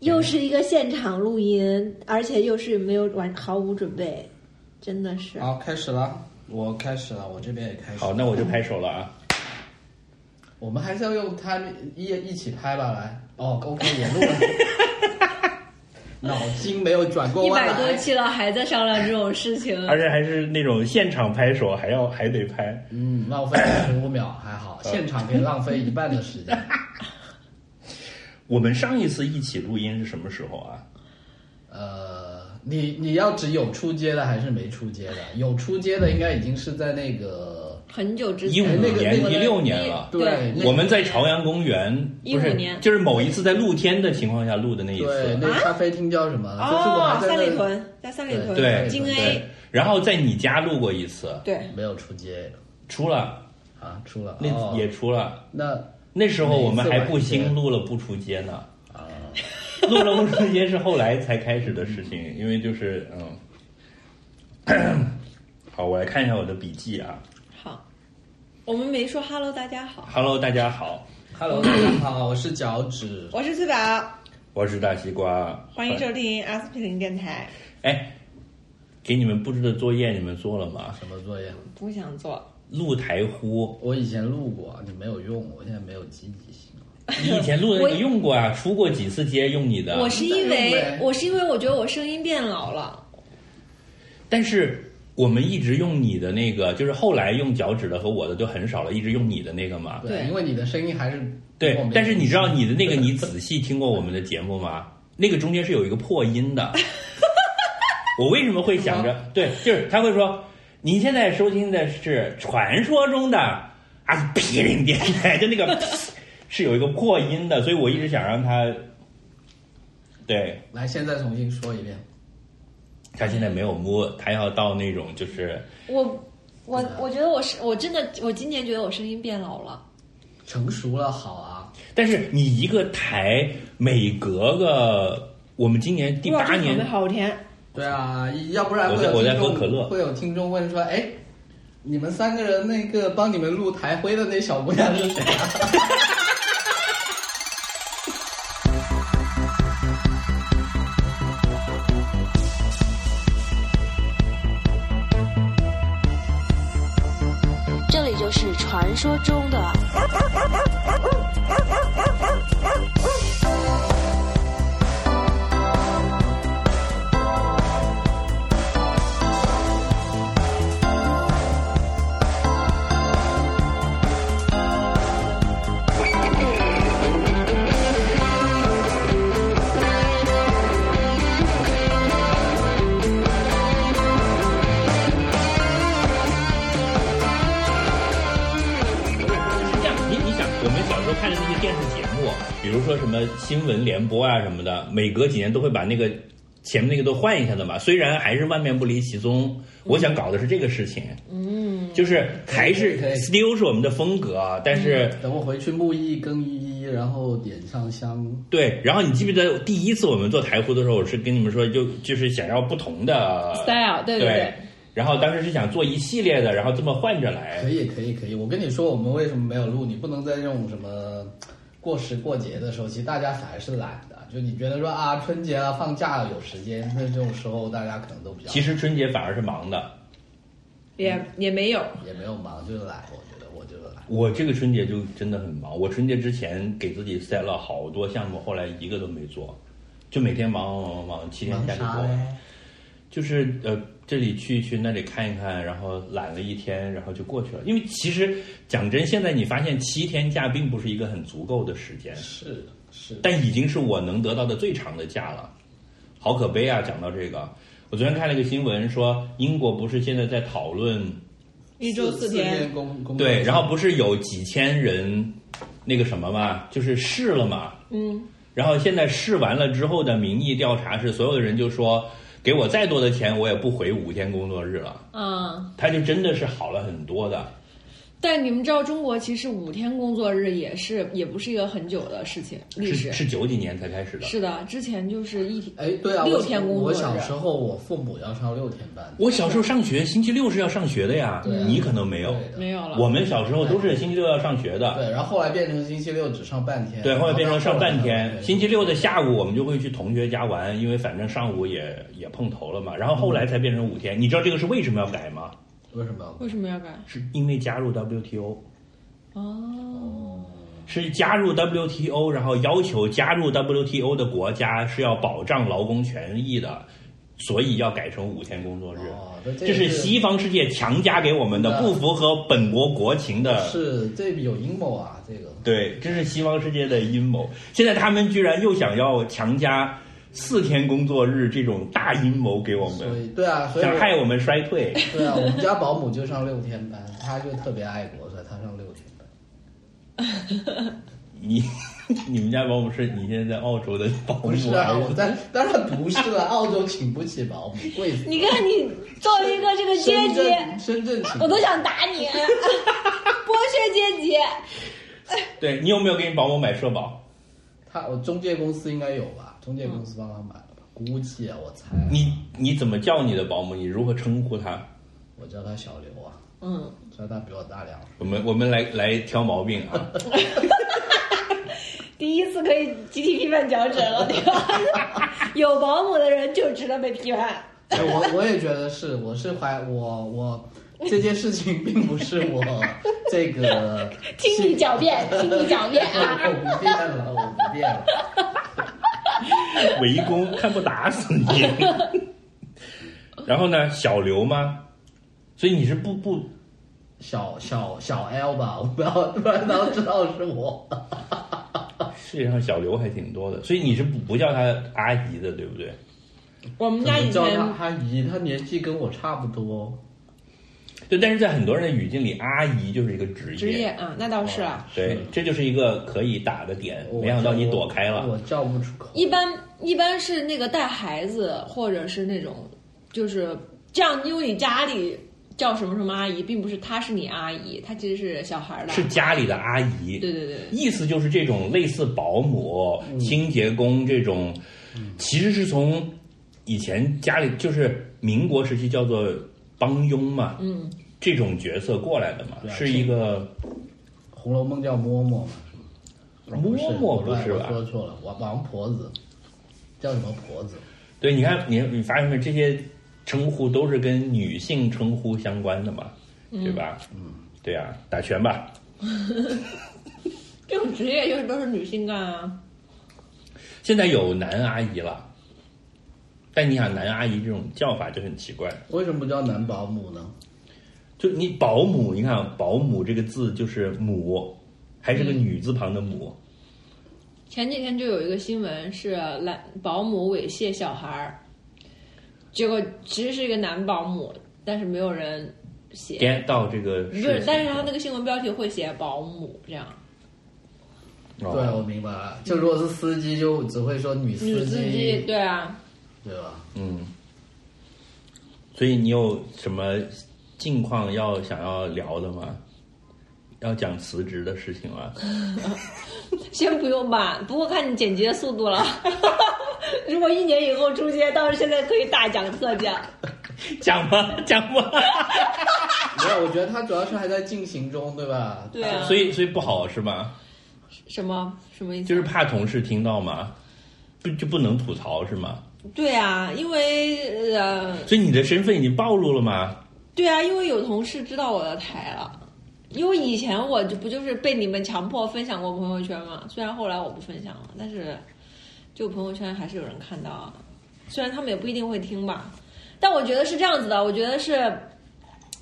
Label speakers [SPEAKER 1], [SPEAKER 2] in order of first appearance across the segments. [SPEAKER 1] 又是一个现场录音，而且又是没有完毫无准备，真的是。
[SPEAKER 2] 啊
[SPEAKER 3] 好，开始了，我开始了，我这边也开始。
[SPEAKER 2] 好，那我就拍手了啊！
[SPEAKER 3] 我们还是要用他一一起拍吧，来。哦，OK，我录了。 脑筋没有转过
[SPEAKER 1] 一
[SPEAKER 3] 弯
[SPEAKER 1] 百多
[SPEAKER 3] 来。
[SPEAKER 1] 期了，还在商量这种事情，
[SPEAKER 2] 而且还是那种现场拍手，还要还得拍。
[SPEAKER 3] 嗯，浪费了十五秒，还好，现场可以浪费一半的时间。
[SPEAKER 2] 我们上一次一起录音是什么时候啊？
[SPEAKER 3] 呃，你你要指有出街的还是没出街的？有出街的应该已经是在那个
[SPEAKER 1] 很久之
[SPEAKER 2] 一
[SPEAKER 1] 前
[SPEAKER 2] 五
[SPEAKER 1] 了。
[SPEAKER 3] 那个那
[SPEAKER 2] 年、
[SPEAKER 3] 个
[SPEAKER 2] 一六年了。
[SPEAKER 3] 对那个
[SPEAKER 2] 我们在朝阳公园，不
[SPEAKER 1] 15
[SPEAKER 2] 是
[SPEAKER 1] 年
[SPEAKER 2] 就是某一次在露天的情况下录的那一
[SPEAKER 3] 对
[SPEAKER 2] 次，
[SPEAKER 3] 那咖啡厅叫什么？就是我
[SPEAKER 1] 啊哦
[SPEAKER 3] 还，在
[SPEAKER 1] 三里
[SPEAKER 3] 那
[SPEAKER 1] 屯，在三里屯，
[SPEAKER 2] 对
[SPEAKER 1] 京
[SPEAKER 3] 对
[SPEAKER 1] A，
[SPEAKER 2] 对。然后在你家录过一次，
[SPEAKER 1] 对，
[SPEAKER 3] 没有出街
[SPEAKER 2] 出了，
[SPEAKER 3] 啊，出了
[SPEAKER 2] 那
[SPEAKER 3] 哦
[SPEAKER 2] 也出了。
[SPEAKER 3] 那
[SPEAKER 2] 那时候我们还不
[SPEAKER 3] 哪一次
[SPEAKER 2] 兴
[SPEAKER 3] 晚
[SPEAKER 2] 录了不出街呢，
[SPEAKER 3] 啊，
[SPEAKER 2] 录了不出街是后来才开始的事情，因为就是嗯， 好，我来看一下我的笔记啊。
[SPEAKER 1] 好，我们没说 Hello，大家好，
[SPEAKER 2] Hello，大家好，
[SPEAKER 3] Hello，大家好，我是脚趾。
[SPEAKER 1] 我是翠宝，
[SPEAKER 2] 我是大西瓜，
[SPEAKER 1] 欢迎收听阿司匹林电台。
[SPEAKER 2] 哎，给你们布置的作业你们做了吗？
[SPEAKER 3] 什么作业？
[SPEAKER 1] 不想做，
[SPEAKER 2] 录台 呼，
[SPEAKER 3] 我以前录过，你没有用，我现在没有积极性。
[SPEAKER 2] 你以前录的
[SPEAKER 1] 我
[SPEAKER 2] 那个用过啊，出过几次街用你的。
[SPEAKER 1] 我是因
[SPEAKER 3] 用
[SPEAKER 1] 为
[SPEAKER 3] 呗
[SPEAKER 1] 我是因为我觉得我声音变老了，
[SPEAKER 2] 但是我们一直用你的那个，就是后来用脚趾的和我的就很少了，一直用你的那个嘛。
[SPEAKER 1] 对
[SPEAKER 3] 因为你的声音还是
[SPEAKER 2] 对
[SPEAKER 3] 我没，
[SPEAKER 2] 但是你知道你的那个，你仔细听过我们的节目吗？那个中间是有一个破音的。我为什么会想着对，就是他会说，您现在收听的是传说中的阿司匹林电台，就那个 是有一个破音的，所以我一直想让他。对
[SPEAKER 3] 来现在重新说一遍。
[SPEAKER 2] 他现在没有摸，他要到那种就是
[SPEAKER 1] 我我我觉得我是我真的我今年觉得我声音变老了，
[SPEAKER 3] 成熟了好啊，
[SPEAKER 2] 但是你一个台每隔个，我们今年第八年
[SPEAKER 1] 好甜，
[SPEAKER 3] 对啊，要不然
[SPEAKER 2] 我
[SPEAKER 3] 会
[SPEAKER 2] 在
[SPEAKER 3] 有
[SPEAKER 2] 我在
[SPEAKER 3] 听众
[SPEAKER 2] 喝可乐
[SPEAKER 3] 会有听众问说，哎，你们三个人那个帮你们录台徽的那小姑娘是谁啊？
[SPEAKER 4] 这里就是传说中的。
[SPEAKER 2] 是这样，你你想，我们小时候看的那些电视节目，比如说什么新闻联播啊什么的，每隔几年都会把那个前面那个都换一下的嘛。虽然还是万变不离其宗，我想搞的是这个事情，
[SPEAKER 1] 嗯，
[SPEAKER 2] 就是还是
[SPEAKER 3] 可以嗯
[SPEAKER 2] still 是我们的风格，啊但是
[SPEAKER 3] 等我回去沐浴更衣衣，然后点上香。
[SPEAKER 2] 对。然后你记不记得第一次我们做台呼的时候，我是跟你们说，就就是想要不同的
[SPEAKER 1] style，对对
[SPEAKER 2] 对。然后当时是想做一系列的，然后这么换着来
[SPEAKER 3] 可。以可以可以，我跟你说，我们为什么没有录？你不能在这种什么过时过节的时候，其实大家反而是懒的。就你觉得说啊，春节了放假了有时间，那这种时候大家可能都比较
[SPEAKER 2] 其实春节反而是忙的，
[SPEAKER 1] 也也没有，
[SPEAKER 3] 也没有忙，就是懒。我觉得，我觉得懒。
[SPEAKER 2] 我这个春节就真的很忙，我春节之前给自己塞了好多项目，后来一个都没做，就每天忙忙忙忙，七天
[SPEAKER 3] 忙
[SPEAKER 2] 下去
[SPEAKER 3] 啥
[SPEAKER 2] 过，
[SPEAKER 3] 嘞？
[SPEAKER 2] 就是呃这里去一去，那里看一看，然后懒了一天，然后就过去了。因为其实讲真，现在你发现七天假并不是一个很足够的时间，
[SPEAKER 3] 是是，
[SPEAKER 2] 但已经是我能得到的最长的假了，好可悲啊！讲到这个，我昨天看了一个新闻说，英国不是现在在讨论
[SPEAKER 1] 一周
[SPEAKER 3] 四
[SPEAKER 1] 天，
[SPEAKER 3] 工工作
[SPEAKER 2] 对，
[SPEAKER 3] 制
[SPEAKER 2] 然后不是有几千人那个什么嘛，就是试了嘛，
[SPEAKER 1] 嗯，
[SPEAKER 2] 然后现在试完了之后的民意调查是，所有的人就说，给我再多的钱，我也不回五天工作日了。
[SPEAKER 1] 啊，
[SPEAKER 2] 他就真的是好了很多的，
[SPEAKER 1] 但你们知道，中国其实五天工作日也是也不是一个很久的事情，历史
[SPEAKER 2] 是是九几年才开始的。
[SPEAKER 1] 是的，之前就是一天
[SPEAKER 3] 哎，对啊，
[SPEAKER 1] 六
[SPEAKER 3] 我
[SPEAKER 1] 天工作
[SPEAKER 3] 我小
[SPEAKER 1] 日
[SPEAKER 3] 时候我父母要上六天班，
[SPEAKER 2] 我小时候上学，星期六是要上学的呀，
[SPEAKER 3] 对啊
[SPEAKER 2] 你可能没有。
[SPEAKER 3] 对的
[SPEAKER 1] 没有了。
[SPEAKER 2] 我们小时候都是星期六要上学的，
[SPEAKER 3] 对，然后后来变成星期六只上半天，
[SPEAKER 2] 对，后来变成上半天。星期
[SPEAKER 3] 六
[SPEAKER 2] 六的下午我们就会去同学家玩，因为反正上午也也碰头了嘛。然后后来才变成五天，你知道这个是为什么要改吗？
[SPEAKER 3] 为什么？
[SPEAKER 1] 为什么要改？
[SPEAKER 2] 是因为加入 WTO，
[SPEAKER 1] 哦，
[SPEAKER 2] 是加入 WTO，然后要求加入 WTO 的国家是要保障劳工权益的，所以要改成五天工作日。
[SPEAKER 3] 哦，那
[SPEAKER 2] 这
[SPEAKER 3] 是
[SPEAKER 2] 是西方世界强加给我们的，
[SPEAKER 3] 嗯
[SPEAKER 2] 不符合本国国情的。
[SPEAKER 3] 是这有阴谋啊，这个
[SPEAKER 2] 嗯对，这是西方世界的阴谋。现在他们居然又想要强加四天工作日这种大阴谋给我
[SPEAKER 3] 所
[SPEAKER 2] 们，
[SPEAKER 3] 以对啊，所以
[SPEAKER 2] 想
[SPEAKER 3] 我
[SPEAKER 2] 害我们衰退。
[SPEAKER 3] 对啊，我们家保姆就上六天班，她就特别爱国，所以她上六天班。
[SPEAKER 2] 你 你们家保姆是你现在在澳洲的保姆
[SPEAKER 3] 不
[SPEAKER 2] 还
[SPEAKER 3] 是啊，我在当然不是了、澳洲请不起保姆，贵死了。
[SPEAKER 5] 你看你造一个这个阶
[SPEAKER 3] 深
[SPEAKER 5] 级，
[SPEAKER 3] 圳深圳请不起
[SPEAKER 5] 我都想打你，剥削阶级。
[SPEAKER 2] 对你有没有给你保姆买社保？
[SPEAKER 3] 他我中介公司应该有吧？中介公司帮他买了吧？估计啊，我猜啊
[SPEAKER 2] 你你怎么叫你的保姆？你如何称呼她？
[SPEAKER 3] 我叫他小刘啊，
[SPEAKER 1] 嗯，
[SPEAKER 3] 虽然他比我大两岁。
[SPEAKER 2] 我们我们来来挑毛病啊！
[SPEAKER 5] 第一次可以集体批判脚趾了，对吧？ 有保姆的人就值得被批判。
[SPEAKER 3] 哎，我我也觉得是，我是怀我我这件事情并不是我这 个，
[SPEAKER 5] 听你狡辩，听你狡辩
[SPEAKER 3] 我
[SPEAKER 5] 啊！
[SPEAKER 3] 我不变了，我不变了。
[SPEAKER 2] 围攻，看不打死你。 然后呢，小刘吗？所以你是不不
[SPEAKER 3] 小小小 L 吧，我不要不然他知道是我。
[SPEAKER 2] 世界上小刘还挺多的，所以你是不不叫她阿姨的，对不对？
[SPEAKER 1] 我们
[SPEAKER 3] 怎
[SPEAKER 1] 家
[SPEAKER 3] 么
[SPEAKER 1] 以
[SPEAKER 3] 叫
[SPEAKER 1] 前
[SPEAKER 3] 他阿姨，他年纪跟我差不多。
[SPEAKER 2] 对，但是在很多人的语境里，阿姨就是一个职业。
[SPEAKER 1] 职业啊，那倒
[SPEAKER 3] 哦
[SPEAKER 1] 是啊。
[SPEAKER 2] 对
[SPEAKER 3] 是，
[SPEAKER 2] 这就是一个可以打的点。没想到你躲开了。
[SPEAKER 3] 我叫不出口。
[SPEAKER 1] 一般一般是那个带孩子，或者是那种就是这样，因为你家里叫什么什么阿姨，并不是她是你阿姨，她其实是小孩儿的。
[SPEAKER 2] 是家里的阿姨。
[SPEAKER 1] 对对嗯对，
[SPEAKER 2] 意思就是这种类似保姆、清洁工这种，
[SPEAKER 1] 嗯
[SPEAKER 2] 其实是从以前家里就是民国时期叫做帮佣嘛，
[SPEAKER 1] 嗯，
[SPEAKER 2] 这种角色过来的嘛，
[SPEAKER 3] 对啊
[SPEAKER 2] 是一个
[SPEAKER 3] 《红楼梦》叫嬷嬷嘛，是吗？
[SPEAKER 2] 嬷嬷
[SPEAKER 3] 不
[SPEAKER 2] 不是
[SPEAKER 3] 我
[SPEAKER 2] 吧
[SPEAKER 3] 说错了，王王婆子，叫什么婆子？
[SPEAKER 2] 对，你看，你你发现没？这些称呼都是跟女性称呼相关的嘛，对吧？嗯，对呀、打拳吧。
[SPEAKER 1] 这种职业又都是女性干啊。
[SPEAKER 2] 现在有男阿姨了，但你想男阿姨这种叫法就很奇怪。
[SPEAKER 3] 为什么不叫男保姆呢？
[SPEAKER 2] 就你保姆，你看啊保姆这个字就是母，还是个
[SPEAKER 1] 嗯
[SPEAKER 2] 女字旁的母，
[SPEAKER 1] 前几天就有一个新闻是男保姆猥亵小孩儿，结果其实是一个男保姆，但是没有人写。
[SPEAKER 2] 颠到这个
[SPEAKER 1] 嗯不
[SPEAKER 2] 事
[SPEAKER 1] 是，
[SPEAKER 2] 情
[SPEAKER 1] 但是他那个新闻标题会写保姆这样，
[SPEAKER 2] 哦
[SPEAKER 3] 对，啊我明白了。就如果是司机，就只会说女司
[SPEAKER 1] 女司机对啊，
[SPEAKER 3] 对吧？
[SPEAKER 2] 嗯，所以你有什么近况要想要聊的吗？要讲辞职的事情吗？
[SPEAKER 1] 先不用吧，不过看你剪辑的速度了。 如果一年以后出街，到时现在可以大讲特讲。
[SPEAKER 2] 讲吧，讲吧。
[SPEAKER 3] 没有，我觉得他主要是还在进行中，对吧？
[SPEAKER 1] 对啊，
[SPEAKER 2] 所以所以不好是吗？
[SPEAKER 1] 什么什么意思？
[SPEAKER 2] 就是怕同事听到嘛，不就不能吐槽是吗？
[SPEAKER 1] 对啊，因为呃，
[SPEAKER 2] 所以你的身份已经暴露了吗？
[SPEAKER 1] 对啊，因为有同事知道我的台了。因为以前我就不就是被你们强迫分享过朋友圈嘛，虽然后来我不分享了，但是就朋友圈还是有人看到啊，虽然他们也不一定会听吧，但我觉得是这样子的，我觉得是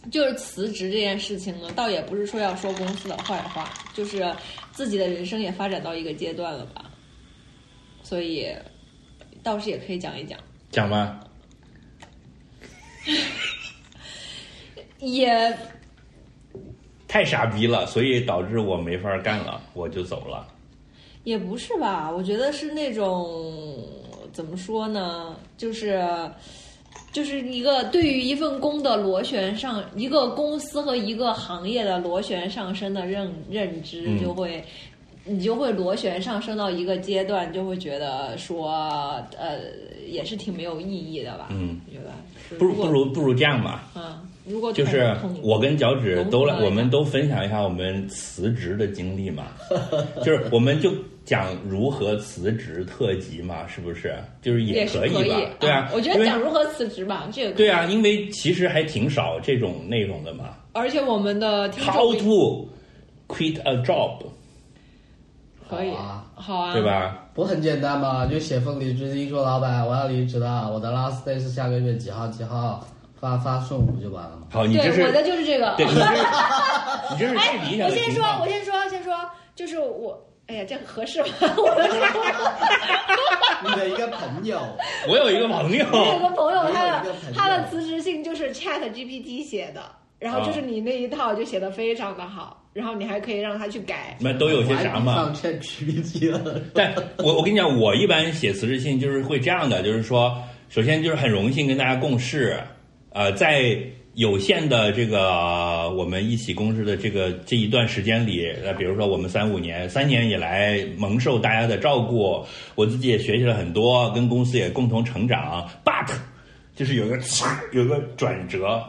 [SPEAKER 1] 就是辞职这件事情呢，倒也不是说要说公司的坏话，就是自己的人生也发展到一个阶段了吧，所以倒是也可以讲一讲。
[SPEAKER 2] 讲吧，
[SPEAKER 1] 也
[SPEAKER 2] 太傻逼了，所以导致我没法干了，我就走了。
[SPEAKER 1] 也不是吧，我觉得是那种怎么说呢，就是就是一个对于一份工的螺旋上，一个公司和一个行业的螺旋上升的认认知
[SPEAKER 2] 嗯
[SPEAKER 1] 就会。你就会螺旋上升到一个阶段，就会觉得说，呃，也是挺没有意义的吧？
[SPEAKER 2] 嗯，
[SPEAKER 1] 觉得
[SPEAKER 2] 不如不，如不如这样吧，
[SPEAKER 1] 嗯，如果
[SPEAKER 2] 就是
[SPEAKER 1] 捅你
[SPEAKER 2] 我跟脚趾都来，
[SPEAKER 1] 融合一下
[SPEAKER 2] 我们都分享一下我们辞职的经 历嘛，就是我们就讲如何辞职特辑嘛，是不是？就是
[SPEAKER 1] 也是
[SPEAKER 2] 可以
[SPEAKER 1] 以
[SPEAKER 2] 吧？对啊，
[SPEAKER 1] 我觉得
[SPEAKER 2] 因为
[SPEAKER 1] 讲如何辞职吧，这个可以
[SPEAKER 2] 对啊，因为其实还挺少这种内容的嘛。
[SPEAKER 1] 而且我们的听众
[SPEAKER 2] How to quit a job，
[SPEAKER 1] 可以
[SPEAKER 3] 好啊
[SPEAKER 1] 好啊，
[SPEAKER 2] 对？吧？
[SPEAKER 3] 不很简单吗？就写封离职信，说老板我要离职了，我的 last day 是下个月几号几号，发发顺不就完了吗？
[SPEAKER 2] 好，你这
[SPEAKER 1] 对，
[SPEAKER 2] 是
[SPEAKER 1] 我的就是这个。哎
[SPEAKER 2] 对， 你这是你这是最理想
[SPEAKER 1] 我
[SPEAKER 2] 的
[SPEAKER 1] 先
[SPEAKER 2] 情
[SPEAKER 1] 说，我
[SPEAKER 2] 况。
[SPEAKER 1] 先说，先说，就是我，哎呀，这合 适吗？ 我
[SPEAKER 3] 你的一个朋友，
[SPEAKER 2] 我有一个朋友，
[SPEAKER 1] 有个朋友，他
[SPEAKER 3] 我有
[SPEAKER 1] 的
[SPEAKER 3] 一个朋友
[SPEAKER 1] 他的辞职信就是 Chat GPT 写的，然后
[SPEAKER 2] 哦
[SPEAKER 1] 就是你那一套就写的非常的好，然后你还可以让他去改
[SPEAKER 2] 你。们都有些啥嘛？
[SPEAKER 3] 上 Chat GPT 了，
[SPEAKER 2] 但我我跟你讲，我一般写辞职信就是会这样的，就是说，首先就是很荣幸跟大家共事，呃，在有限的这个呃我们一起共事的这个这一段时间里，那比如说我们三五年三年以来蒙受大家的照顾，我自己也学习了很多，跟公司也共同成长，but 就是有一个有一个转折，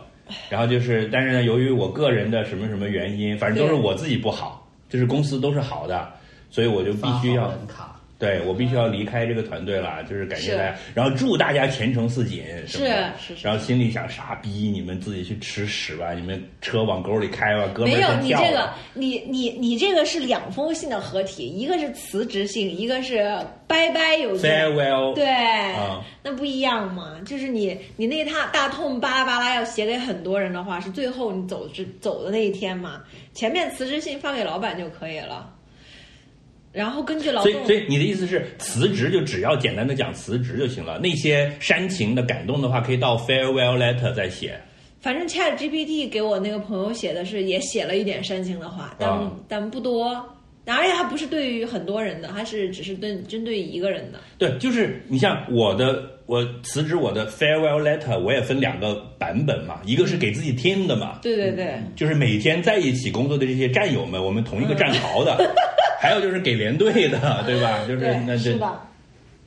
[SPEAKER 2] 然后就是，但是呢，由于我个人的什么什么原因，反正都是
[SPEAKER 1] 对
[SPEAKER 2] 我自己不好，就是公司都是好的。所以我就必
[SPEAKER 3] 发
[SPEAKER 2] 须要
[SPEAKER 3] 好人卡，
[SPEAKER 2] 对我必须要离开这个团队了，就是感谢
[SPEAKER 1] 是
[SPEAKER 2] 大家，然后祝大家前程似锦，什么的
[SPEAKER 1] 是是是
[SPEAKER 2] 然后心里想傻逼，你们自己去吃屎吧，你们车往沟里开吧，哥们
[SPEAKER 1] 没
[SPEAKER 2] 儿
[SPEAKER 1] 有，
[SPEAKER 2] 先
[SPEAKER 1] 你
[SPEAKER 2] 跳啊
[SPEAKER 1] 这个
[SPEAKER 2] 了，
[SPEAKER 1] 你你你这个是两封信的合体，一个是辞职信，一个是拜拜邮件。
[SPEAKER 2] farewell，
[SPEAKER 1] 对，
[SPEAKER 2] 啊
[SPEAKER 1] 那不一样嘛。就是你你那大大痛巴拉巴拉要写给很多人的话，是最后你走之走的那一天嘛。前面辞职信发给老板就可以了，然后根据劳
[SPEAKER 2] 所
[SPEAKER 1] 动
[SPEAKER 2] 以，所以你的意思是辞职就只要简单的讲辞职就行了，那些煽情的感动的话，可以到 farewell letter 再写。
[SPEAKER 1] 反正 Chat GPT 给我那个朋友写的是也写了一点煽情的话，但、
[SPEAKER 2] 啊
[SPEAKER 1] 但不多，而且它不是对于很多人的，它是只是对针对一个人的。
[SPEAKER 2] 对，就是你像我的，我辞职我的 farewell letter，我也分两个版本嘛，一个是给自己听的嘛，
[SPEAKER 1] 对对对，
[SPEAKER 2] 就是每天在一起工作的这些战友们，我们同一个战 壕的，还有就是给连队的，对吧？就是
[SPEAKER 1] 嗯对
[SPEAKER 2] 那
[SPEAKER 1] 是
[SPEAKER 2] 这
[SPEAKER 1] 的，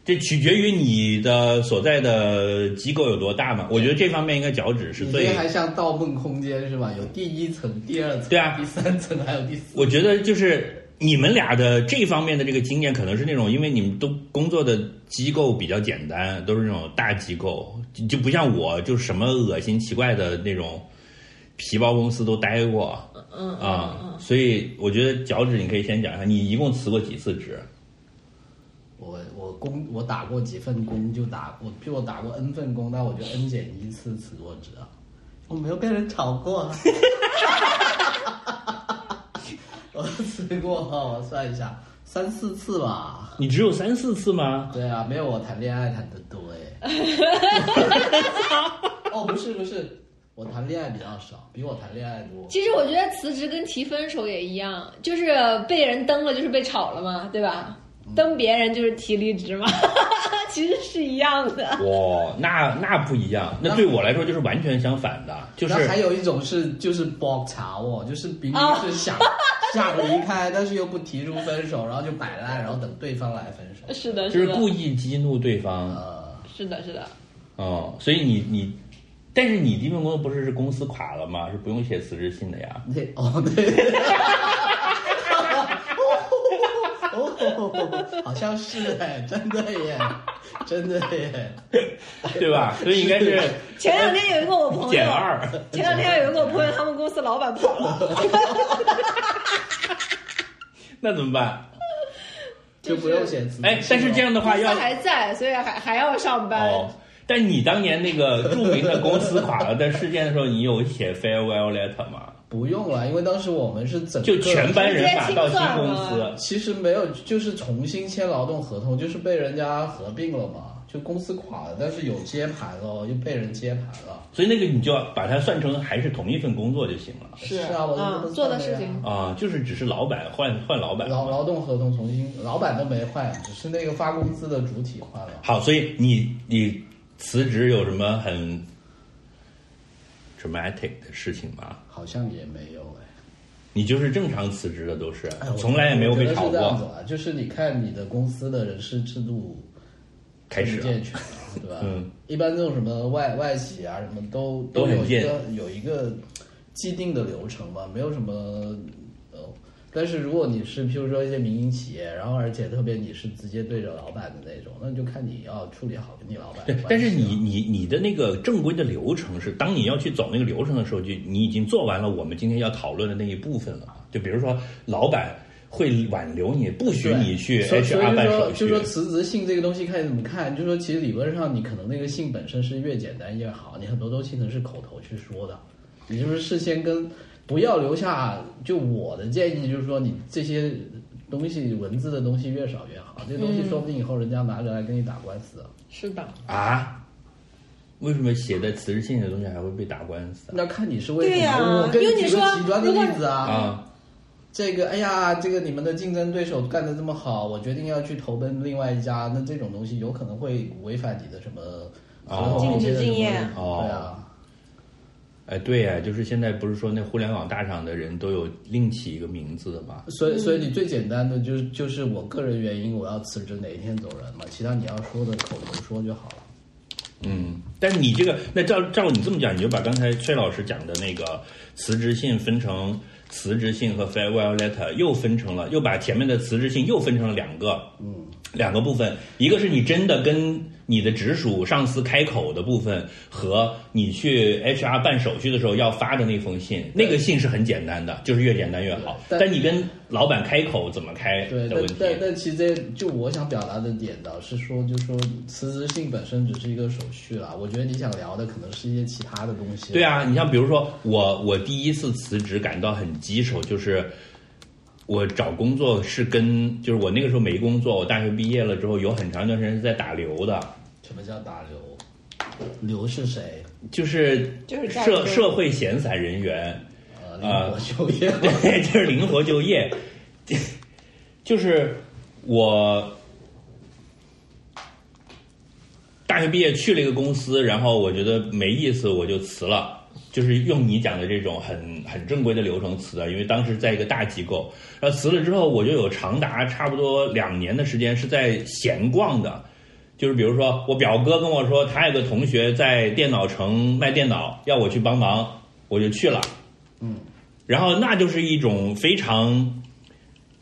[SPEAKER 2] 这取决于你的所在的机构有多大嘛。我觉得这方面应该脚趾是
[SPEAKER 3] 你
[SPEAKER 2] 最
[SPEAKER 3] 这，还像《盗梦空间》是吧？有第一层、第二层，
[SPEAKER 2] 对啊
[SPEAKER 3] 第三层还有第四。
[SPEAKER 2] 我觉得就是你们俩的这方面的这个经验，可能是那种因为你们都工作的机构比较简单，都是那种大机构，就就不像我，就什么恶心奇怪的那种皮包公司都待过。
[SPEAKER 1] 嗯
[SPEAKER 2] 啊、
[SPEAKER 1] 嗯嗯，
[SPEAKER 2] 所以我觉得脚趾，你可以先讲一下，你一共辞过几次职？
[SPEAKER 3] 我我工我打过几份工就打我比我打过 n 份工，但我就 n 减一次辞过职啊，我没有被人炒过、啊。 我辞过，啊我算一下，三四次吧。
[SPEAKER 2] 你只有三四 次吗？
[SPEAKER 3] 对啊，没有我谈恋爱谈的多 哎。哦，不是不是，我谈恋爱比较少，比我谈恋爱多。
[SPEAKER 1] 其实我觉得辞职跟提分手也一样，就是被人蹬了就是被炒了嘛，对吧？蹬别人就是提离职嘛， 其实是一样的。
[SPEAKER 2] 哇、那那不一样，那对我来说就是完全相反的，就是
[SPEAKER 3] 然后还有一种是就是爆炒哦，就是明明是想、想离开，但是又不提出分手，然后就摆烂，然后等对方来分手。
[SPEAKER 1] 是的，
[SPEAKER 2] 就是
[SPEAKER 1] 的，
[SPEAKER 2] 故意激怒对方，
[SPEAKER 3] 呃，
[SPEAKER 1] 是的，是的。
[SPEAKER 2] 哦，所以你你，但是你第一份工作不是是公司垮了吗？是不用写辞职信 的呀。
[SPEAKER 3] 对哦对。哦，好像是哎，真的耶，真的耶，
[SPEAKER 2] 对吧？所以应该是
[SPEAKER 1] 前两天有一个我朋友，
[SPEAKER 2] 减呃二，
[SPEAKER 1] 前两天有一个我朋友，他们公司老板跑了，
[SPEAKER 2] 那怎么办？
[SPEAKER 3] 就不用写字。
[SPEAKER 2] 哎，但是 这样的话
[SPEAKER 1] 嗯公司
[SPEAKER 2] 要
[SPEAKER 1] 还在，所以还还要上班。
[SPEAKER 2] 哦。但你当年那个著名的公司垮了的事件的时候，你有写 farewell letter 吗？
[SPEAKER 3] 不用了，因为当时我们是整个
[SPEAKER 2] 就全班人打到
[SPEAKER 1] 直接清
[SPEAKER 2] 新
[SPEAKER 1] 算
[SPEAKER 2] 公
[SPEAKER 1] 吗
[SPEAKER 2] 司，
[SPEAKER 3] 其实没有，就是重新签劳动合同，就是被人家合并了嘛，就公司垮了，但是有接盘喽，又被人接盘了。
[SPEAKER 2] 所以那个你就要把它算成还是同一份工作就行了
[SPEAKER 3] 是啊，我就这么
[SPEAKER 1] 嗯，做的
[SPEAKER 3] 算呀
[SPEAKER 1] 事情。
[SPEAKER 2] 啊，就是只是老板换换老板。
[SPEAKER 3] 劳劳动合同重新，老板都没换，只是那个发工资的主体换了。
[SPEAKER 2] 好，所以你你辞职有什么很 dramatic 的事情吗？
[SPEAKER 3] 好像也没有哎。
[SPEAKER 2] 你就是正常辞职的都是
[SPEAKER 3] 哎我，
[SPEAKER 2] 从来也没有被炒
[SPEAKER 3] 我觉得是这样子
[SPEAKER 2] 过。
[SPEAKER 3] 吧，就是你看你的公司的人事制度
[SPEAKER 2] 开始啊
[SPEAKER 3] 健
[SPEAKER 2] 了
[SPEAKER 3] 健全，对吧？
[SPEAKER 2] 嗯，
[SPEAKER 3] 一般这种什么外外企啊，什么都
[SPEAKER 2] 都很
[SPEAKER 3] 有一
[SPEAKER 2] 健
[SPEAKER 3] 个有一个既定的流程嘛，没有什么呃。但是如果你是譬如说一些民营企业，然后而且特别你是直接对着老板的那种，那就看你要处理好跟你老板的
[SPEAKER 2] 对
[SPEAKER 3] 关系了。，啊
[SPEAKER 2] 但是你你你的那个正规的流程是，当你要去走那个流程的时候，就你已经做完了我们今天要讨论的那一部分了嘛。就比如说，老板会挽留你，不许
[SPEAKER 3] 对
[SPEAKER 2] 你去
[SPEAKER 3] 所以所以
[SPEAKER 2] HR 办
[SPEAKER 3] 就
[SPEAKER 2] 手
[SPEAKER 3] 说，就
[SPEAKER 2] 续
[SPEAKER 3] 说。辞职信这个东西看你怎么看，就说其实理论上你可能那个信本身是越简单越好，你很多东西可能是口头去说的，你就是事先跟不要留下。就我的建议就是说，你这些东西文字的东西越少越好，这东西说不定以后人家拿着来跟你打官司，
[SPEAKER 6] 是的，
[SPEAKER 2] 啊？为什么写在辞职信的东西还会被打官司
[SPEAKER 3] 那看你是为什么。
[SPEAKER 6] 对呀
[SPEAKER 3] 我跟
[SPEAKER 6] 因为
[SPEAKER 3] 举
[SPEAKER 6] 你
[SPEAKER 3] 个
[SPEAKER 6] 说
[SPEAKER 3] 极端的
[SPEAKER 6] 如果
[SPEAKER 3] 例子
[SPEAKER 2] 啊？啊，
[SPEAKER 3] 这个，哎呀，这个你们的竞争对手干得这么好，我决定要去投奔另外一家，那这种东西有可能会违反你的什么
[SPEAKER 2] 哦
[SPEAKER 3] 合同
[SPEAKER 1] 禁止竞业
[SPEAKER 3] 什么
[SPEAKER 2] 哦
[SPEAKER 3] 对啊，
[SPEAKER 2] 哎，对呀、就是现在不是说那互联网大厂的人都有另起一个名字的吗？
[SPEAKER 1] 嗯
[SPEAKER 3] 所以所以你最简单的就是就是我个人原因我要辞职哪一天走人嘛，其他你要说的口头说就好了。
[SPEAKER 2] 嗯，但是你这个，那照照你这么讲，你就把刚才崔老师讲的那个辞职信分成辞职信和 farewell letter，又分成了，又把前面的辞职信又分成了两个，嗯，两个部分，一个是你真的跟你的直属上司开口的部分，和你去 HR 办手续的时候要发的那封信，那个信是很简单的，就是越简单越好。
[SPEAKER 3] 对但
[SPEAKER 2] 但你跟老板开口怎么开
[SPEAKER 3] 对，
[SPEAKER 2] 的
[SPEAKER 3] 但
[SPEAKER 2] 哎问题，
[SPEAKER 3] 但但其实这就我想表达的点倒是说，就说辞职信本身只是一个手续啦，我觉得你想聊的可能是一些其他的东西。
[SPEAKER 2] 对啊，你像比如说我，我第一次辞职感到很棘手，就是我找工作是跟就是我那个时候没工作，我大学毕业了之后有很长一段时间是在打流的，
[SPEAKER 3] 什么叫打流？流是谁？
[SPEAKER 2] 就是
[SPEAKER 6] 就是在
[SPEAKER 2] 社
[SPEAKER 6] 工
[SPEAKER 2] 社会闲散人员，
[SPEAKER 3] 呃，灵活就业。
[SPEAKER 2] 对， 就是灵活就业，就是我大学毕业去了一个公司，然后我觉得没意思，我就辞了。就是用你讲的这种很很正规的流程辞的，因为当时在一个大机构，然后辞了之后，我就有长达差不多两年的时间是在闲逛的，就是比如说我表哥跟我说他有个同学在电脑城卖电脑，要我去帮忙，我就去了，然后那就是一种非常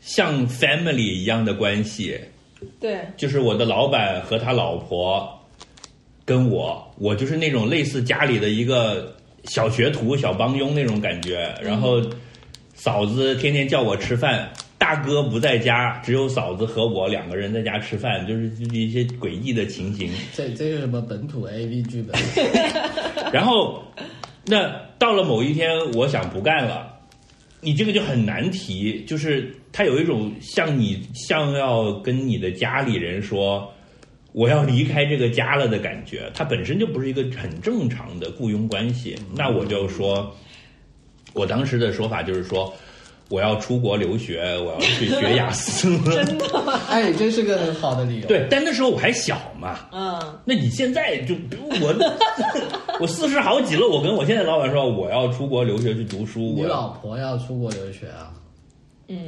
[SPEAKER 2] 像 family 一样的关系，
[SPEAKER 6] 对，
[SPEAKER 2] 就是我的老板和他老婆跟我，我就是那种类似家里的一个小学徒、小帮佣那种感觉。然后嫂子天天叫我吃饭，大哥不在家，只有嫂子和我两个人在家吃饭，就是就是一些诡异的情形。
[SPEAKER 3] 这这是什么本土 A V 剧本？
[SPEAKER 2] 然后，那到了某一天，我想不干了，你这个就很难提，就是他有一种像你像要跟你的家里人说我要离开这个家了的感觉，它本身就不是一个很正常的雇佣关系。那我就说，我当时的说法就是说。我要出国留学，我要去学雅思。
[SPEAKER 3] 哎，这是个很好的理由。，
[SPEAKER 2] 对，但那时候我还小嘛，
[SPEAKER 6] 嗯，
[SPEAKER 2] 那你现在就比如我， 我四十好几了，我跟我现在老板说我要出国留学去读书，
[SPEAKER 3] 你
[SPEAKER 2] 我
[SPEAKER 3] 老婆要出国留学啊？
[SPEAKER 1] 嗯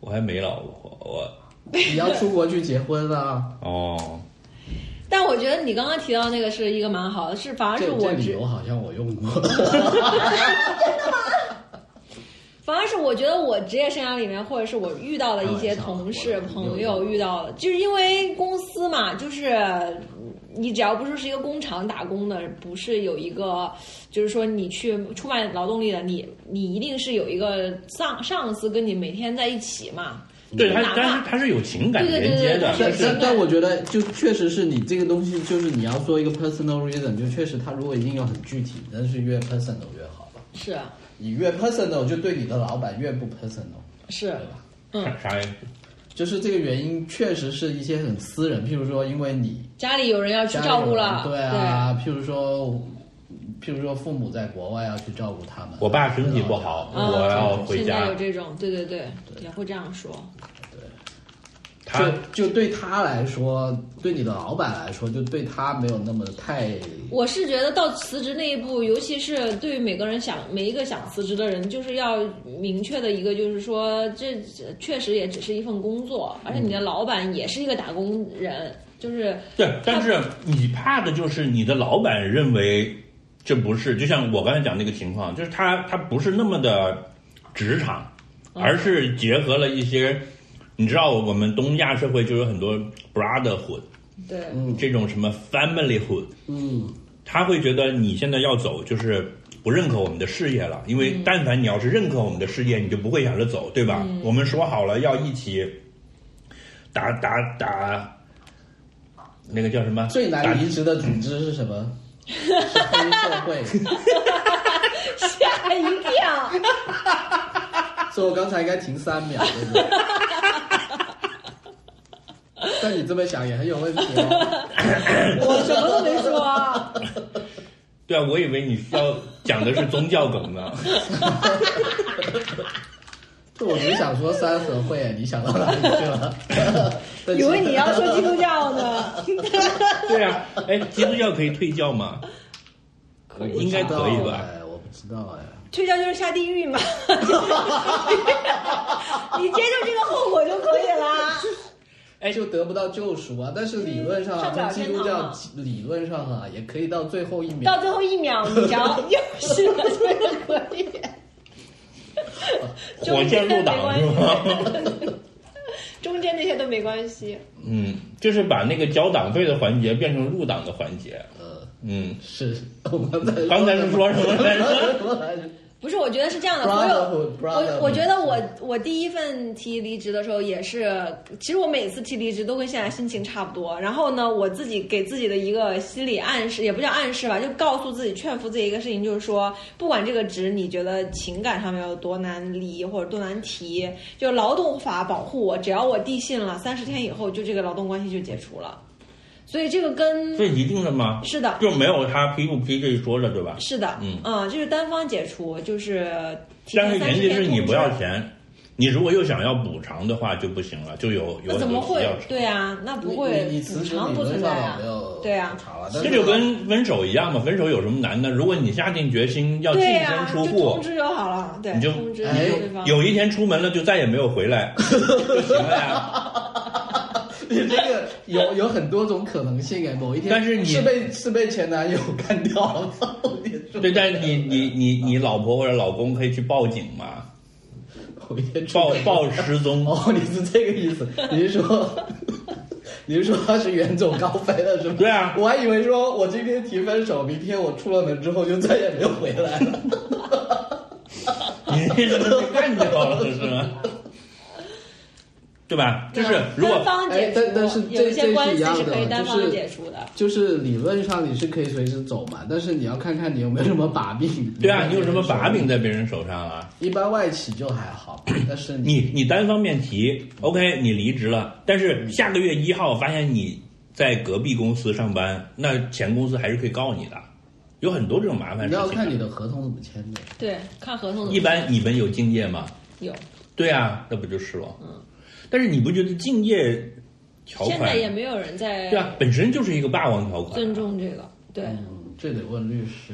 [SPEAKER 2] 我还没老婆，我
[SPEAKER 3] 你要出国去结婚啊？
[SPEAKER 2] 哦，
[SPEAKER 6] 但我觉得你刚刚提到那个是一个蛮好的，是反而是
[SPEAKER 3] 这
[SPEAKER 6] 我
[SPEAKER 3] 这理
[SPEAKER 6] 只
[SPEAKER 3] 由好像我用过。
[SPEAKER 6] 反而是我觉得我职业生涯里面，或者是我遇到的一些同事、
[SPEAKER 3] 开玩笑
[SPEAKER 6] 朋友遇到的，就是因为公司嘛，就是嗯你只要不是是一个工厂打工的，不是有一个就是说你去出卖劳动力的，你你一定是有一个上上司跟你每天在一起嘛。
[SPEAKER 2] 对他
[SPEAKER 6] 哪，怕
[SPEAKER 2] 但是他是有情感
[SPEAKER 6] 对对对
[SPEAKER 2] 连接的，
[SPEAKER 6] 对
[SPEAKER 3] 但
[SPEAKER 6] 对
[SPEAKER 3] 但但我觉得，就确实是你这个东西，就是你要做一个 personal reason，就确实他如果一定要很具体，但是越 personal 越好吧。
[SPEAKER 6] 是
[SPEAKER 3] 你越 personal 就对你的老板越不 personal，
[SPEAKER 6] 是
[SPEAKER 3] 对，吧？
[SPEAKER 6] 嗯，
[SPEAKER 2] 啥啥
[SPEAKER 3] 就是这个原因，确实是一些很私人，譬如说因为你
[SPEAKER 6] 家里有人要去
[SPEAKER 3] 家里
[SPEAKER 6] 照顾
[SPEAKER 3] 有人
[SPEAKER 6] 了，
[SPEAKER 3] 对啊，譬如说，譬如说父母在国外要去照顾他们，
[SPEAKER 2] 我爸身体不
[SPEAKER 3] 啊
[SPEAKER 2] 好，
[SPEAKER 6] 嗯
[SPEAKER 2] 我要回
[SPEAKER 6] 现在
[SPEAKER 2] 家
[SPEAKER 6] 有。这种，对对对，也会这样说。
[SPEAKER 2] 他
[SPEAKER 3] 就就对他来说，对你的老板来说，就对他没有那么太
[SPEAKER 1] 我是觉得到辞职那一步，尤其是对于每个人想每一个想辞职的人，就是要明确的一个，就是说这这确实也只是一份工作，而且你的老板也是一个打工人，就是
[SPEAKER 2] 对，但是你怕的就是你的老板认为这不是，就像我刚才讲那个情况，就是他他不是那么的职场，而是结合了一些，你知道我们东亚社会就有很多 brotherhood
[SPEAKER 1] 对
[SPEAKER 2] 这种什么 familyhood，
[SPEAKER 3] 嗯
[SPEAKER 2] 他会觉得你现在要走就是不认可我们的事业了，因为但凡你要是认可我们的事业，你就不会想着走，对吧？我们说好了要一起打打打，那个叫什么？
[SPEAKER 3] 最
[SPEAKER 2] 打
[SPEAKER 3] 难离职的组织是什么？是黑社会。
[SPEAKER 1] 吓一啊跳，
[SPEAKER 3] 所以我刚才应该停三秒，对不对？但你这么想也很有问题哦。
[SPEAKER 1] 我什么都没说，
[SPEAKER 2] 对啊，我以为你是要讲的是宗教梗呢。
[SPEAKER 3] 就我只想说三合会，你想到哪里去了？但
[SPEAKER 1] 以
[SPEAKER 3] 其实
[SPEAKER 1] 为你要说基督教呢，
[SPEAKER 2] 对啊，哎，基督教可以退教吗？
[SPEAKER 3] 我不
[SPEAKER 2] 应该
[SPEAKER 3] 知道
[SPEAKER 2] 可以吧？
[SPEAKER 3] 哎？我不知道哎，
[SPEAKER 1] 退教就是下地狱嘛， 你接受这个后果就可以啦。
[SPEAKER 2] 哎
[SPEAKER 3] 就得不到救赎啊！但是理论上啊，
[SPEAKER 1] 嗯上不
[SPEAKER 3] 在
[SPEAKER 1] 了
[SPEAKER 3] 基
[SPEAKER 1] 天
[SPEAKER 3] 督
[SPEAKER 1] 堂
[SPEAKER 3] 教
[SPEAKER 1] 嘛
[SPEAKER 3] 理论上啊，也可以到最后一秒。
[SPEAKER 1] 到最后一秒，你瞧，又是了，就是可以。啊
[SPEAKER 2] 火箭入
[SPEAKER 1] 没
[SPEAKER 2] 党
[SPEAKER 1] 关
[SPEAKER 2] 是
[SPEAKER 1] 系
[SPEAKER 2] 吗？
[SPEAKER 1] 中间那些都没关系。
[SPEAKER 2] 嗯，就是把那个交党费的环节变成入党的环节。
[SPEAKER 3] 呃，
[SPEAKER 2] 嗯，
[SPEAKER 3] 是我刚才
[SPEAKER 2] 刚才是说什么来着？
[SPEAKER 3] 着？
[SPEAKER 1] 不是，我觉得是这样的。啊所
[SPEAKER 3] Brotherhood，
[SPEAKER 1] 有
[SPEAKER 3] brotherhood
[SPEAKER 1] 我，我觉得
[SPEAKER 2] 嗯
[SPEAKER 1] 我我第一份提离职的时候也是，其实我每次提离职都跟现在心情差不多。然后呢，我自己给自己的一个心理暗示，也不叫暗示吧，就告诉自己、劝服自己一个事情，就是说，不管这个职你觉得情感上面有多难离或者多难提，就劳动法保护我，只要我递信了，三十天以后就这个劳动关系就解除了。所以这个跟
[SPEAKER 2] 这一定的吗？
[SPEAKER 1] 是的，
[SPEAKER 2] 就没有他批不批这一说了，对吧？
[SPEAKER 1] 是的，
[SPEAKER 2] 嗯
[SPEAKER 1] 啊，这是单方解除，就是提
[SPEAKER 2] 但是
[SPEAKER 1] 前30
[SPEAKER 2] 前提
[SPEAKER 1] 天
[SPEAKER 2] 是你
[SPEAKER 1] 通
[SPEAKER 2] 不
[SPEAKER 1] 知
[SPEAKER 2] 要钱，你如果又想要补偿的话就不行了，就有有
[SPEAKER 1] 那
[SPEAKER 2] 很
[SPEAKER 1] 怎么
[SPEAKER 2] 多
[SPEAKER 1] 会
[SPEAKER 2] 提要成。
[SPEAKER 1] 对啊？那不
[SPEAKER 3] 你你
[SPEAKER 1] 会
[SPEAKER 3] 你辞
[SPEAKER 1] 补
[SPEAKER 3] 职
[SPEAKER 1] 偿
[SPEAKER 3] 理
[SPEAKER 1] 不存
[SPEAKER 3] 论
[SPEAKER 1] 在
[SPEAKER 3] 上我
[SPEAKER 1] 啊
[SPEAKER 3] 没有？
[SPEAKER 1] 对啊，
[SPEAKER 3] 查了，但
[SPEAKER 2] 这
[SPEAKER 3] 是
[SPEAKER 2] 就跟分手一样嘛，分手有什么难的？如果你下定决心要净
[SPEAKER 1] 对
[SPEAKER 2] 身
[SPEAKER 1] 啊，
[SPEAKER 2] 出
[SPEAKER 1] 就
[SPEAKER 2] 户
[SPEAKER 1] 通，知就好了，对，
[SPEAKER 2] 你就
[SPEAKER 1] 通知
[SPEAKER 3] 哎
[SPEAKER 1] 对方。
[SPEAKER 2] 有一天出门了就再也没有回 来，就行了呀。
[SPEAKER 3] 你这个有有很多种可能性哎，某一天，
[SPEAKER 2] 但是你
[SPEAKER 3] 是被是被前男友干掉了，我
[SPEAKER 2] 对，但是你你你你老婆或者老公可以去报警嘛，
[SPEAKER 3] 某一天
[SPEAKER 2] 报报
[SPEAKER 3] 失
[SPEAKER 2] 失踪。
[SPEAKER 3] 哦，你是这个意 思？你是说 你是说他是远走高飞了是吗？
[SPEAKER 2] 对啊
[SPEAKER 3] 我还以为说我今天提分手，明天我出了门之后就再也没有回来了。
[SPEAKER 2] 你这是被干掉了是 吗？对吧？就是如果
[SPEAKER 1] 啊单方
[SPEAKER 3] 哎
[SPEAKER 1] 解除
[SPEAKER 3] 但，但是
[SPEAKER 1] 有
[SPEAKER 3] 这
[SPEAKER 1] 一
[SPEAKER 3] 这
[SPEAKER 1] 些
[SPEAKER 3] 是
[SPEAKER 1] 关
[SPEAKER 3] 一
[SPEAKER 1] 系
[SPEAKER 3] 样
[SPEAKER 1] 是
[SPEAKER 3] 的
[SPEAKER 1] 可以单
[SPEAKER 3] 就
[SPEAKER 1] 方
[SPEAKER 3] 是
[SPEAKER 1] 解除的。
[SPEAKER 3] 就是理论上你是可以随时走嘛，但是你要看看你有没有什么把柄。
[SPEAKER 2] 对啊，你有什么把柄？在别人手上啊？
[SPEAKER 3] 一般外企就还好，但是
[SPEAKER 2] 你你单方面提，OK，你离职了，但是下个月一号发现你在隔壁公司上班，那前公司还是可以告你的，有很多这种麻烦
[SPEAKER 3] 你
[SPEAKER 2] 事
[SPEAKER 3] 要看你
[SPEAKER 2] 情啊。
[SPEAKER 3] 的合同怎么签的。
[SPEAKER 1] 对，看合同怎么
[SPEAKER 2] 一般你们有敬业吗？
[SPEAKER 1] 有，
[SPEAKER 2] 对啊，那不就是了？嗯，但是你不觉得敬业条
[SPEAKER 1] 现
[SPEAKER 2] 款
[SPEAKER 1] 在也没有人在
[SPEAKER 2] 对啊，本身就是一个霸王条款啊。
[SPEAKER 1] 尊重这个。对，
[SPEAKER 3] 嗯，这得问律师。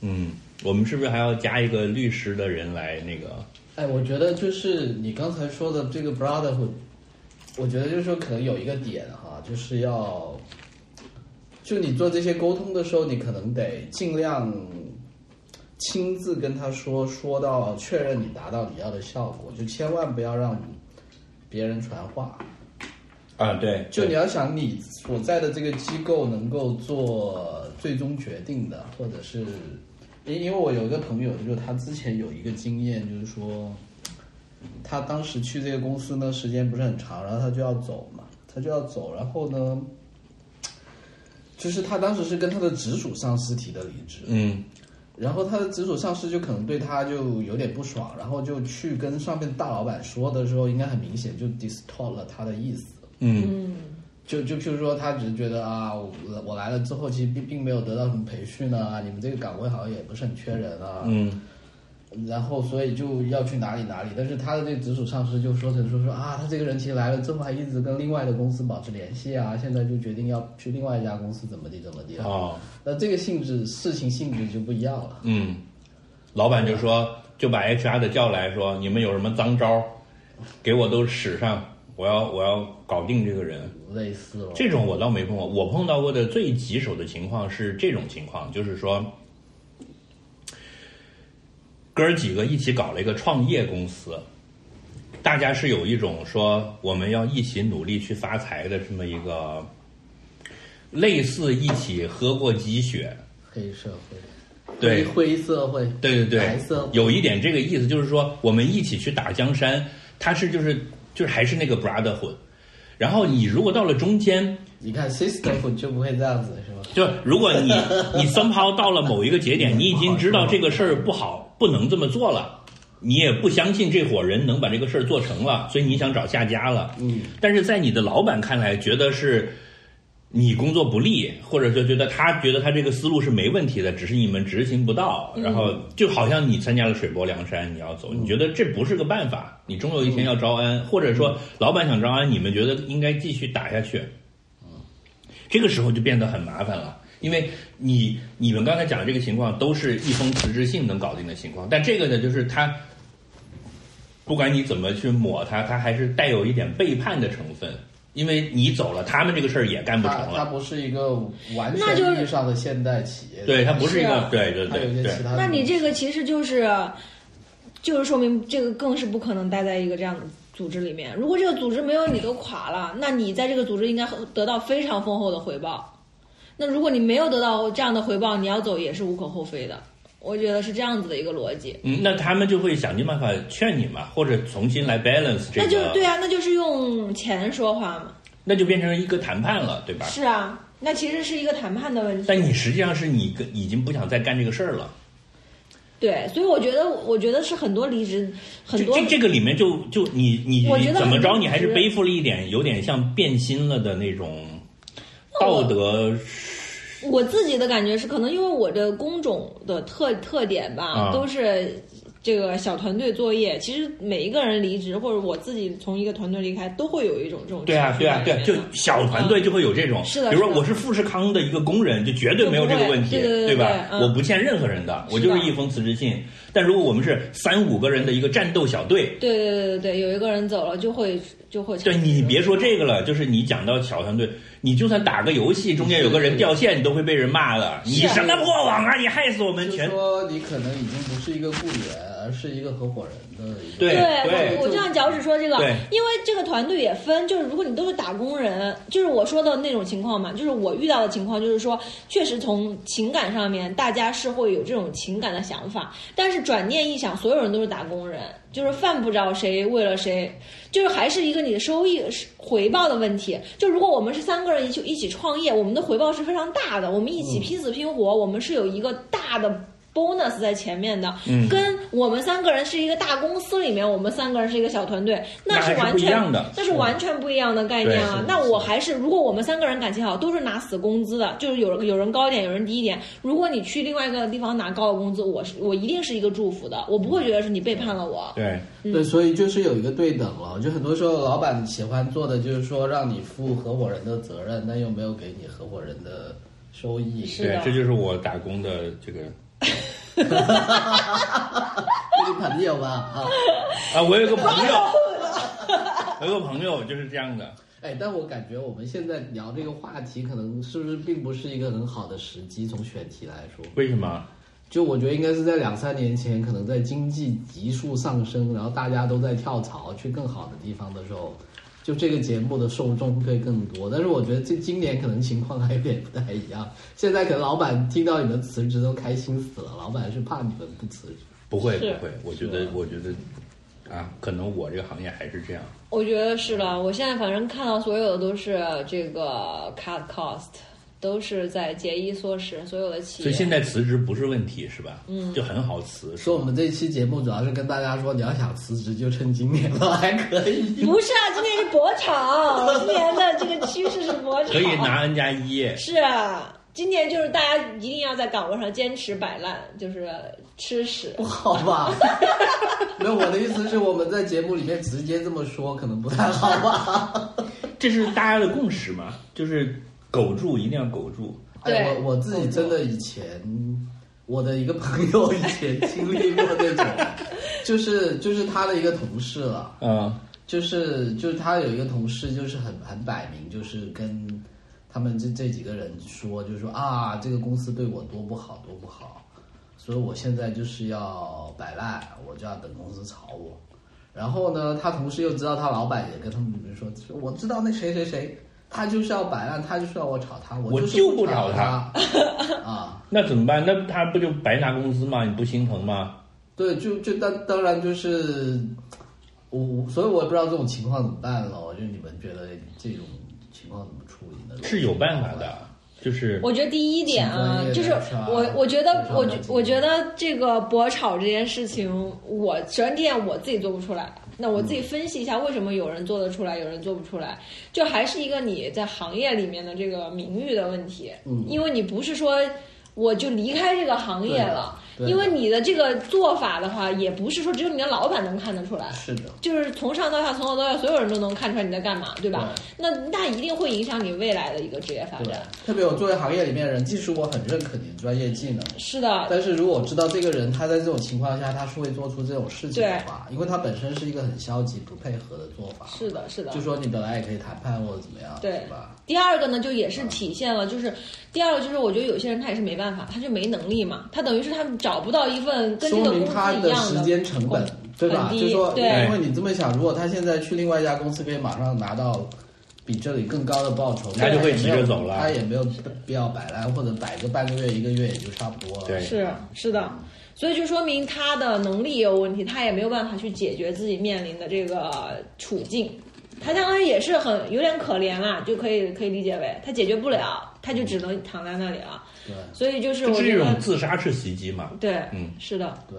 [SPEAKER 2] 嗯，我们是不是还要加一个律师的人来那个？
[SPEAKER 3] 哎，我觉得就是你刚才说的这个 brotherhood，我觉得就是说可能有一个点哈，就是要，就你做这些沟通的时候，你可能得尽量亲自跟他说，说到确认你达到你要的效果，就千万不要让别人传话。
[SPEAKER 2] 啊，对，
[SPEAKER 3] 就你要想你所在的这个机构能够做最终决定的，或者是，因因为我有一个朋友，就是他之前有一个经验，就是说，他当时去这个公司呢，时间不是很长，然后他就要走嘛，他就要走，然后呢，就是他当时是跟他的直属上司提的离职，
[SPEAKER 2] 嗯，
[SPEAKER 3] 然后他的直属上司就可能对他就有点不爽，然后就去跟上面大老板说的时候，应该很明显就 distort 了他的意思。
[SPEAKER 2] 嗯
[SPEAKER 3] 就就譬如说，他只是觉得啊，我我来了之后，其实并并没有得到什么培训啊，你们这个岗位好像也不是很缺人啊。
[SPEAKER 2] 嗯
[SPEAKER 3] 然后所以就要去哪里哪里，但是他的这个直属上司就说成说说啊，他这个人其实来了之后还一直跟另外的公司保持联系啊，现在就决定要去另外一家公司怎么地怎么地了。
[SPEAKER 2] 哦，
[SPEAKER 3] 那这个性质事情性质就不一样了。
[SPEAKER 2] 嗯，老板就说就把 HR 的叫来说，你们有什么脏招儿，给我都使上，我要我要搞定这个人。
[SPEAKER 3] 类似了，
[SPEAKER 2] 这种我倒没碰过，我碰到过的最棘手的情况是这种情况，就是说，哥儿几个一起搞了一个创业公司，大家是有一种说我们要一起努力去发财的这么一个，类似一起喝过鸡血，
[SPEAKER 3] 黑社会，
[SPEAKER 2] 对
[SPEAKER 3] 灰社会，
[SPEAKER 2] 对对对，
[SPEAKER 3] 白色
[SPEAKER 2] 有一点这个意思，就是说我们一起去打江山，他是就是就是还是那个 brotherhood，然后你如果到了中间。
[SPEAKER 3] 你看 sisterhood 就不会这样子是吧？
[SPEAKER 2] 就如果你 你 somehow 到了某一个节点，你已经知道这个事儿不好，不能这么做了，你也不相信这伙人能把这个事儿做成了，所以你想找下家了。
[SPEAKER 3] 嗯，
[SPEAKER 2] 但是在你的老板看来，觉得是你工作不力，或者就觉得他觉得他这个思路是没问题的，只是你们执行不到。然后就好像你参加了水泊梁山，你要走，你觉得这不是个办法，你终有一天要招安，或者说老板想招安，你们觉得应该继续打下去。这个时候就变得很麻烦了，因为你你们刚才讲的这个情况都是一封辞职信能搞定的情况，但这个呢，就是他不管你怎么去抹它，它还是带有一点背叛的成分，因为你走了，他们这个事儿也干不
[SPEAKER 3] 它
[SPEAKER 2] 成
[SPEAKER 3] 它
[SPEAKER 2] 了。
[SPEAKER 3] 不是一个完
[SPEAKER 1] 那就
[SPEAKER 3] 全
[SPEAKER 1] 是
[SPEAKER 3] 意义上的现代企业，
[SPEAKER 2] 对，它不是一
[SPEAKER 1] 是
[SPEAKER 2] 个
[SPEAKER 1] 啊，
[SPEAKER 2] 对对
[SPEAKER 3] 它有
[SPEAKER 2] 对
[SPEAKER 3] 一些
[SPEAKER 2] 对
[SPEAKER 3] 其，他的。
[SPEAKER 1] 那你这个其实就是，就是说明这个更是不可能待在一个这样的组织里面。如果这个组织没有你都垮了，那你在这个组织应该得到非常丰厚的回报。那如果你没有得到这样的回报，你要走也是无可厚非的。我觉得是这样子的一个逻辑。
[SPEAKER 2] 嗯，那他们就会想尽办法劝你嘛，或者重新来 balance 这
[SPEAKER 1] 那
[SPEAKER 2] 个，
[SPEAKER 1] 就是对啊，那就是用钱说话嘛。
[SPEAKER 2] 那就变成一个谈判了，对吧？
[SPEAKER 1] 是啊，那其实是一个谈判的问题。
[SPEAKER 2] 但你实际上是你跟已经不想再干这个事儿了。
[SPEAKER 1] 对，所以我觉得，我觉得是很多离职，很
[SPEAKER 2] 这
[SPEAKER 1] 多
[SPEAKER 2] 这这个里面就就你你
[SPEAKER 1] 我
[SPEAKER 2] 你
[SPEAKER 1] 觉得
[SPEAKER 2] 怎么着，
[SPEAKER 1] 很
[SPEAKER 2] 你还是
[SPEAKER 1] 直
[SPEAKER 2] 背负了一点，有点像变心了的那种道
[SPEAKER 1] 我
[SPEAKER 2] 德
[SPEAKER 1] 我自己的感觉是，可能因为我的工种的特特点吧，
[SPEAKER 2] 啊
[SPEAKER 1] 都是这个小团队作业。其实每一个人离职，或者我自己从一个团队离开，都会有一种这种
[SPEAKER 2] 对啊，
[SPEAKER 1] 情绪
[SPEAKER 2] 对啊，对
[SPEAKER 1] 在
[SPEAKER 2] 啊
[SPEAKER 1] 里，面
[SPEAKER 2] 就
[SPEAKER 1] 的
[SPEAKER 2] 小团队就会有这种，
[SPEAKER 1] 嗯是的
[SPEAKER 2] 比如说
[SPEAKER 1] 是的
[SPEAKER 2] 我是富士康的一个工人，就绝对没有这个问题，
[SPEAKER 1] 就不会对对对
[SPEAKER 2] 吧？
[SPEAKER 1] 对嗯
[SPEAKER 2] 我不欠任何人的，我
[SPEAKER 1] 是的
[SPEAKER 2] 就是一封辞职信。但如果我们是三五个人的一个战斗小队，
[SPEAKER 1] 对对对对对，有一个人走了就会就会
[SPEAKER 2] 对你别说这个了，就是你讲到小团队，你就算打个游戏，中间有个人掉线，你都会被人骂的。你
[SPEAKER 1] 是啊
[SPEAKER 2] 什么破网啊！你害死我们
[SPEAKER 3] 就是
[SPEAKER 2] 全。
[SPEAKER 3] 说你可能已经不是一个雇员，而是一个合伙人的一个。
[SPEAKER 2] 对对
[SPEAKER 1] 我我这样脚趾说这个
[SPEAKER 2] 对，
[SPEAKER 1] 因为这个团队也分，就是如果你都是打工人，就是我说的那种情况嘛，就是我遇到的情况，就是说确实从情感上面大家是会有这种情感的想法，但是转念一想，所有人都是打工人，就是犯不着谁为了谁，就是还是一个你的收益是回报的问题。就如果我们是三个人一起一起创业，我们的回报是非常大的，我们一起拼死拼活，我们是有一个大的 bonus 在前面的。
[SPEAKER 2] 嗯
[SPEAKER 1] 跟我们三个人是一个大公司里面，我们三个人是一个小团队，
[SPEAKER 2] 那还
[SPEAKER 1] 是
[SPEAKER 2] 是
[SPEAKER 1] 完
[SPEAKER 2] 不一
[SPEAKER 1] 全
[SPEAKER 2] 样的
[SPEAKER 1] 那
[SPEAKER 2] 是
[SPEAKER 1] 是完全不一样的概
[SPEAKER 2] 对
[SPEAKER 1] 念啊
[SPEAKER 2] 是。
[SPEAKER 1] 那我还是，如果我们三个人感情好，都是拿死工资的，就是有有人高一点，有人低一点。如果你去另外一个地方拿高的工资，我是我一定是一个祝福的，我不会觉得是你背叛了我。
[SPEAKER 2] 对，
[SPEAKER 3] 对，所以就是有一个对等了。就很多时候，老板喜欢做的就是说，让你负合伙人的责任，但又没有给你合伙人的收益。
[SPEAKER 1] 是
[SPEAKER 2] 对
[SPEAKER 1] 的，
[SPEAKER 2] 这就是我打工的这个
[SPEAKER 3] 这个朋友吧啊，
[SPEAKER 2] 啊，我有一个朋友，我有个朋友就是这样的。
[SPEAKER 3] 哎，但我感觉我们现在聊这个话题，可能是不是并不是一个很好的时机？从选题来说，
[SPEAKER 2] 为什么？
[SPEAKER 3] 就我觉得应该是在两三年前，可能在经济急速上升，然后大家都在跳槽去更好的地方的时候，就这个节目的受众会更多。但是我觉得这今年可能情况还有点不太一样。现在可能老板听到你们辞职都开心死了，老板是怕你们不辞职。
[SPEAKER 2] 不会不
[SPEAKER 1] 是
[SPEAKER 2] 会，我觉得我觉得啊，可能我这个行业还是这样。
[SPEAKER 1] 我觉得是的，我现在反正看到所有的都是这个 cut cost，都是在节衣缩食，所有的企
[SPEAKER 2] 所以
[SPEAKER 1] 业。
[SPEAKER 2] 现在辞职不是问题，是吧？嗯，就很好辞。
[SPEAKER 3] 所以我们这期节目主要是跟大家说，你要想辞职就趁今年吧，还可以。
[SPEAKER 1] 不是啊，今年是博场，今年的这个趋势是博场，
[SPEAKER 2] 可以拿 N 加一，
[SPEAKER 1] 是啊，今年就是大家一定要在岗位上坚持摆烂，就是吃屎。
[SPEAKER 3] 不好吧？ 没有，我的意思是我们在节目里面直接这么说，可能不太好吧？
[SPEAKER 2] 这是大家的共识嘛？就是苟住，一定要苟住。
[SPEAKER 3] 哎，我我自己真的以前，我的一个朋友以前经历过那种，就是就是他的一个同事了，
[SPEAKER 2] 嗯
[SPEAKER 3] 就是就是他有一个同事，就是很很摆明，就是跟他们这这几个人说，就是说啊，这个公司对我多不好，多不好，所以我现在就是要摆烂，我就要等公司炒我。然后呢，他同事又知道他老板也跟他们里面说，我知道那谁谁谁，他就是要摆烂，他就是要我炒他，
[SPEAKER 2] 我
[SPEAKER 3] 就是
[SPEAKER 2] 救
[SPEAKER 3] 不
[SPEAKER 2] 不了
[SPEAKER 3] 他 啊。
[SPEAKER 2] 那怎么办？那他不就白拿工资吗？你不心疼吗？
[SPEAKER 3] 对，就就当当然就是我，所以我也不知道这种情况怎么办了。就你们觉得这种情况怎么处理呢？
[SPEAKER 2] 是有办法的，就是
[SPEAKER 1] 我觉得第一点啊，
[SPEAKER 3] 请专业的
[SPEAKER 1] 就是
[SPEAKER 3] 是吧
[SPEAKER 1] 我我觉得
[SPEAKER 3] 非常
[SPEAKER 1] 我
[SPEAKER 3] 了
[SPEAKER 1] 觉
[SPEAKER 3] 解
[SPEAKER 1] 我觉得这个博炒这件事情，我首先第一点我自己做不出来。那我自己分析一下，为什么有人做得出来，有人做不出来，就还是一个你在行业里面的这个名誉的问题。
[SPEAKER 3] 嗯
[SPEAKER 1] 因为你不是说我就离开这个行业了，
[SPEAKER 3] 对的
[SPEAKER 1] 因为你的这个做法的话，也不是说只有你的老板能看得出来。
[SPEAKER 3] 是的，
[SPEAKER 1] 就是从上到下，从头到尾，所有人都能看出来你在干嘛，对吧？那那一定会影响你未来的一个职业发
[SPEAKER 3] 对
[SPEAKER 1] 展。，
[SPEAKER 3] 特别我作为行业里面的人，即使我很认可你的专业技能，
[SPEAKER 1] 是的，
[SPEAKER 3] 但是如果我知道这个人他在这种情况下他是会做出这种事情的话，因为他本身是一个很消极不配合的做法，
[SPEAKER 1] 是的，是的
[SPEAKER 3] 就。说你本来也可以谈判或者怎么样，
[SPEAKER 1] 对
[SPEAKER 3] 是吧？
[SPEAKER 1] 第二个呢，就也是体现了，就是第二个就是，我觉得有些人他也是没办法，他就没能力嘛，他等于是他找不到一份跟这
[SPEAKER 3] 说
[SPEAKER 1] 个
[SPEAKER 3] 明
[SPEAKER 1] 工资
[SPEAKER 3] 他
[SPEAKER 1] 一样
[SPEAKER 3] 时
[SPEAKER 1] 的
[SPEAKER 3] 间成本
[SPEAKER 1] 工，
[SPEAKER 3] 对吧？
[SPEAKER 1] 很
[SPEAKER 3] 就
[SPEAKER 1] 低
[SPEAKER 3] 说，
[SPEAKER 1] 对
[SPEAKER 3] 因为你这么想，如果他现在去另外一家公司，可以马上拿到比这里更高的报酬，
[SPEAKER 2] 他就会
[SPEAKER 3] 也没
[SPEAKER 2] 急着
[SPEAKER 3] 有
[SPEAKER 2] 走了
[SPEAKER 3] 他也没有必要摆烂，或者摆个半个月、一个月也就差不多了。
[SPEAKER 2] 对
[SPEAKER 1] 是是的，所以就说明他的能力也有问题，他也没有办法去解决自己面临的这个处境。他相当于也是很有点可怜啦，就可以可以理解为他解决不了，他就只能躺在那里了。
[SPEAKER 3] 对
[SPEAKER 1] 所以就是
[SPEAKER 2] 这
[SPEAKER 1] 我
[SPEAKER 2] 是一
[SPEAKER 1] 觉得
[SPEAKER 2] 种自杀式袭击嘛？
[SPEAKER 1] 对，
[SPEAKER 2] 嗯，
[SPEAKER 1] 是的，
[SPEAKER 3] 对，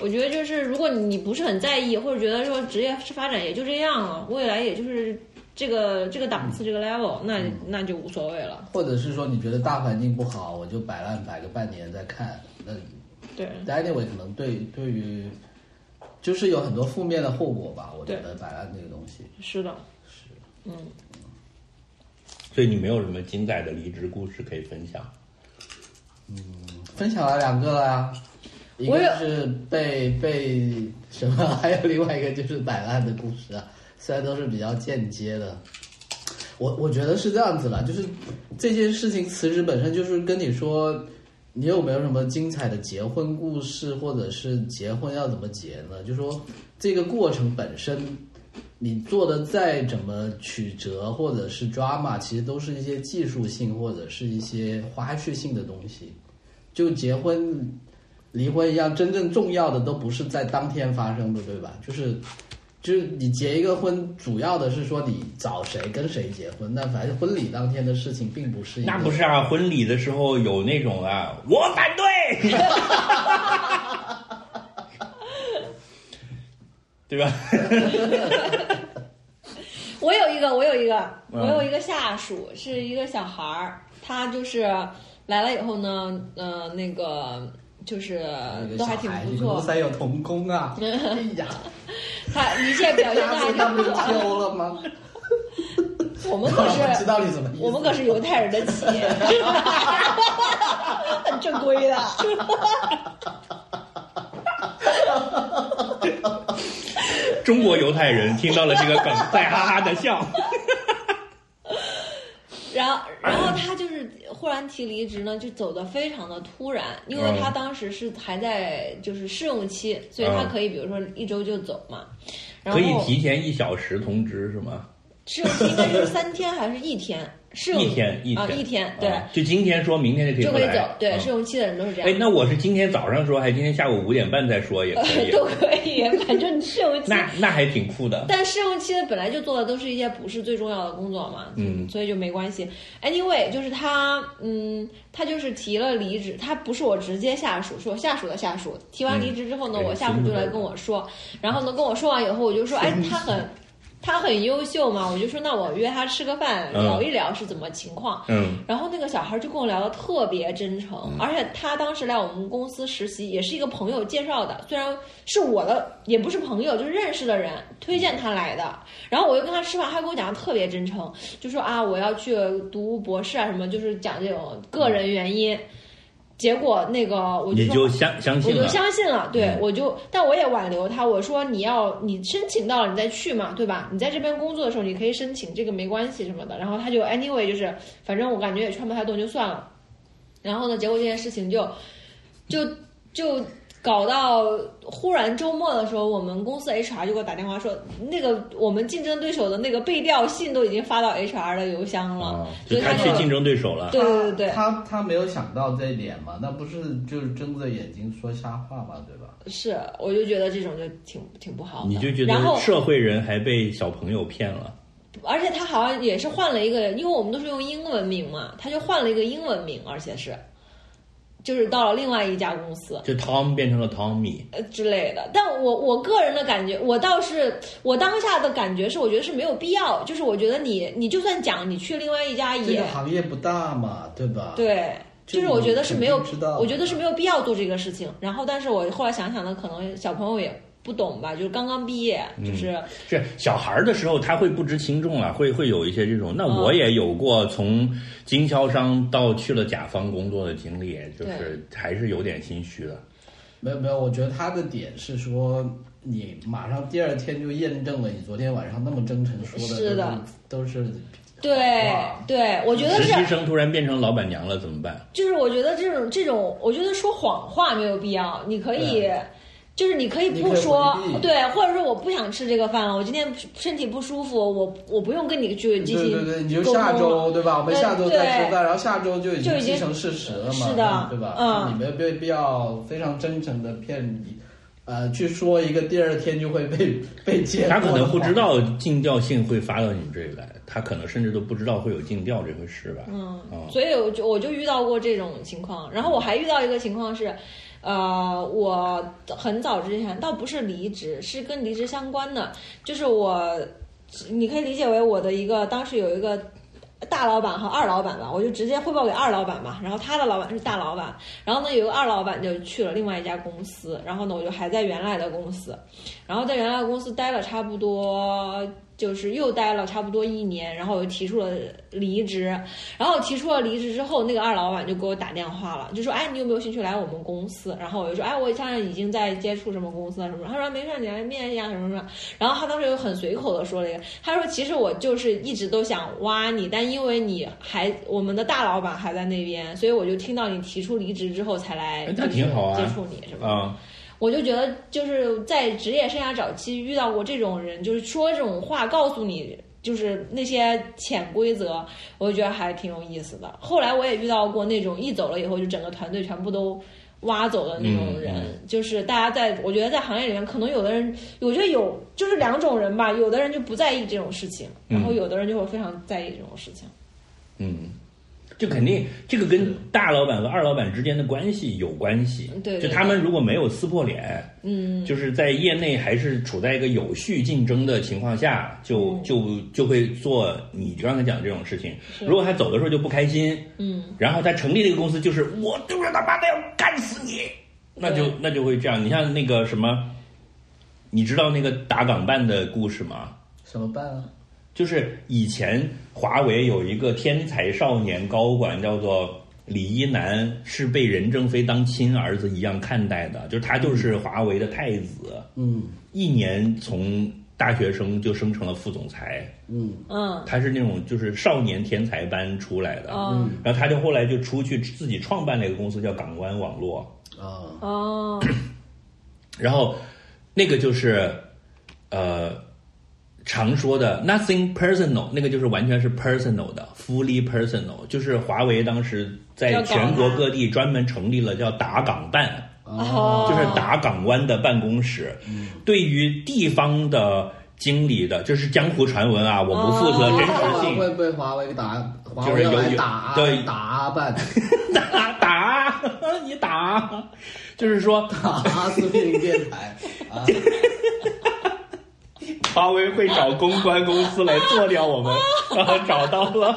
[SPEAKER 1] 我觉得就是，如果你不是很在意，或者觉得说职业发展也就这样了，未来也就是这个这个档次、这个 level，那那就无所谓了。
[SPEAKER 3] 或者是说你觉得大环境不好，我就摆烂摆个半年再看。那
[SPEAKER 1] 对，
[SPEAKER 3] anyway 可能对对于就是有很多负面的后果吧，我觉
[SPEAKER 1] 对
[SPEAKER 3] 得摆烂这个东西。
[SPEAKER 1] 是的，嗯
[SPEAKER 2] 所以你没有什么精彩的离职故事可以分享。
[SPEAKER 3] 分享了两个啦，一
[SPEAKER 1] 我有
[SPEAKER 3] 个是被被什么，还有另外一个就是摆烂的故事啊， 虽然都是比较间接的。我我觉得是这样子啦，就是这件事情辞职本身就是跟你说，你有没有什么精彩的结婚故事，或者是结婚要怎么结呢？就说这个过程本身，你做的再怎么曲折或者是 drama，其实都是一些技术性或者是一些花絮性的东西。就结婚、离婚一样，真正重要的都不是在当天发生的，对吧？就是，就是你结一个婚，主要的是说你找谁、跟谁结婚。那反正婚礼当天的事情，并不是一个
[SPEAKER 2] 那不是啊，婚礼的时候有那种啊，我反对， 对吧？
[SPEAKER 1] 我有一个，我有一个，
[SPEAKER 2] 嗯
[SPEAKER 1] 我有一个下属是一个小孩儿，他就是来了以后呢，呃，那个就是
[SPEAKER 3] 那啊个
[SPEAKER 1] 都
[SPEAKER 3] 小
[SPEAKER 1] 还挺
[SPEAKER 3] 孩
[SPEAKER 1] 不
[SPEAKER 3] 你
[SPEAKER 1] 错
[SPEAKER 3] 们，三有童工 啊！哎呀，
[SPEAKER 1] 他一切表现
[SPEAKER 3] 他
[SPEAKER 1] 都还
[SPEAKER 3] 被他
[SPEAKER 1] 挺
[SPEAKER 3] 们
[SPEAKER 1] 不错的。
[SPEAKER 3] 丢了吗？
[SPEAKER 1] 我们可
[SPEAKER 3] 我
[SPEAKER 1] 是
[SPEAKER 3] 知道你什么意思。
[SPEAKER 1] 我们可是犹太人的企 业，很正规的。
[SPEAKER 2] 中国犹太人听到了这个梗，在哈哈的笑。
[SPEAKER 1] 然后，然后他就是忽然提离职呢，就走的非常的突然，因为
[SPEAKER 2] 嗯
[SPEAKER 1] 他当时是还在就是试用期，所以他可以比如说一周就走嘛。然
[SPEAKER 2] 可
[SPEAKER 1] 后
[SPEAKER 2] 以提前一小时通知是吗？
[SPEAKER 1] 试用期应该是三天还是一天？试用
[SPEAKER 2] 一天一天
[SPEAKER 1] 啊，一天对，
[SPEAKER 2] 啊就今天说，明天就可以
[SPEAKER 1] 就
[SPEAKER 2] 不
[SPEAKER 1] 可以
[SPEAKER 2] 来
[SPEAKER 1] 走。对，
[SPEAKER 2] 嗯
[SPEAKER 1] 试用期的人都是这
[SPEAKER 2] 哎，
[SPEAKER 1] 样，
[SPEAKER 2] 那我是今天早上说，还是今天下午五点半再说也 可以？啊
[SPEAKER 1] 都可以，反正试用期。
[SPEAKER 2] 那那还挺酷的。
[SPEAKER 1] 但试用期的本来就做的都是一些不是最重要的工作嘛，
[SPEAKER 2] 嗯
[SPEAKER 1] 所以就没关系。Anyway，就是他，嗯，他就是提了离职，他不是我直接下属，是我下属的下属。提完离职之后呢，
[SPEAKER 2] 嗯
[SPEAKER 1] 我下属就来跟我说，然后呢跟我说完以后，我就说，哎，他很。他很优秀嘛，我就说那我约他吃个饭，
[SPEAKER 2] 嗯
[SPEAKER 1] 聊一聊是怎么情况。
[SPEAKER 2] 嗯
[SPEAKER 1] 然后那个小孩就跟我聊的特别真诚，而且他当时来我们公司实习，也是一个朋友介绍的，虽然是我的，也不是朋友，就是认识的人推荐他来的。然后我又跟他吃饭，他跟我讲的特别真诚，就说啊我要去读博士啊什么，就是讲这种个人原因。结果那个我就
[SPEAKER 2] 你
[SPEAKER 1] 说
[SPEAKER 2] 就相相
[SPEAKER 1] 我
[SPEAKER 2] 信
[SPEAKER 1] 就
[SPEAKER 2] 了，
[SPEAKER 1] 相信了，对、
[SPEAKER 2] 嗯
[SPEAKER 1] 我就，但我也挽留他，我说你要你申请到了你再去嘛，对吧？你在这边工作的时候你可以申请，这个没关系什么的。然后他就 anyway 就是，反正我感觉也穿不太动就算了。然后呢，结果这件事情就就就搞到忽然周末的时候，我们公司 HR 就给我打电话说，那个我们竞争对手的那个背调信都已经发到 HR 的邮箱了，
[SPEAKER 2] 啊，
[SPEAKER 1] 所
[SPEAKER 2] 就
[SPEAKER 1] 以
[SPEAKER 2] 他
[SPEAKER 1] 他
[SPEAKER 2] 去
[SPEAKER 1] 就
[SPEAKER 2] 竞争对手了。
[SPEAKER 1] 对对对
[SPEAKER 3] 他他没有想到这一点嘛，那不是就是睁着眼睛说瞎话嘛，对吧？
[SPEAKER 1] 是，我就觉得这种就挺挺不好的。
[SPEAKER 2] 你就觉
[SPEAKER 1] 然后
[SPEAKER 2] 得社会人还被小朋友骗了，
[SPEAKER 1] 而且他好像也是换了一个，因为我们都是用英文名嘛，他就换了一个英文名，而且是，就是到了另外一家公司
[SPEAKER 2] 就 Tom 变成了 Tommy，
[SPEAKER 1] 呃之类的。但我我个人的感觉，我倒是我当下的感觉是，我觉得是没有必要，就是我觉得你你就算讲你去另外一家
[SPEAKER 3] 这
[SPEAKER 1] 也
[SPEAKER 3] 个行业不大嘛，对吧？，
[SPEAKER 1] 对。就
[SPEAKER 3] 这个
[SPEAKER 1] 是我觉得是没有
[SPEAKER 3] 肯定知道，的
[SPEAKER 1] 我觉得是没有必要做这个事情。然后，但是我后来想想呢，可能小朋友也不懂吧，就是刚刚毕业，就是、
[SPEAKER 2] 是小孩儿的时候，他会不知轻重了，会会有一些这种。那
[SPEAKER 1] 嗯
[SPEAKER 2] 我也有过从经销商到去了甲方工作的经历，就是还是有点心虚的。
[SPEAKER 3] 没有没有，我觉得他的点是说，你马上第二天就验证了你昨天晚上那么真诚说
[SPEAKER 1] 是的
[SPEAKER 3] 的，都是都是
[SPEAKER 1] 对
[SPEAKER 3] 哇
[SPEAKER 1] 对，我觉得
[SPEAKER 2] 实
[SPEAKER 1] 是
[SPEAKER 2] 习生突然变成老板娘了，怎么办？
[SPEAKER 1] 就是我觉得这种这种，我觉得说谎话没有必要，你可以
[SPEAKER 3] 对。
[SPEAKER 1] 就是你可以
[SPEAKER 3] 你
[SPEAKER 1] 不
[SPEAKER 3] 可以
[SPEAKER 1] 说
[SPEAKER 3] 回避，
[SPEAKER 1] 对，或者说我不想吃这个饭了，我今天身体不舒服，我我不用跟你去进
[SPEAKER 3] 对对对，你
[SPEAKER 1] 行沟
[SPEAKER 3] 就
[SPEAKER 1] 通
[SPEAKER 3] 下周
[SPEAKER 1] 了。
[SPEAKER 3] 对吧？我们
[SPEAKER 1] 对
[SPEAKER 3] 下周再
[SPEAKER 1] 对
[SPEAKER 3] 吃饭，然后下周就已
[SPEAKER 1] 就
[SPEAKER 3] 经
[SPEAKER 1] 已
[SPEAKER 3] 既
[SPEAKER 1] 经
[SPEAKER 3] 成事实了嘛，
[SPEAKER 1] 是的
[SPEAKER 3] 对吧？
[SPEAKER 1] 嗯
[SPEAKER 3] 就你没有必必要非常真诚的骗你，呃，去说一个第二天就会被被揭
[SPEAKER 2] 他可能不知
[SPEAKER 3] 破的话。
[SPEAKER 2] 道尽调信会发到你们这里来，他可能甚至都不知道会有尽调这回事吧？
[SPEAKER 1] 嗯
[SPEAKER 2] 嗯，
[SPEAKER 1] 所以我就我就遇到过这种情况，然后我还遇到一个情况是，呃，我很早之前倒不是离职，是跟离职相关的，就是我，你可以理解为我的一个当时有一个大老板和二老板吧，我就直接汇报给二老板嘛。然后他的老板是大老板，然后呢有个二老板就去了另外一家公司，然后呢我就还在原来的公司，然后在原来的公司待了差不多。就是又待了差不多一年，然后我就提出了离职，然后提出了离职之后，那个二老板就给我打电话了，就说：“哎，你有没有兴趣来我们公司？”然后我就说：“哎，我现在已经在接触什么公司了什么。”他说：“没事，你来面一下什么什么。”然后他当时又很随口的说了一个，他说其实我就是一直都想挖你，但因为你还我们的大老板还在那边，所以我就听到你提出离职之后才来，
[SPEAKER 2] 哎那 挺好啊
[SPEAKER 1] 接触你什么的。
[SPEAKER 2] 啊，
[SPEAKER 1] 我就觉得就是在职业生涯早期遇到过这种人，就是说这种话告诉你。就是那些潜规则，我就觉得还挺有意思的。后来我也遇到过那种一走了以后就整个团队全部都挖走的那种人，
[SPEAKER 2] 嗯
[SPEAKER 1] 就是大家在我觉得在行业里面，可能有的人我觉得有就是两种人吧，有的人就不在意这种事情，然后
[SPEAKER 2] 嗯
[SPEAKER 1] 有的人就会非常在意这种事情。
[SPEAKER 2] 嗯，就肯定这个跟大老板和二老板之间的关系有关系。
[SPEAKER 1] 对对
[SPEAKER 2] 就他们如果没有撕破脸，嗯，就是在业内还是处在一个有序竞争的情况下，就
[SPEAKER 1] 嗯
[SPEAKER 2] 就就会做你刚才讲的这种事情。如果他走的时候就不开心，嗯，然后他成立这个公司就是我就是他妈的要干死你，那就那就会这样。你像那个什么，你知道那个打港办的故事吗？
[SPEAKER 3] 怎么办啊？
[SPEAKER 2] 就是以前华为有一个天才少年高管叫做李一男，是被任正非当亲儿子一样看待的，就是他就是华为的太子，
[SPEAKER 3] 嗯
[SPEAKER 2] 一年从大学生就升成了副总裁，
[SPEAKER 3] 嗯，
[SPEAKER 1] 嗯
[SPEAKER 2] 他是那种就是少年天才班出来的，
[SPEAKER 1] 哦
[SPEAKER 2] 然后他就后来就出去自己创办了一个公司叫港湾网络，
[SPEAKER 3] 啊，
[SPEAKER 1] 哦，
[SPEAKER 2] 然后那个就是呃常说的 nothing personal，那个就是完全是 personal 的，fully personal，就是华为当时在
[SPEAKER 1] 要搞
[SPEAKER 2] 全国
[SPEAKER 1] 它
[SPEAKER 2] 各地专门成立了叫打港办，
[SPEAKER 3] 啊
[SPEAKER 1] 哦嗯
[SPEAKER 2] 就是打港湾的办公室，对于地方的。经理的，这是江湖传闻啊，我不负责真实
[SPEAKER 1] 哦
[SPEAKER 2] 性。
[SPEAKER 3] 会被华为打，华
[SPEAKER 2] 就
[SPEAKER 3] 为
[SPEAKER 2] 是
[SPEAKER 3] 要
[SPEAKER 2] 有
[SPEAKER 3] 来
[SPEAKER 2] 有
[SPEAKER 3] 打
[SPEAKER 2] 对
[SPEAKER 3] 打阿办，
[SPEAKER 2] 打打，你打， 就是说
[SPEAKER 3] 打阿斯匹林电台啊，
[SPEAKER 2] 华为会找公关公司来做掉我 们，然后找到了。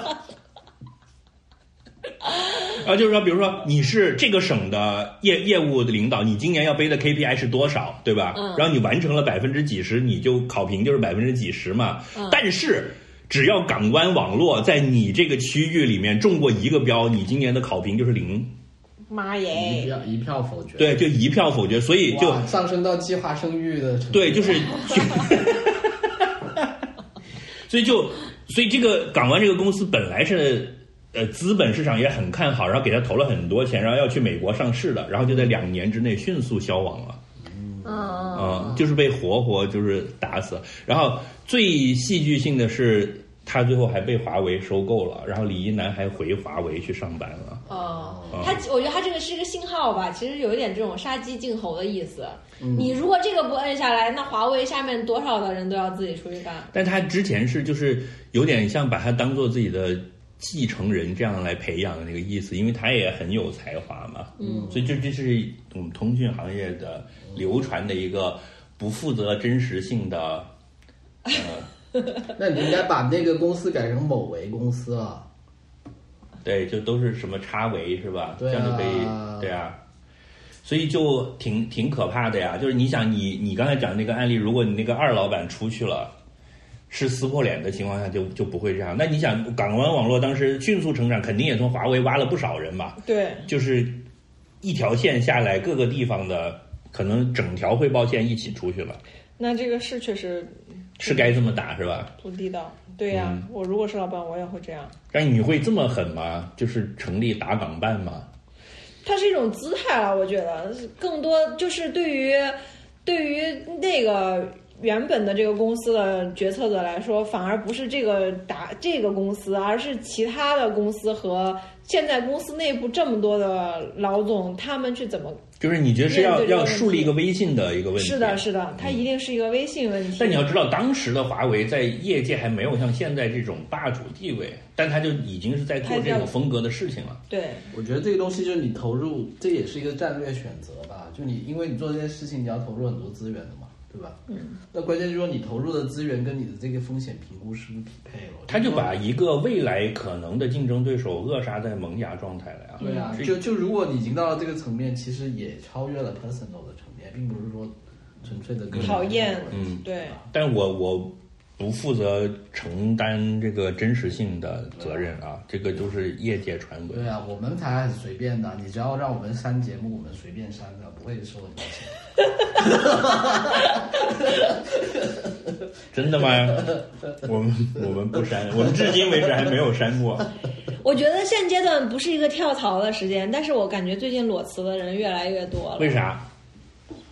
[SPEAKER 2] 然后就是说，比如说你是这个省的业业务的领导，你今年要背的 KPI 是多少，对吧？
[SPEAKER 6] 嗯
[SPEAKER 2] 然后你完成了百分之几十，你就考评就是百分之几十嘛。
[SPEAKER 6] 嗯
[SPEAKER 2] 但是只要港湾网络在你这个区域里面中过一个标，你今年的考评就是零，
[SPEAKER 1] 妈
[SPEAKER 3] 一
[SPEAKER 1] 耶！
[SPEAKER 3] 票一票否决，
[SPEAKER 2] 对，就一票否决。所以
[SPEAKER 3] 哇，
[SPEAKER 2] 就
[SPEAKER 3] 上升到计划生育的程度，
[SPEAKER 2] 对，就是，就所以就所以这个港湾这个公司本来是呃资本市场也很看好，然后给他投了很多钱，然后要去美国上市的，然后就在两年之内迅速消亡了。
[SPEAKER 6] 嗯
[SPEAKER 2] 嗯，就是被活活就是打死。然后最戏剧性的是，他最后还被华为收购了，然后李一男还回华为去上班了。
[SPEAKER 6] 哦
[SPEAKER 2] 嗯，
[SPEAKER 6] 他我觉得他这个是个信号吧，其实有一点这种杀鸡儆猴的意思。
[SPEAKER 3] 嗯
[SPEAKER 1] 嗯
[SPEAKER 6] 你如果这个不摁下来，那华为下面多少的人都要自己出去干。
[SPEAKER 2] 但他之前是就是有点像把他当做自己的继承人这样来培养的那个意思，因为他也很有才华嘛，嗯，所以这这是我们通讯行业的流传的一个不负责真实性的，呃，
[SPEAKER 3] 那你应该把那个公司改成某为公司啊。
[SPEAKER 2] 对，就都是什么插维是吧？
[SPEAKER 3] 对啊
[SPEAKER 2] 这样就可以，对啊。所以就挺挺可怕的呀，就是你想你你刚才讲的那个案例，如果你那个二老板出去了，是撕破脸的情况下就，就不会这样。那你想，港湾网络当时迅速成长，肯定也从华为挖了不少人吧？
[SPEAKER 1] 对，
[SPEAKER 3] 嗯
[SPEAKER 2] 就是一条线下来，各个地方的可能整条汇报线一起出去了，
[SPEAKER 1] 那这个是确实
[SPEAKER 2] 是该这么打是吧？
[SPEAKER 1] 不地道。对呀、
[SPEAKER 2] 嗯
[SPEAKER 1] 我如果是老板，我也会这样。
[SPEAKER 2] 但你会这么狠吗？就是成立打港办吗？
[SPEAKER 1] 它是一种姿态了，我觉得更多就是对于对于那个原本的这个公司的决策者来说，反而不是这个打这个公司，而是其他的公司和现在公司内部这么多的老总，他们去怎么？
[SPEAKER 2] 就是你觉得是
[SPEAKER 1] 面
[SPEAKER 2] 要
[SPEAKER 1] 对这个
[SPEAKER 2] 要
[SPEAKER 1] 问题
[SPEAKER 2] 树立一个微信的一个问题？
[SPEAKER 1] 是的，是的，它一定是一个微信问题。
[SPEAKER 2] 但你要知道，当时的华为在业界还没有像现在这种霸主地位，但他就已经是在做这种风格的事情了。
[SPEAKER 1] 对，
[SPEAKER 3] 我觉得这个东西就是你投入，这也是一个战略选择吧。就你因为你做这件事情，你要投入很多资源的嘛，对吧？嗯。那关键就是说你投入的资源跟你的这个风险评估是不是匹配了？
[SPEAKER 2] 他就把一个未来可能的竞争对手扼杀在萌芽状态了呀。
[SPEAKER 3] 对啊，
[SPEAKER 2] 是
[SPEAKER 3] 就就如果你已经到了这个层面，其实也超越了 personal 的层面，并不是说纯粹的个人
[SPEAKER 1] 讨厌
[SPEAKER 3] 的问题
[SPEAKER 1] 嗯对。
[SPEAKER 2] 但我我不负责承担这个真实性的责任啊，这个就是业界传 闻
[SPEAKER 3] 对。啊，我们才很随便的，你只要让我们删节目，我们随便删的，不会收你的钱。
[SPEAKER 2] 真的吗？我们我们不删，我们至今为止还没有删过。
[SPEAKER 1] 我觉得现阶段不是一个跳槽的时间，但是我感觉最近裸辞的人越来越多了。
[SPEAKER 2] 为？啥？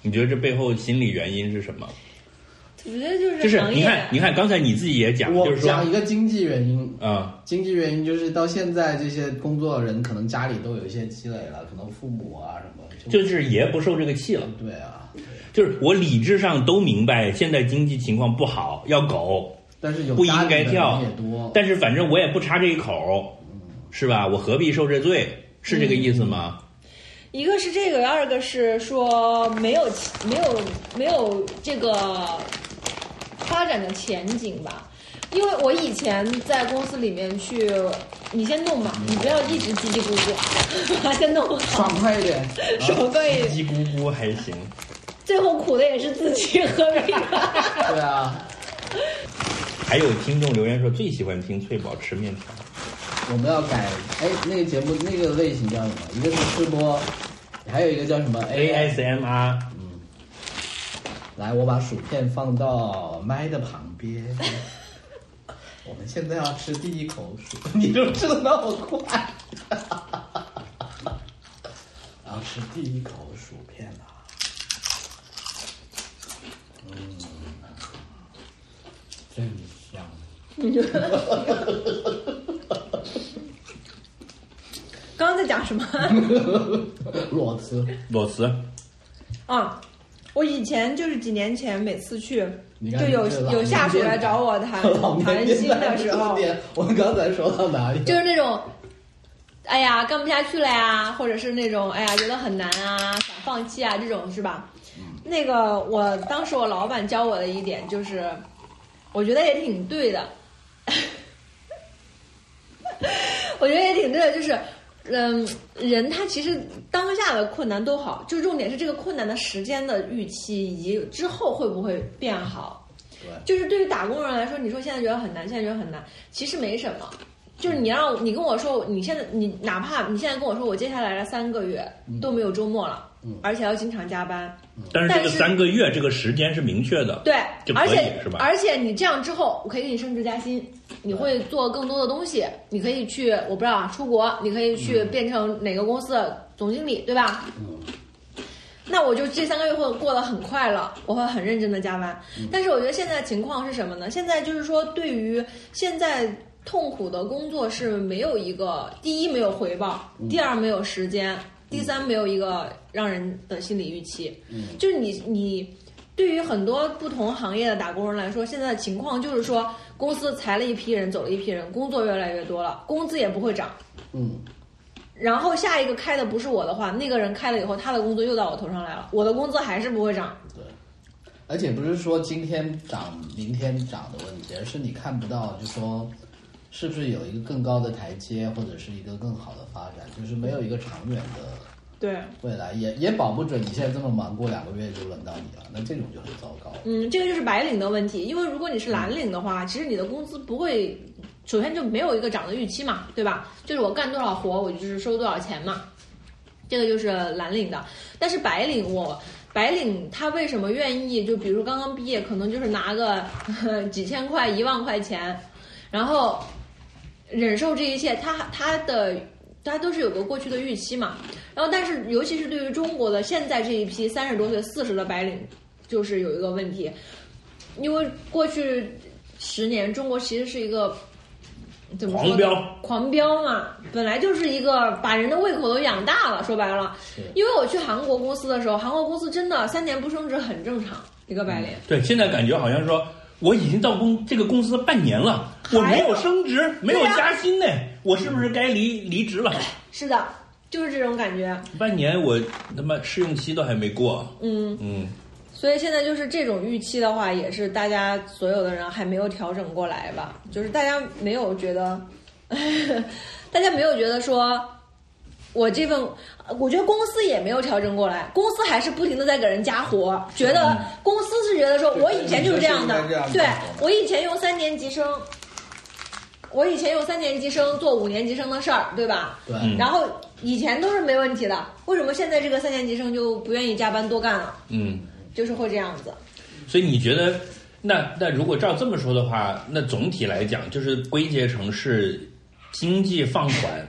[SPEAKER 2] 你觉得这背后心理原因是什么？
[SPEAKER 1] 我觉得就
[SPEAKER 2] 就是
[SPEAKER 1] 行
[SPEAKER 2] 你
[SPEAKER 1] 业，
[SPEAKER 2] 看，你看，刚才你自己也讲，就
[SPEAKER 3] 我
[SPEAKER 2] 是说，
[SPEAKER 3] 讲一个经济原因，
[SPEAKER 2] 啊、
[SPEAKER 3] 经济原因就是到现在这些工作人可能家里都有一些积累了，可能父母啊什么
[SPEAKER 2] 就是爷不受这个气了。
[SPEAKER 3] 对啊，
[SPEAKER 2] 就是我理智上都明白，现在经济情况不好，要苟，
[SPEAKER 3] 但是有
[SPEAKER 2] 不应
[SPEAKER 3] 家里
[SPEAKER 2] 该
[SPEAKER 3] 的
[SPEAKER 2] 跳
[SPEAKER 3] 人也多，
[SPEAKER 2] 但是反正我也不差这一口，是吧？我何必受这罪？是这个意思吗？
[SPEAKER 1] 一个是这个，二个是说没有没有没有这个发展的前景吧。因为我以前在公司里面去，你先弄
[SPEAKER 3] 嗯
[SPEAKER 1] 吧，你不要一直叽叽咕咕，先弄好，
[SPEAKER 3] 爽快一 点，
[SPEAKER 1] 什么关系？
[SPEAKER 2] 叽咕咕还行，
[SPEAKER 1] 最后苦的也是自己和别人。
[SPEAKER 3] 对啊，
[SPEAKER 2] 还有听众留言说最喜欢听翠宝吃面条，
[SPEAKER 3] 我们要改哎那个节目那个类型叫什么？一个是吃播，还有一个叫什么
[SPEAKER 2] ASMR，
[SPEAKER 3] 来，我把薯片放到麦的旁边。 我们现在要吃第一口薯， 你都吃的那么快， 然后吃第一口薯片啊了。嗯，真香。
[SPEAKER 1] 刚刚在讲什 么？
[SPEAKER 3] 裸辞，
[SPEAKER 2] 裸辞，
[SPEAKER 1] 啊，我以前就是几年前每次去，
[SPEAKER 3] 你看
[SPEAKER 1] 就有
[SPEAKER 3] 这老
[SPEAKER 1] 有下属
[SPEAKER 3] 年
[SPEAKER 1] 来
[SPEAKER 3] 变态
[SPEAKER 1] 找我谈
[SPEAKER 3] 老
[SPEAKER 1] 谈
[SPEAKER 3] 年
[SPEAKER 1] 心
[SPEAKER 3] 变
[SPEAKER 1] 的
[SPEAKER 3] 态
[SPEAKER 1] 时
[SPEAKER 3] 特
[SPEAKER 1] 候，
[SPEAKER 3] 点我们刚才说到哪 里了？
[SPEAKER 6] 就是那种，哎呀，干不下去了呀，或者是那种，哎呀，觉得很难啊，想放弃啊，这种是吧？
[SPEAKER 1] 那个我当时我老板教我的一点就是，我觉得也挺对的。 我觉得也挺对的，就是，嗯，人他其实当下的困难都好，就重点是这个困难的时间的预期以及之后会不会变好。就是对于打工人来说，你说现在觉得很难，现在觉得很难，其实没什么。就是
[SPEAKER 2] 嗯
[SPEAKER 1] 你让你跟我说，你现在你哪怕你现在跟我说，我接下来的三个月都没有周末了，
[SPEAKER 3] 嗯
[SPEAKER 1] 而且要经常加班，
[SPEAKER 2] 但是这
[SPEAKER 1] 但
[SPEAKER 2] 个
[SPEAKER 1] 是
[SPEAKER 2] 三个月这个时间是明确的，
[SPEAKER 1] 对
[SPEAKER 2] 就，啊可
[SPEAKER 1] 而
[SPEAKER 2] 以
[SPEAKER 1] 且
[SPEAKER 2] 是吧
[SPEAKER 1] 而且你这样之后，我可以给你升职加薪，你会做更多的东西，你可以去我不知道啊，出国，你可以去
[SPEAKER 2] 嗯
[SPEAKER 1] 变成哪个公司的总经理，对吧？
[SPEAKER 3] 嗯
[SPEAKER 1] 那我就这三个月会过得很快了，我会很认真的加班。但是我觉得现在情况是什么呢？现在就是说，对于现在痛苦的工作是没有一个第一没有回报，第二没有时间，第三没有一个让人的心理预期。
[SPEAKER 3] 嗯
[SPEAKER 1] 就是你你对于很多不同行业的打工人来说，现在的情况就是说，公司裁了一批人，走了一批人，工作越来越多了，工资也不会涨。
[SPEAKER 3] 嗯，
[SPEAKER 1] 然后下一个开的不是我的话，那个人开了以后，他的工作又到我头上来了，我的工资还是不会涨。
[SPEAKER 3] 而且不是说今天涨明天涨的问题，而是你看不到，就说是不是有一个更高的台阶，或者是一个更好的发展，就是没有一个长远的
[SPEAKER 1] 对，
[SPEAKER 3] 未来，也也保不准你现在这么忙，过两个月就轮到你了，那这种就很糟糕。
[SPEAKER 1] 嗯，这个就是白领的问题，因为如果你是蓝领的话，其实你的工资不会，首先就没有一个涨的预期嘛，对吧？就是我干多少活，我就是收多少钱嘛，这个就是蓝领的。但是白领我。白领他为什么愿意？就比如刚刚毕业，可能就是拿个 几千块、一万块钱，然后忍受这一切，他他的他都是有个过去的预期嘛。然后，但是尤其是对于中国的现在这一批三十多岁、四十的白领，就是有一个问题，因为过去十年中国其实是一个怎么说呢
[SPEAKER 2] 狂飙
[SPEAKER 1] 狂飙嘛，本来就是一个把人的胃口都养大了。说白了
[SPEAKER 3] 是，
[SPEAKER 1] 因为我去韩国公司的时候，韩国公司真的三年不升职很正常，一个白领。
[SPEAKER 2] 对，现在感觉好像说我已经到公这个公司半年了，我没有升职，没有加薪呢，我是不是该离离职了？
[SPEAKER 1] 是的，就是这种感觉。
[SPEAKER 2] 半年我他妈试用期都还没过，嗯嗯，
[SPEAKER 1] 所以现在就是这种预期的话，也是大家所有的人还没有调整过来吧，就是大家没有觉得， 大家没有觉得说，我这份，我觉得公司也没有调整过来，公司还是不停的在给人加活，觉得公司是觉得说我以前就是这样的
[SPEAKER 3] 嗯对公司是应该这样，的
[SPEAKER 1] 对我以前用三年级生。我以前用三年级生做五年级生的事儿，对吧？
[SPEAKER 3] 对，
[SPEAKER 2] 嗯
[SPEAKER 1] 然后以前都是没问题的，为什么现在这个三年级生就不愿意加班多干了？
[SPEAKER 2] 嗯，
[SPEAKER 1] 就是会这样子。
[SPEAKER 2] 所以你觉得，那那如果照这么说的话，那总体来讲就是归结成是经济 放缓，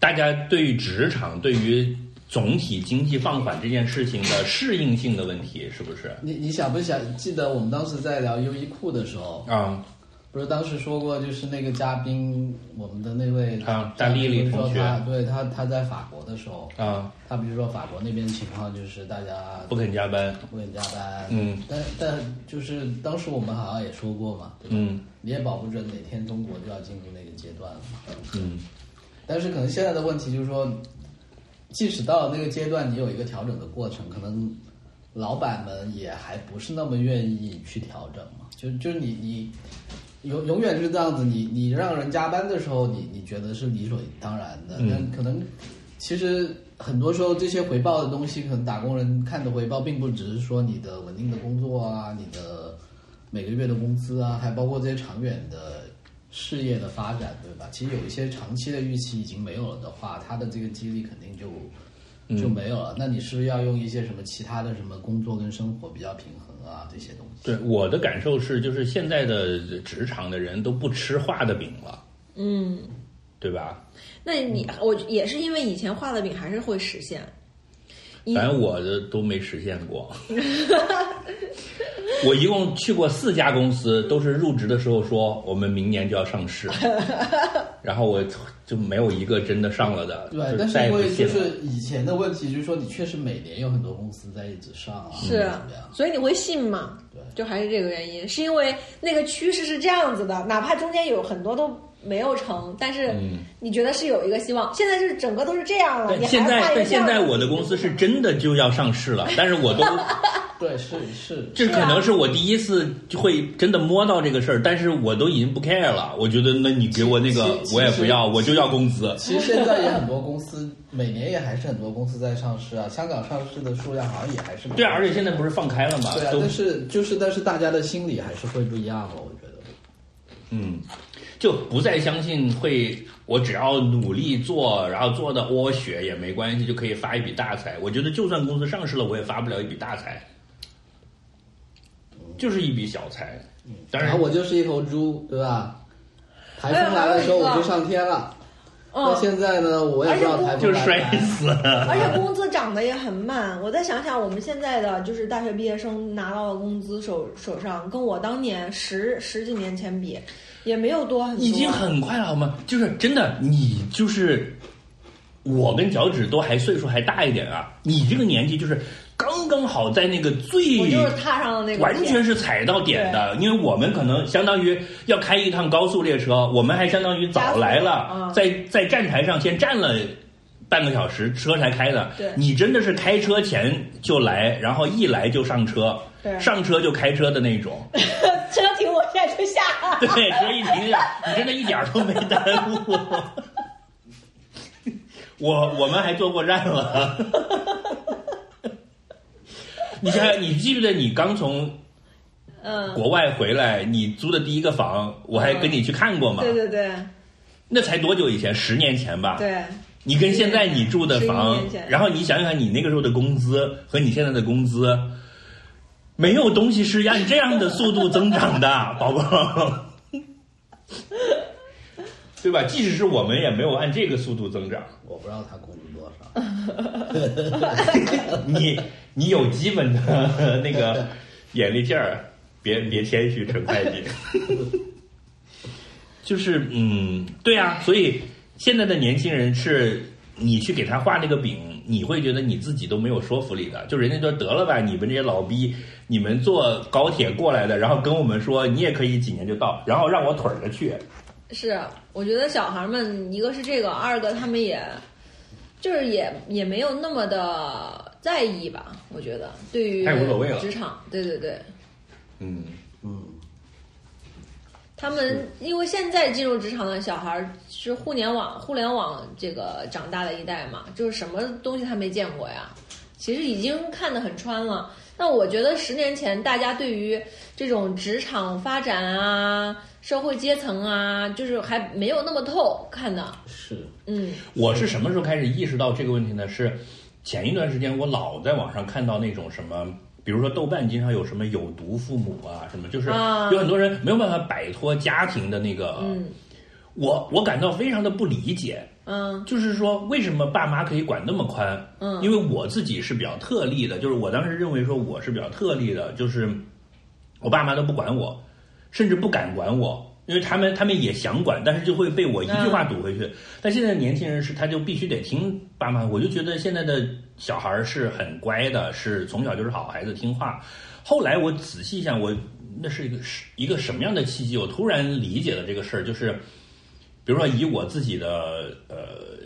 [SPEAKER 2] 大家对于职场对于总体经济放缓这件事情的适应性的问题，是不是？
[SPEAKER 3] 你你想不想记得我们当时在聊优衣库的时候，
[SPEAKER 2] 啊、
[SPEAKER 3] 不是当时说过，就是那个嘉宾，我们的那位
[SPEAKER 2] 啊大丽丽同
[SPEAKER 3] 不
[SPEAKER 2] 学
[SPEAKER 3] 是说他对他他在法国的时候，
[SPEAKER 2] 啊，
[SPEAKER 3] 他比如说法国那边情况就是大家
[SPEAKER 2] 不肯加班，
[SPEAKER 3] 不肯加班，
[SPEAKER 2] 嗯，
[SPEAKER 3] 但但就是当时我们好像也说过嘛，对吧
[SPEAKER 2] 嗯
[SPEAKER 3] 你也保不准哪天中国就要进入那个阶段了，
[SPEAKER 2] 嗯
[SPEAKER 3] 但是可能现在的问题就是说，即使到了那个阶段，你有一个调整的过程，可能老板们也还不是那么愿意去调整嘛。就就是你你永永远就是这样子，你你让人加班的时候，你你觉得是理所当然的，
[SPEAKER 2] 嗯
[SPEAKER 3] 但可能其实很多时候这些回报的东西，可能打工人看的回报，并不只是说你的稳定的工作啊，你的每个月的工资啊，还包括这些长远的事业的发展，对吧？其实有一些长期的预期已经没有了的话，他的这个激励肯定就
[SPEAKER 2] 嗯
[SPEAKER 3] 就没有了。那你是不是要用一些什么其他的什么工作跟生活比较平衡啊这些东西？
[SPEAKER 2] 对，我的感受是，就是现在的职场的人都不吃画的饼了，
[SPEAKER 1] 嗯，
[SPEAKER 2] 对吧？
[SPEAKER 1] 那
[SPEAKER 2] 嗯
[SPEAKER 1] 你我也是因为以前画的饼还是会实现，一
[SPEAKER 2] 反正我的都没实现过。 我一共去过四家公司，都是入职的时候说我们明年就要上市，然后我就没有一个真的上了的，
[SPEAKER 3] 对，
[SPEAKER 2] 就
[SPEAKER 3] 但是
[SPEAKER 2] 再也
[SPEAKER 3] 因
[SPEAKER 2] 不
[SPEAKER 3] 为就
[SPEAKER 2] 信了。
[SPEAKER 3] 是以前的问题，就是说你确实每年有很多公司在一直上啊，
[SPEAKER 1] 是
[SPEAKER 3] 怎么样？
[SPEAKER 1] 所以你会信吗？
[SPEAKER 3] 对
[SPEAKER 1] 就还是这个原因，是因为那个趋势是这样子的，哪怕中间有很多都没有成，但是
[SPEAKER 2] 嗯
[SPEAKER 1] 你觉得是有一个希望。现在是整个都是这样了，
[SPEAKER 2] 但
[SPEAKER 1] 你还
[SPEAKER 2] 现在
[SPEAKER 1] 画一个这
[SPEAKER 2] 但现
[SPEAKER 1] 样
[SPEAKER 2] 在
[SPEAKER 1] 的
[SPEAKER 2] 我的公司是真的就要上市了，但是我都
[SPEAKER 3] 对，是是，
[SPEAKER 2] 这可能是我第一次就会真的摸到这个事儿，但是我都已经不 care 了。我觉得那你给我那个
[SPEAKER 3] 其
[SPEAKER 2] 我也
[SPEAKER 3] 其
[SPEAKER 2] 不要，
[SPEAKER 3] 其
[SPEAKER 2] 我就要工资。
[SPEAKER 3] 其实现在也很多公司，每年也还是很多公司在上市啊。香港上市的数量好像也还是
[SPEAKER 2] 对啊，而且现在不是放开了嘛，
[SPEAKER 3] 对啊，
[SPEAKER 2] 都
[SPEAKER 3] 但是就是但是大家的心理还是会不一样了，我觉得。
[SPEAKER 2] 嗯，就不再相信会，我只要努力做，然后做的窝血也没关系，就可以发一笔大财。我觉得就算公司上市了，我也发不了一笔大财，就是一笔小财。
[SPEAKER 3] 嗯
[SPEAKER 2] 当然
[SPEAKER 3] 然后，我就是一头猪，对吧？台
[SPEAKER 1] 哎
[SPEAKER 3] 风来的时候
[SPEAKER 1] 还有一
[SPEAKER 3] 我
[SPEAKER 1] 个
[SPEAKER 3] 就上天了，那
[SPEAKER 1] 嗯，
[SPEAKER 3] 现在呢，我也不知道台
[SPEAKER 2] 哎
[SPEAKER 3] 风
[SPEAKER 2] 就
[SPEAKER 3] 来不
[SPEAKER 2] 摔
[SPEAKER 3] 来
[SPEAKER 2] 死了。
[SPEAKER 1] 而且工资涨得也很慢。我再想想，我们现在的就是大学毕业生拿到的工资手手上，跟我当年十十几年前比，也没有多很多。
[SPEAKER 2] 已经很快了，好吗？就是真的，你就是我跟脚趾都还岁数还大一点啊，你这个年纪就是刚刚好在那个最
[SPEAKER 1] 我就是踏上了那个
[SPEAKER 2] 完
[SPEAKER 1] 线
[SPEAKER 2] 全是踩到点的，因为我们可能相当于要开一趟高速列车，我们还相当于早来
[SPEAKER 1] 加速
[SPEAKER 2] 了，
[SPEAKER 1] 嗯
[SPEAKER 2] 在在站台上先站了。半个小时车才开的
[SPEAKER 1] 对，
[SPEAKER 2] 你真的是开车前就来，然后一来就上车，
[SPEAKER 1] 对
[SPEAKER 2] 上车就开车的那种。
[SPEAKER 1] 车停，我现在就下。
[SPEAKER 2] 对，车一停下，你真的一点儿都没耽误。我我们还坐过站了。你想想，你记不记得你刚从
[SPEAKER 1] 嗯，
[SPEAKER 2] 国外回来，你租的第一个房，我还跟你去看过嘛？
[SPEAKER 1] 嗯对对对
[SPEAKER 2] 啊那才多久以前？十年前吧。
[SPEAKER 1] 对，
[SPEAKER 2] 你跟现在你住的
[SPEAKER 1] 11
[SPEAKER 2] 房
[SPEAKER 1] 年，前
[SPEAKER 2] 然后你想想你那个时候的工资和你现在的工资，没有东西是按这样的速度增长的，宝宝， 对吧？即使是我们也没有按这个速度增长。
[SPEAKER 3] 我不知道他工资多少。
[SPEAKER 2] 你你有基本的那个眼力劲儿，啊别别谦虚，陈会计。 就是嗯，对啊，所以现在的年轻人是你去给他画那个饼，你会觉得你自己都没有说服力的。就人家说得了吧，你们这些老逼，你们坐高铁过来的，然后跟我们说你也可以几年就到，然后让我腿儿着去。
[SPEAKER 1] 是，我觉得小孩们，一个是这个，二个他们也，就是也也没有那么的在意吧，我觉得对于
[SPEAKER 2] 太无所谓了
[SPEAKER 1] 职场，对对对，
[SPEAKER 2] 嗯，
[SPEAKER 3] 嗯，
[SPEAKER 1] 他们因为现在进入职场的小孩儿是互联网互联网这个长大的一代嘛，就是什么东西他没见过呀，其实已经看得很穿了。那我觉得十年前大家对于这种职场发展啊、社会阶层啊，就是还没有那么透看的，
[SPEAKER 3] 是
[SPEAKER 1] 嗯，
[SPEAKER 2] 我是什么时候开始意识到这个问题呢？是前一段时间我老在网上看到那种什么，比如说豆瓣经常有什么有毒父母啊，什么就是
[SPEAKER 1] 啊
[SPEAKER 2] 有很多人没有办法摆脱家庭的那个，
[SPEAKER 1] 嗯
[SPEAKER 2] 我我感到非常的不理解。
[SPEAKER 1] 嗯
[SPEAKER 2] 就是说，为什么爸妈可以管那么宽？
[SPEAKER 1] 嗯
[SPEAKER 2] 因为我自己是比较特例的，就是我当时认为说我是比较特例的，就是我爸妈都不管我，甚至不敢管我，因为他们他们也想管，但是就会被我一句话堵回去。但现在的年轻人是他就必须得听爸妈，我就觉得现在的小孩儿是很乖的，是从小就是好孩子，听话。后来我仔细想，我那是一个是一个什么样的契机？我突然理解了这个事儿，就是。比如说以我自己的呃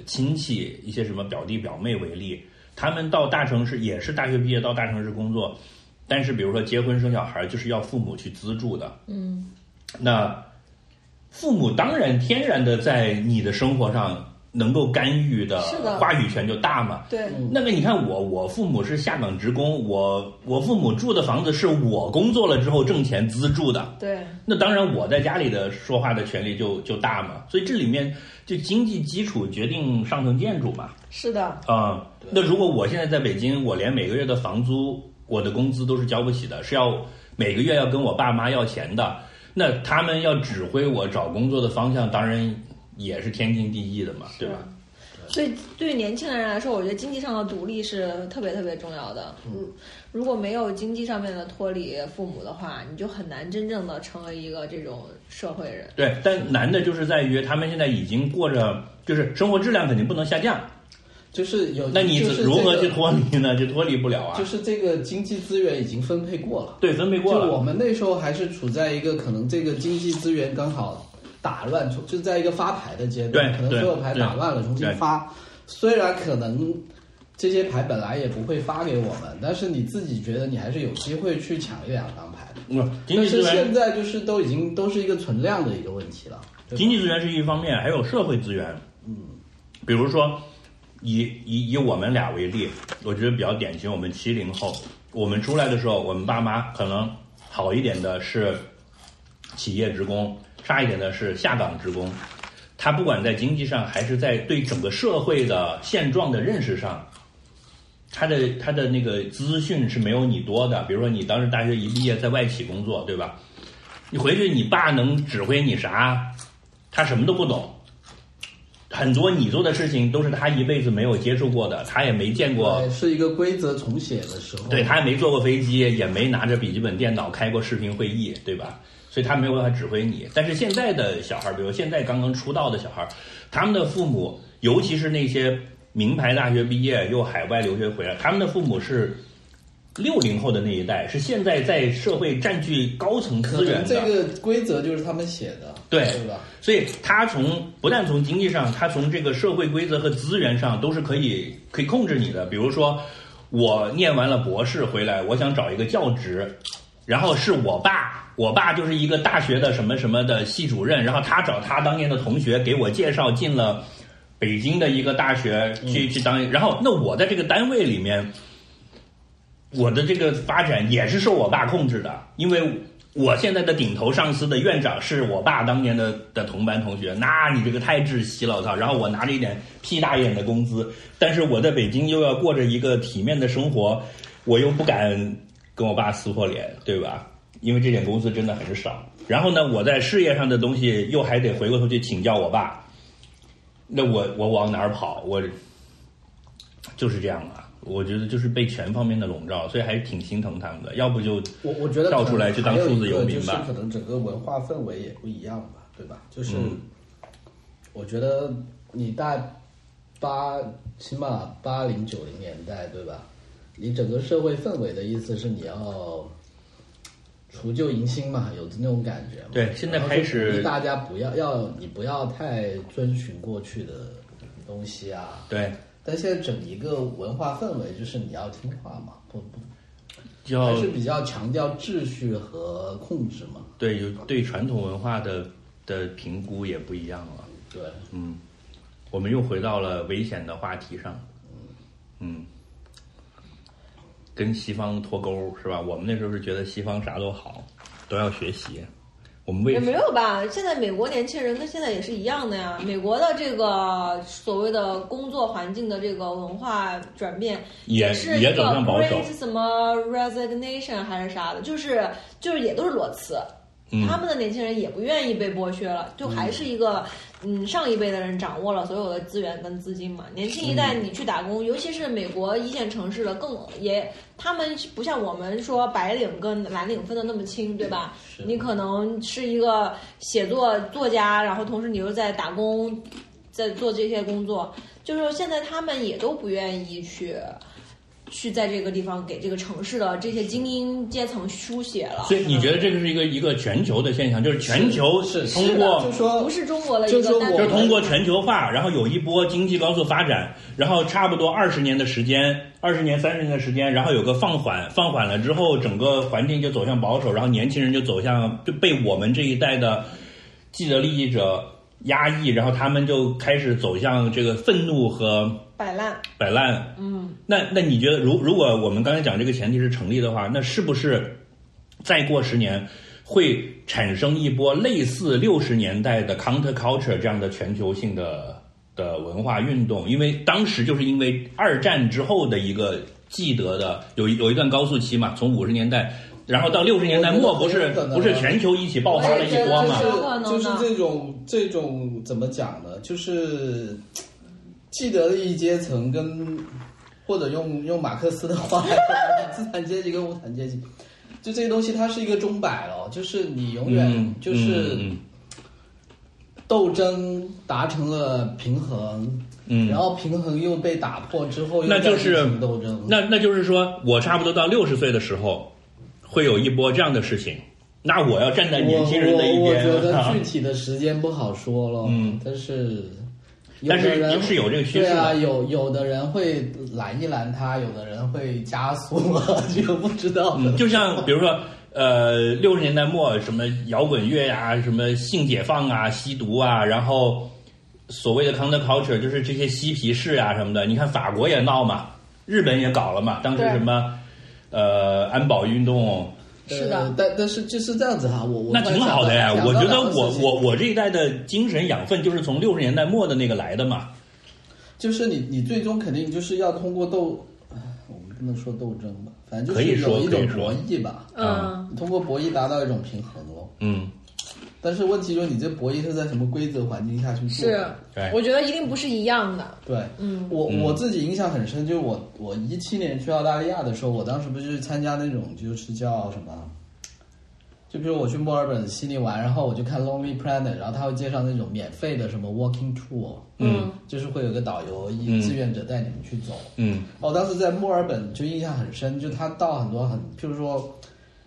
[SPEAKER 2] 亲戚一些什么表弟表妹为例，他们到大城市也是大学毕业到大城市工作，但是比如说结婚生小孩就是要父母去资助的，
[SPEAKER 1] 嗯，
[SPEAKER 2] 那父母当然天然的在你的生活上能够干预的
[SPEAKER 1] 是的
[SPEAKER 2] 话语权就大嘛。
[SPEAKER 1] 对，
[SPEAKER 2] 那个你看我，我父母是下岗职工，我我父母住的房子是我工作了之后挣钱资助的，
[SPEAKER 1] 对，
[SPEAKER 2] 那当然，我在家里的说话的权利就就大嘛，所以这里面就经济基础决定上层建筑嘛，
[SPEAKER 1] 是的，
[SPEAKER 2] 啊、那如果我现在在北京，我连每个月的房租、我的工资都是交不起的，是要每个月要跟我爸妈要钱的，那他们要指挥我找工作的方向，当然也是天经地义的嘛，
[SPEAKER 3] 啊
[SPEAKER 2] 对吧？
[SPEAKER 1] 所以对于年轻人来说，我觉得经济上的独立是特别特别重要的。
[SPEAKER 2] 嗯
[SPEAKER 1] 如如果没有经济上面的脱离父母的话，你就很难真正的成为一个这种社会人。
[SPEAKER 2] 对，但难的就是在于他们现在已经过着，就是生活质量肯定不能下降，
[SPEAKER 3] 就是有，
[SPEAKER 2] 那你
[SPEAKER 3] 就
[SPEAKER 2] 怎
[SPEAKER 3] 是这
[SPEAKER 2] 如何
[SPEAKER 3] 个
[SPEAKER 2] 去脱离呢？就脱离不了啊，
[SPEAKER 3] 就是这个经济资源已经分配过了。
[SPEAKER 2] 对，分配
[SPEAKER 3] 就
[SPEAKER 2] 过了。
[SPEAKER 3] 我们那时候还是处在一个可能这个经济资源刚好打乱，重就在一个发牌的阶段，
[SPEAKER 2] 对
[SPEAKER 3] 可能
[SPEAKER 2] 对
[SPEAKER 3] 所有牌打乱了重新
[SPEAKER 2] 对
[SPEAKER 3] 发，虽然可能。这些牌本来也不会发给我们，但是你自己觉得你还是有机会去抢一两张牌的。
[SPEAKER 2] 嗯，经
[SPEAKER 3] 但
[SPEAKER 2] 济资
[SPEAKER 3] 是
[SPEAKER 2] 源
[SPEAKER 3] 现在就是都已经都是一个存量的一个问题了。对吧
[SPEAKER 2] 经济资源是一方面，还有社会资源。嗯，比如说，以以以我们俩为例，我觉得比较典型。我们七零后，我们出来的时候，我们爸妈可能好一点的是企业职工，差一点的是下岗职工。他不管在经济上，还是在对整个社会的现状的认识上，他的他的那个资讯是没有你多的。比如说，你当时大学一毕业在外企工作，对吧？你回去，你爸能指挥你啥？他什么都不懂，很多你做的事情都是他一辈子没有接触过的，他也没见过
[SPEAKER 3] 对，是一个规则重写的时候。
[SPEAKER 2] 对他也没坐过飞机，也没拿着笔记本电脑开过视频会议，对吧？所以他没有办法指挥你。但是现在的小孩儿，比如现在刚刚出道的小孩儿，他们的父母，尤其是那些名牌大学毕业又海外留学回来，他们的父母是六零后的那一代，是现在在社会占据高层
[SPEAKER 3] 可
[SPEAKER 2] 资源
[SPEAKER 3] 能
[SPEAKER 2] 的。
[SPEAKER 3] 这个规则就是他们写的，
[SPEAKER 2] 对
[SPEAKER 3] 对吧？
[SPEAKER 2] 所以他从不但从经济上，他从这个社会规则和资源上都是可以可以控制你的。比如说，我念完了博士回来，我想找一个教职，然后是我爸，我爸就是一个大学的什么什么的系主任，然后他找他当年的同学给我介绍进了北京的一个大学去、去当，然后那我在这个单位里面。我的这个发展也是受我爸控制的，因为我现在的顶头上司的院长是我爸当年的的同班同学，那你这个太窒息了，我操！然后我拿着一点屁大一点的工资，但是我在北京又要过着一个体面的生活，我又不敢跟我爸撕破脸，对吧？因为这点工资真的很少。然后呢，我在事业上的东西又还得回过头去请教我爸，那我我往哪儿跑？我就是这样啊。我觉得就是被全方面的笼罩，所以还是挺心疼他们的。要不就
[SPEAKER 3] 我我觉得
[SPEAKER 2] 倒出来去当数字游民吧
[SPEAKER 3] 还有一个就是可能整个文化氛围也不一样吧，对吧？就是、
[SPEAKER 2] 嗯
[SPEAKER 3] 我觉得你大八起码八零九零年代，对吧？你整个社会氛围的意思是你要除旧迎新嘛，有那种感觉嘛。
[SPEAKER 2] 对现在
[SPEAKER 3] 然后
[SPEAKER 2] 开始
[SPEAKER 3] 就鼓励大家不要要你不要太遵循过去的东西啊，
[SPEAKER 2] 对，
[SPEAKER 3] 但现在整一个文化氛围就是你要听话嘛，不不
[SPEAKER 2] 要
[SPEAKER 3] 还是比较强调秩序和控制嘛。
[SPEAKER 2] 对有对传统文化的的评估也不一样了。
[SPEAKER 3] 对，
[SPEAKER 2] 嗯，我们又回到了危险的话题上。嗯，跟西方脱钩是吧？我们那时候是觉得西方啥都好，都要学习。我们为
[SPEAKER 6] 也没有吧？现在美国年轻人跟现在也是一样的呀。美国的这个所谓的工作环境的这个文化转变，
[SPEAKER 2] 也
[SPEAKER 6] 是
[SPEAKER 2] 哎也
[SPEAKER 6] 一
[SPEAKER 2] 走
[SPEAKER 6] 个
[SPEAKER 2] 向保守
[SPEAKER 6] Great 什么 resignation 还是啥的，就是就是也都是裸辞。
[SPEAKER 2] 嗯
[SPEAKER 6] 他们的年轻人也不愿意被剥削了，就还是一个，嗯，上一辈的人掌握了所有的资源跟资金嘛。年轻一代你去打工，尤其是美国一线城市的更也，他们不像我们说白领跟蓝领分的那么清，对吧？
[SPEAKER 3] 是
[SPEAKER 6] 你可能是一个写作作家，然后同时你又在打工，在做这些工作，就是说现在他们也都不愿意去。去在这个地方给这个城市的这些精英阶层书写了，
[SPEAKER 2] 所以你觉得这个是一个一个全球的现象，就是全球
[SPEAKER 3] 是是
[SPEAKER 2] 通过
[SPEAKER 3] 的就说
[SPEAKER 6] 不是中国的一
[SPEAKER 3] 就
[SPEAKER 6] 个
[SPEAKER 3] 说
[SPEAKER 6] 单
[SPEAKER 3] 我
[SPEAKER 2] 就
[SPEAKER 6] 独
[SPEAKER 2] 是通过全球化，然后有一波经济高速发展，然后差不多二十年的时间，二十年、三十年的时间，然后有个放缓，放缓了之后，整个环境就走向保守，然后年轻人就走向就被我们这一代的既得利益者压抑，然后他们就开始走向这个愤怒和
[SPEAKER 6] 摆烂，
[SPEAKER 2] 摆烂。
[SPEAKER 6] 嗯，
[SPEAKER 2] 那那你觉得如，如果我们刚才讲这个前提是成立的话，那是不是再过十年会产生一波类似六十年代的 counter culture 这样的全球性的的文化运动？因为当时就是因为二战之后的一个既得的有一有一段高速期嘛，从五十年代。然后到六十年代末，不
[SPEAKER 3] 我觉得很有
[SPEAKER 2] 是
[SPEAKER 3] 可能啊
[SPEAKER 2] 不是全球一起爆发了一波
[SPEAKER 6] 我也
[SPEAKER 2] 嘛
[SPEAKER 6] 觉？得可能的
[SPEAKER 3] 就是就是这种这种怎么讲呢？就是既得利益阶层跟或者用用马克思的话 来说，资产阶级跟无产阶级，就这些东西它是一个钟摆咯，就是你永远
[SPEAKER 2] 嗯，
[SPEAKER 3] 就是
[SPEAKER 2] 嗯
[SPEAKER 3] 斗争达成了平衡，
[SPEAKER 2] 嗯，
[SPEAKER 3] 然后平衡又被打破之后，又
[SPEAKER 2] 那就
[SPEAKER 3] 在进
[SPEAKER 2] 是
[SPEAKER 3] 行斗争。
[SPEAKER 2] 那那就是说我差不多到六十岁的时候，会有一波这样的事情，那我要站在
[SPEAKER 3] 我
[SPEAKER 2] 年轻人的一
[SPEAKER 3] 我我
[SPEAKER 2] 边
[SPEAKER 3] 觉得
[SPEAKER 2] 啊
[SPEAKER 3] 具体的时间不好说了，
[SPEAKER 2] 嗯，
[SPEAKER 3] 但是有
[SPEAKER 2] 但
[SPEAKER 3] 的
[SPEAKER 2] 是
[SPEAKER 3] 人
[SPEAKER 2] 是有这个趋势
[SPEAKER 3] 对啊，
[SPEAKER 2] 的。
[SPEAKER 3] 有有的人会拦一拦他，有的人会加速 啊，这个不知道的。
[SPEAKER 2] 嗯，就像比如说，呃，六十年代末什么摇滚乐呀、什么性解放啊、吸毒啊，然后所谓的 counterculture 就是这些嬉皮士啊什么的。你看法国也闹嘛，日本也搞了嘛，当时
[SPEAKER 6] 对
[SPEAKER 2] 什么呃安保运动，
[SPEAKER 6] 是的
[SPEAKER 3] 呃但但是就是这样子哈，我我
[SPEAKER 2] 那挺好的呀。
[SPEAKER 3] 突然
[SPEAKER 2] 我
[SPEAKER 3] 想到
[SPEAKER 2] 觉得
[SPEAKER 3] 两个
[SPEAKER 2] 我
[SPEAKER 3] 事情
[SPEAKER 2] 我我这一代的精神养分就是从六十年代末的那个来的嘛。
[SPEAKER 3] 就是你你最终肯定就是要通过斗，唉我们不能说斗争吧，反正就
[SPEAKER 2] 可以
[SPEAKER 3] 是
[SPEAKER 2] 说
[SPEAKER 3] 有一
[SPEAKER 2] 可
[SPEAKER 3] 种
[SPEAKER 2] 以说
[SPEAKER 3] 博弈吧，
[SPEAKER 2] 嗯
[SPEAKER 6] 嗯，
[SPEAKER 3] 通过博弈达到一种平衡咯。
[SPEAKER 2] 嗯，
[SPEAKER 3] 但是问题就是你这博弈是在什么规则环境下去做
[SPEAKER 6] 是
[SPEAKER 3] 的？，
[SPEAKER 2] 对
[SPEAKER 6] 我觉得一定不是一样的。
[SPEAKER 3] 对，
[SPEAKER 6] 嗯
[SPEAKER 3] 我
[SPEAKER 2] 嗯
[SPEAKER 3] 我自己印象很深，就是我我一七年去澳大利亚的时候，我当时不是参加那种就是叫什么，就比如我去墨尔本悉尼玩，然后我就看 Lonely Planet，然后他会介绍那种免费的什么 walking tour，
[SPEAKER 2] 嗯，
[SPEAKER 3] 就是会有个导游
[SPEAKER 2] 嗯
[SPEAKER 3] 一志愿者带你们去走。
[SPEAKER 2] 嗯
[SPEAKER 3] 我哦当时在墨尔本就印象很深，就他到很多很，譬如说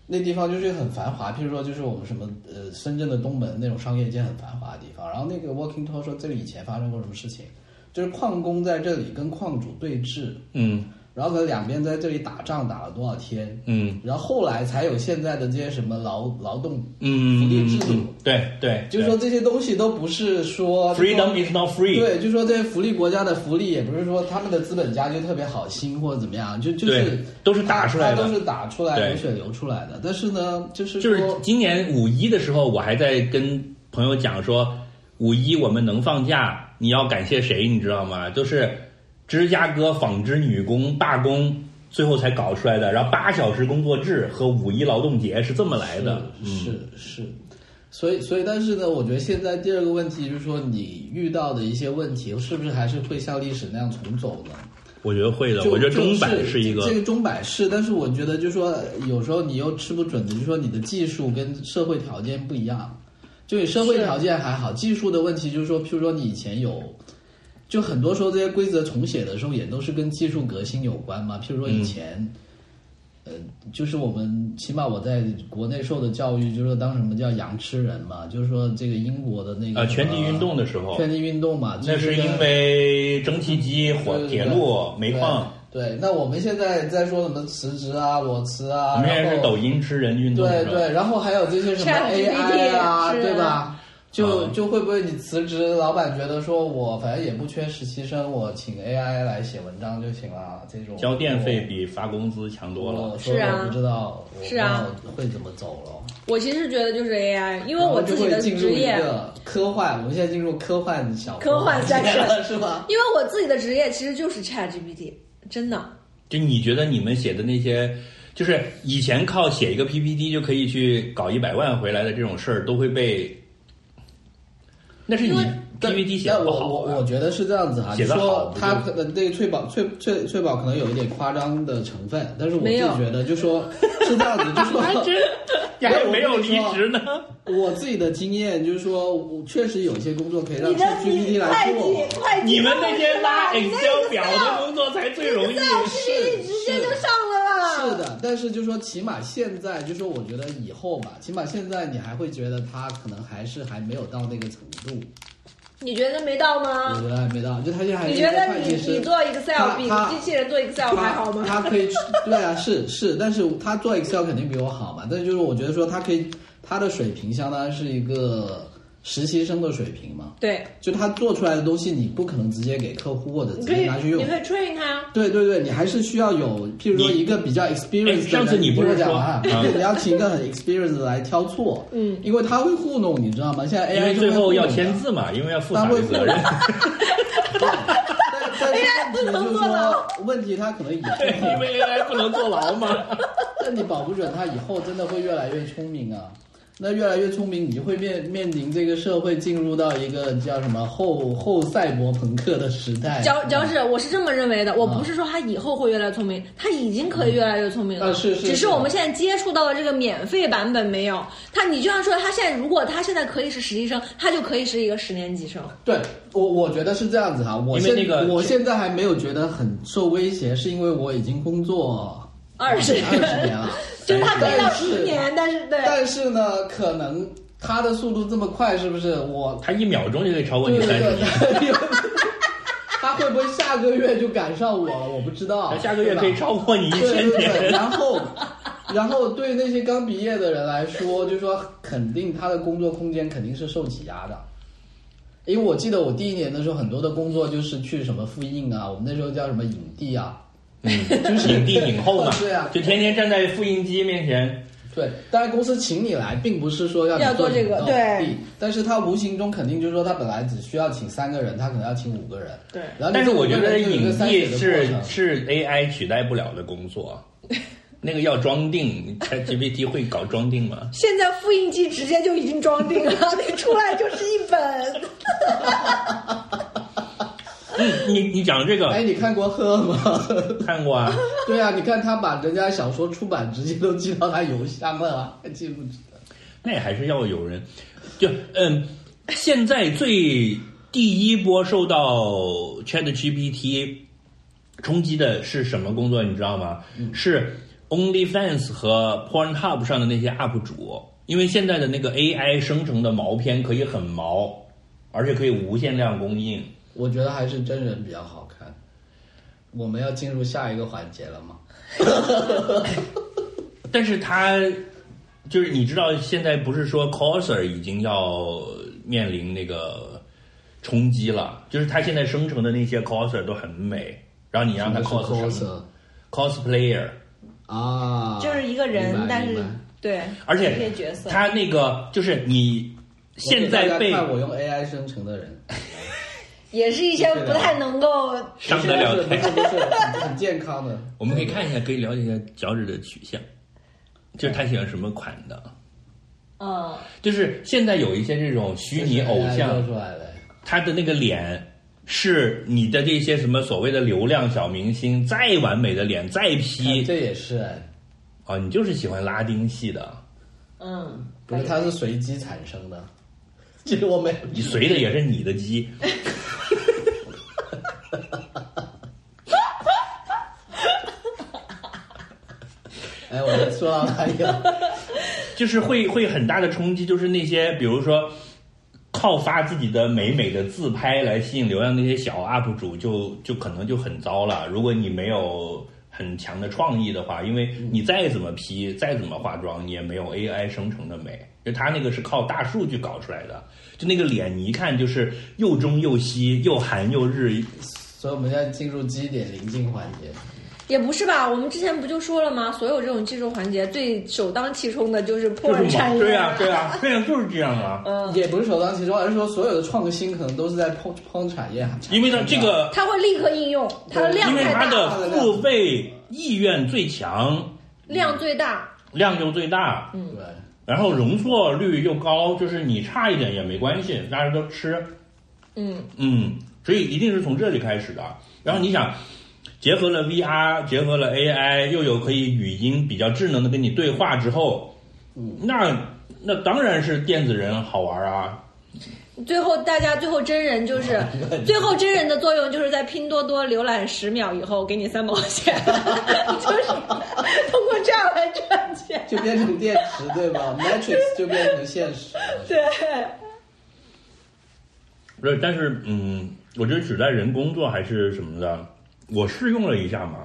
[SPEAKER 3] 那地方就是很繁华，譬如说就是我们什么呃深圳的东门那种商业街很繁华的地方，然后那个 walking tour 说这里以前发生过什么事情，就是矿工在这里跟矿主对峙，
[SPEAKER 2] 嗯
[SPEAKER 3] 然后可能两边在这里打仗打了多少天，
[SPEAKER 2] 嗯
[SPEAKER 3] 然后后来才有现在的这些什么劳劳动，
[SPEAKER 2] 嗯，
[SPEAKER 3] 福利制度
[SPEAKER 2] 嗯对对，
[SPEAKER 3] 就是说这些东西都不是说
[SPEAKER 2] 对 freedom is not free，
[SPEAKER 3] 对，就说这些福利国家的福利，也不是说他们的资本家就特别好心或者怎么样，就就
[SPEAKER 2] 对
[SPEAKER 3] 是
[SPEAKER 2] 都是打出来的
[SPEAKER 3] 他他都是打出来
[SPEAKER 2] 对
[SPEAKER 3] 流血流出来的。但是呢，就是
[SPEAKER 2] 就是
[SPEAKER 3] 说，
[SPEAKER 2] 今年五一的时候，我还在跟朋友讲说，五一我们能放假，你要感谢谁，你知道吗？就是芝加哥纺织女工罢工，最后才搞出来的。然后八小时工作制和五一劳动节是这么来的。
[SPEAKER 3] 是
[SPEAKER 2] 嗯，
[SPEAKER 3] 是是。所以，所以，但是呢，我觉得现在第二个问题就是说，你遇到的一些问题，是不是还是会像历史那样重走呢？
[SPEAKER 2] 我觉得会的。
[SPEAKER 3] 就
[SPEAKER 2] 我觉得
[SPEAKER 3] 就
[SPEAKER 2] 中版
[SPEAKER 3] 是
[SPEAKER 2] 一个
[SPEAKER 3] 这，个中版是，但是我觉得就是说，有时候你又吃不准的，就是说你的技术跟社会条件不一样。就你社会条件还好，技术的问题就是说，譬如说你以前有，就很多时候这些规则重写的时候，也都是跟技术革新有关嘛。譬如
[SPEAKER 2] 嗯
[SPEAKER 3] 说以前。呃，就是我们起码我在国内受的教育，就是说当什么叫“羊吃人”嘛，就是说这个英国的那个
[SPEAKER 2] 呃，拳
[SPEAKER 3] 什
[SPEAKER 2] 击
[SPEAKER 3] 么
[SPEAKER 2] 运动的时候，
[SPEAKER 3] 圈地运动嘛，
[SPEAKER 2] 那
[SPEAKER 3] 就是跟
[SPEAKER 2] 因为蒸汽机、火、
[SPEAKER 3] 对对对
[SPEAKER 2] 铁路、煤矿。
[SPEAKER 3] 对。对，那我们现在在说什么辞职啊、裸辞
[SPEAKER 2] 我
[SPEAKER 3] 啊，
[SPEAKER 2] 们现
[SPEAKER 3] 然
[SPEAKER 2] 在
[SPEAKER 3] 后
[SPEAKER 2] 是抖音吃人运动，
[SPEAKER 3] 对
[SPEAKER 2] 是吧
[SPEAKER 3] 对，然后还有这些什么
[SPEAKER 6] ChatGPT
[SPEAKER 3] AI 啊，
[SPEAKER 6] 是啊
[SPEAKER 3] 对吧？就
[SPEAKER 2] 嗯
[SPEAKER 3] 就会不会你辞职，老板觉得说我反正也不缺实习生，我请 AI 来写文章就行了，这种
[SPEAKER 2] 交电费比发工资强多了。
[SPEAKER 3] 我说
[SPEAKER 6] 是啊
[SPEAKER 3] 我不知道，我
[SPEAKER 6] 是啊，
[SPEAKER 3] 会怎么走了？
[SPEAKER 6] 我其实是觉得就是 AI，因为
[SPEAKER 3] 然后
[SPEAKER 6] 我自
[SPEAKER 3] 就
[SPEAKER 6] 己
[SPEAKER 3] 会
[SPEAKER 6] 的
[SPEAKER 3] 进入
[SPEAKER 6] 职
[SPEAKER 3] 一
[SPEAKER 6] 业，
[SPEAKER 3] 个科幻，我们现在进入科幻小
[SPEAKER 6] 科幻 section
[SPEAKER 3] 了，是吧？
[SPEAKER 6] 因为我自己的职业其实就是 ChatGPT，真的。
[SPEAKER 2] 就你觉得你们写的那些，就是以前靠写一个 PPT 就可以去搞一百万回来的这种事儿，都会被，那是你
[SPEAKER 6] 因为
[SPEAKER 2] PPT 写
[SPEAKER 3] 那
[SPEAKER 2] 的不
[SPEAKER 3] 我
[SPEAKER 2] 好、
[SPEAKER 3] 我
[SPEAKER 2] 啊
[SPEAKER 3] 我觉得是这样子哈，
[SPEAKER 2] 写得
[SPEAKER 3] 你
[SPEAKER 2] 好
[SPEAKER 3] 说
[SPEAKER 2] 不
[SPEAKER 3] 他
[SPEAKER 2] 就
[SPEAKER 3] 可能那个翠宝翠翠翠宝可能有一点夸张的成分，但是我自
[SPEAKER 6] 没
[SPEAKER 3] 己
[SPEAKER 6] 有
[SPEAKER 3] 觉得就说是这 样子，就
[SPEAKER 2] 还
[SPEAKER 3] 说
[SPEAKER 2] 真，你还没有离职呢。
[SPEAKER 3] 我自己的经验就是说，我确实有些工作可以让
[SPEAKER 6] 你的
[SPEAKER 3] ChatGPT
[SPEAKER 6] 哎
[SPEAKER 3] 来做。
[SPEAKER 6] 会
[SPEAKER 2] 你们那些拉 Excel 表的工作才最容易。
[SPEAKER 3] 是
[SPEAKER 6] 直接就上了啦。
[SPEAKER 3] 是的，但是就说起码现在，就说我觉得以后吧，起码现在你还会觉得他可能还是还没有到那个程度，
[SPEAKER 6] 你觉得没到
[SPEAKER 3] 我
[SPEAKER 6] 吗？
[SPEAKER 3] 觉得还没到，嗯就他现在还
[SPEAKER 6] 啊你
[SPEAKER 3] 是
[SPEAKER 6] 觉得
[SPEAKER 3] 会
[SPEAKER 6] 你
[SPEAKER 3] 计师
[SPEAKER 6] 你做
[SPEAKER 3] 他
[SPEAKER 6] Excel 比
[SPEAKER 3] 他
[SPEAKER 6] 机器人做 Excel 还好吗？
[SPEAKER 3] 他他可以去，对啊，是是，但是他做 Excel 肯定比我好嘛。但是就是我觉得说，他可以，他的水平相当于是一个实习生的水平嘛。
[SPEAKER 6] 对，
[SPEAKER 3] 就他做出来的东西，你不可能直接给客户或者直
[SPEAKER 6] 你可以
[SPEAKER 3] 接拿去用
[SPEAKER 6] 你。可以 train 它。
[SPEAKER 3] 对对对，你还是需要有，譬如说
[SPEAKER 2] 你
[SPEAKER 3] 一个比较 experience 的
[SPEAKER 2] 哎
[SPEAKER 3] 人。
[SPEAKER 2] 上次你不是
[SPEAKER 3] 听我讲
[SPEAKER 2] 说
[SPEAKER 3] 啊，
[SPEAKER 2] 啊
[SPEAKER 3] 对你要请一个很 experience 的来挑错，嗯，因为他会糊弄，你知道吗？现在
[SPEAKER 2] 因
[SPEAKER 3] AI
[SPEAKER 2] 为
[SPEAKER 3] 哎就
[SPEAKER 2] 最
[SPEAKER 3] 会糊弄
[SPEAKER 2] 后
[SPEAKER 3] 啊
[SPEAKER 2] 要
[SPEAKER 3] 的
[SPEAKER 2] 签字嘛，因为要负法律责任。
[SPEAKER 3] 但但是问题就是说，问题他可能以后
[SPEAKER 2] 对，因为 AI 不能坐牢嘛。
[SPEAKER 3] 但你保不准他以后真的会越来越聪明啊。那越来越聪明，你就会面面临这个社会进入到一个叫什么后后赛博朋克的时代。
[SPEAKER 6] 脚脚趾，我是这么认为的，我
[SPEAKER 3] 啊
[SPEAKER 6] 不是说他以后会越来越聪明，他已经可以越来越聪明了。
[SPEAKER 3] 啊是是
[SPEAKER 6] 只
[SPEAKER 3] 是
[SPEAKER 6] 是我们现在接触到的这个免费版本没有。他，你就像说，他现在如果他现在可以是实习生，他就可以是一个十年级生。
[SPEAKER 3] 对我我觉得是这样子哈。我
[SPEAKER 2] 因为
[SPEAKER 3] 现
[SPEAKER 2] 那个
[SPEAKER 3] 我现在还没有觉得很受威胁，是因为我已经工作
[SPEAKER 1] 二十
[SPEAKER 3] 嗯二十年了，
[SPEAKER 1] 就是他可以到
[SPEAKER 3] 但是
[SPEAKER 1] 十年，但是对，
[SPEAKER 3] 但是呢，可能他的速度这么快，是不是我？
[SPEAKER 2] 他一秒钟就可以超过
[SPEAKER 3] 对
[SPEAKER 2] 你
[SPEAKER 3] 对
[SPEAKER 2] 三十年。
[SPEAKER 3] 对， 他会不会下个月就赶上我了？我不知道
[SPEAKER 2] 他。下个月
[SPEAKER 3] 对吧
[SPEAKER 2] 可以超过 你一
[SPEAKER 3] 对
[SPEAKER 2] 千
[SPEAKER 3] 对对，
[SPEAKER 2] 年。
[SPEAKER 3] 然后，然后对那些刚毕业的人来说，就说肯定他的工作空间肯定是受挤压的，因为我记得我第一年的时候，很多的工作就是去什么复印啊，我们那时候叫什么影帝啊，，
[SPEAKER 2] 嗯，影帝影后嘛
[SPEAKER 3] 对啊
[SPEAKER 2] 就天天站在复印机面前，
[SPEAKER 3] 对，当然公司请你来，并不是说要
[SPEAKER 1] 要
[SPEAKER 3] 你
[SPEAKER 1] 做
[SPEAKER 3] 做
[SPEAKER 1] 这个
[SPEAKER 3] 领导
[SPEAKER 1] 对
[SPEAKER 3] 地，但是他无形中肯定就是说，他本来只需要请三个人，他可能要请五个人，
[SPEAKER 1] 对
[SPEAKER 3] 然后
[SPEAKER 2] 但是我觉得
[SPEAKER 3] 影
[SPEAKER 2] 影帝是
[SPEAKER 3] 程。
[SPEAKER 2] 是 AI 取代不了的 工作，那个要装订，ChatGPT 会搞装订吗？
[SPEAKER 1] 现在复印机直接就已经装订了，那出来就是一本。
[SPEAKER 3] 啊
[SPEAKER 2] 嗯，你你讲这
[SPEAKER 3] 哎，
[SPEAKER 2] 个
[SPEAKER 3] 你看过《赫》吗？
[SPEAKER 2] 看过啊？
[SPEAKER 3] 对啊，你看他把人家小说出版直接都寄到他邮箱了啊， 还记不记得？
[SPEAKER 2] 那也还是要有人，就嗯，现在最第一波受到 ChatGPT 冲击的是什么工作？你知道吗？是 OnlyFans 和 Pornhub 上的那些 UP 主，因为现在的那个 AI 生成的毛片可以很毛，而且可以无限量供应。
[SPEAKER 3] 我觉得还是真人比较好看。我们要进入下一个环节了吗？
[SPEAKER 2] 但是它就是你知道，现在不是说 coser 已经要面临那个冲击了，就是它现在生成的那些 coser 都很美，然后你让它
[SPEAKER 3] 什
[SPEAKER 2] cos
[SPEAKER 3] 么是
[SPEAKER 2] 什么 cosplayer，
[SPEAKER 3] 啊，
[SPEAKER 1] 就是一个人
[SPEAKER 3] 明白
[SPEAKER 1] 但是
[SPEAKER 3] 明白
[SPEAKER 1] 对，
[SPEAKER 2] 而
[SPEAKER 1] 这些
[SPEAKER 2] 且
[SPEAKER 1] 角色
[SPEAKER 2] 它那个就是你现在
[SPEAKER 3] 我给
[SPEAKER 2] 被
[SPEAKER 3] 大家看我用 AI 生成的人，
[SPEAKER 1] 也是一些
[SPEAKER 3] 啊
[SPEAKER 1] 不太能够
[SPEAKER 2] 上得了
[SPEAKER 3] 不是不
[SPEAKER 2] 台
[SPEAKER 3] 是，不是很很健康的。
[SPEAKER 2] 我们可以看一下，可以了解一下脚趾的取向，
[SPEAKER 3] 哎
[SPEAKER 2] 就是他喜欢什么款的。
[SPEAKER 1] 嗯
[SPEAKER 2] 就是现在有一些这种虚拟
[SPEAKER 3] 哎
[SPEAKER 2] 偶像
[SPEAKER 3] 做，出来的，
[SPEAKER 2] 他的那个脸是你的这些什么所谓的流量小明星再完美的脸再 P
[SPEAKER 3] 这也是哎，
[SPEAKER 2] 啊，你就是喜欢拉丁系的，
[SPEAKER 1] 嗯，
[SPEAKER 3] 不是它是随机产生的。 其实我没有，
[SPEAKER 2] 你随的也是你的鸡。
[SPEAKER 3] 哎，我说到哪里了？
[SPEAKER 2] 就是会会很大的冲击，就是那些比如说靠发自己的美美的自拍来吸引流量那些小 UP 主就，就可能就很糟了。如果你没有很强的创意的话，因为你再怎么 P，再怎么化妆，你也没有 AI 生成的美。就他那个是靠大数据搞出来的，就那个脸，你一看就是又中又西，又韩又日，
[SPEAKER 3] 所以我们现在进入基点临近环节。
[SPEAKER 1] 也不是吧？我们之前不就说了吗？所有这种技术环节，最首当其冲的就是破
[SPEAKER 2] 就是
[SPEAKER 1] 产产业。
[SPEAKER 2] 对啊，对啊，对啊，就是这样啊。
[SPEAKER 3] 也不是首当其冲，而是说所有的创新可能都是在碰碰产业啊。
[SPEAKER 2] 因为呢，这个
[SPEAKER 1] 它会立刻应用，它的量
[SPEAKER 2] 因为
[SPEAKER 1] 太
[SPEAKER 2] 它
[SPEAKER 1] 大，
[SPEAKER 2] 的付费意愿最强，
[SPEAKER 1] 量最大。
[SPEAKER 2] 量就最大，
[SPEAKER 3] 对，
[SPEAKER 2] 然后容错率又高，就是你差一点也没关系，大家都吃，
[SPEAKER 1] 嗯，
[SPEAKER 2] 嗯，所以一定是从这里开始的。然后你想，结合了 VR，结合了 AI，又有可以语音比较智能的跟你对话之后，
[SPEAKER 3] 嗯
[SPEAKER 2] 那那当然是电子人好玩啊，
[SPEAKER 1] 最后大家最后真人就是 最后真人的作用就是在拼多多浏览十秒以后给你三毛钱， 就是通过这样来赚钱。
[SPEAKER 3] 就变成电池对吧？Matrix 就变成现实了。
[SPEAKER 1] 对，
[SPEAKER 2] 不是，但是嗯，我觉得取代人工作还是什么的，我试用了一下嘛。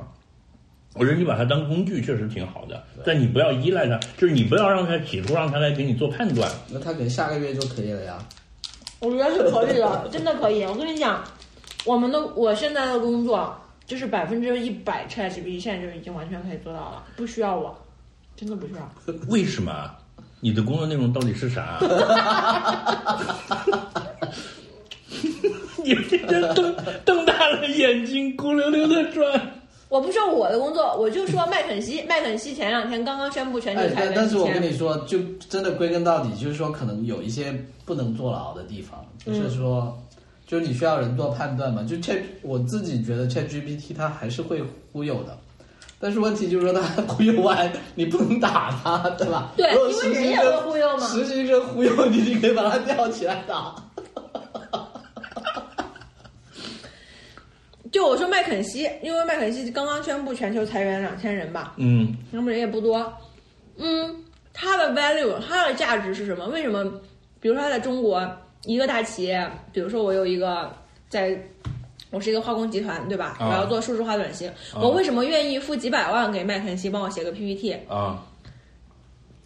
[SPEAKER 2] 我觉得你把它当工具确实挺好的，但你不要依赖它，就是你不要让它企图让它来给你做判断。
[SPEAKER 3] 那他可能下个月就可以了呀。
[SPEAKER 1] 我觉得是可以的， 真的可以。我跟你讲，我们的我现在的工作就是百分之一百 ChatGPT 现在就已经完全可以做到了，不需要我，真的不需要。
[SPEAKER 2] 为什么？啊你的工作内容到底是啥？啊 你这瞪瞪大了眼睛，孤溜溜的转。
[SPEAKER 1] 我不说我的工作，我就说麦肯锡。麦肯锡前两天刚刚宣布全球
[SPEAKER 3] 哎，
[SPEAKER 1] 裁
[SPEAKER 3] 但
[SPEAKER 1] 员
[SPEAKER 3] 但是我
[SPEAKER 1] 1000
[SPEAKER 3] 跟你说，就真的归根到底，就是说可能有一些不能坐牢的地方，
[SPEAKER 1] 嗯
[SPEAKER 3] 就是说，就是你需要人做判断嘛。就 Chat，我自己觉得 ChatGPT 它还是会忽悠的。但是问题就是说，它忽悠完你不能打它，对吧？
[SPEAKER 1] 对
[SPEAKER 3] 如果
[SPEAKER 1] 因为
[SPEAKER 3] 实习
[SPEAKER 1] 人也
[SPEAKER 3] 生
[SPEAKER 1] 会忽悠嘛
[SPEAKER 3] 实习生忽悠你，你可以把它吊起来打。
[SPEAKER 1] 就我说麦肯锡，因为麦肯锡刚刚宣布全球裁员两千人吧，
[SPEAKER 2] 嗯，
[SPEAKER 1] 那么人也不多。嗯，它的 value，它的价值是什么？为什么？比如说它在中国一个大企业，比如说我有一个在，我是一个化工集团，对吧？
[SPEAKER 2] 啊
[SPEAKER 1] 我要做数字化转型，
[SPEAKER 2] 啊
[SPEAKER 1] 我为什么愿意付几百万给麦肯锡帮我写个 PPT？
[SPEAKER 2] 啊，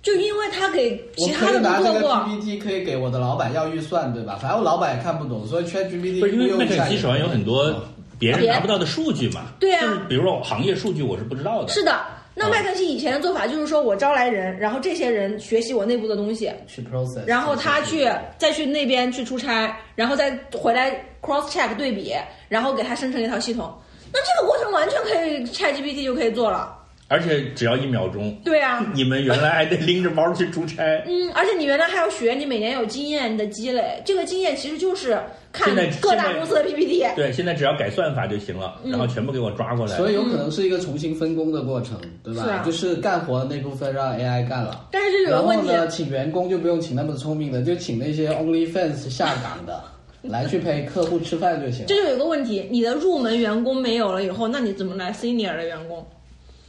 [SPEAKER 1] 就因为他给
[SPEAKER 3] 我
[SPEAKER 1] 其他
[SPEAKER 3] 可以
[SPEAKER 1] 的
[SPEAKER 3] 拿
[SPEAKER 1] 不
[SPEAKER 3] 这
[SPEAKER 1] 做
[SPEAKER 3] 个
[SPEAKER 1] 过。
[SPEAKER 3] PPT 可以给我的老板要预算，对吧？反正我老板也看不懂，所以 ChatGPT
[SPEAKER 2] 不是因为
[SPEAKER 3] 用
[SPEAKER 2] 麦
[SPEAKER 3] 一下
[SPEAKER 2] 肯锡
[SPEAKER 3] 也
[SPEAKER 2] 手上有很
[SPEAKER 3] 嗯
[SPEAKER 2] 多别人
[SPEAKER 1] 别
[SPEAKER 2] 拿不到的数据嘛，
[SPEAKER 1] 对啊
[SPEAKER 2] 就是比如说行业数据我是不知道的，
[SPEAKER 1] 是的，
[SPEAKER 3] 啊
[SPEAKER 1] 那麦肯锡以前的做法就是说我招来人，然后这些人学习我内部的东西，
[SPEAKER 3] 去 process，
[SPEAKER 1] 然后他去再去那边去出差，然后再回来 cross check 对比，然后给他生成一套系统。那这个过程完全可以 ChatGPT 就可以做了。
[SPEAKER 2] 而且只要一秒钟，
[SPEAKER 1] 对啊，
[SPEAKER 2] 你们原来还得拎着包去 出差，
[SPEAKER 1] 嗯，而且你原来还要学，你每年有经验你的积累，这个经验其实就是看
[SPEAKER 2] 现在
[SPEAKER 1] 各大
[SPEAKER 2] 现在
[SPEAKER 1] 公司的 PPT。
[SPEAKER 2] 对，现在只要改算法就行了，然后全部给我抓过来，
[SPEAKER 3] 嗯所以有可能是一个重新分工的过程，对吧？
[SPEAKER 1] 是啊
[SPEAKER 3] 就是干活的那部分让 AI 干了。
[SPEAKER 1] 但是这有
[SPEAKER 3] 然
[SPEAKER 1] 个
[SPEAKER 3] 后
[SPEAKER 1] 问题，
[SPEAKER 3] 呢，请员工就不用请那么聪明的，就请那些 OnlyFans 下岗 的来去陪客户吃饭就行了
[SPEAKER 1] 这。就有个问题，你的入门员工没有了以后，那你怎么来 senior 的员工？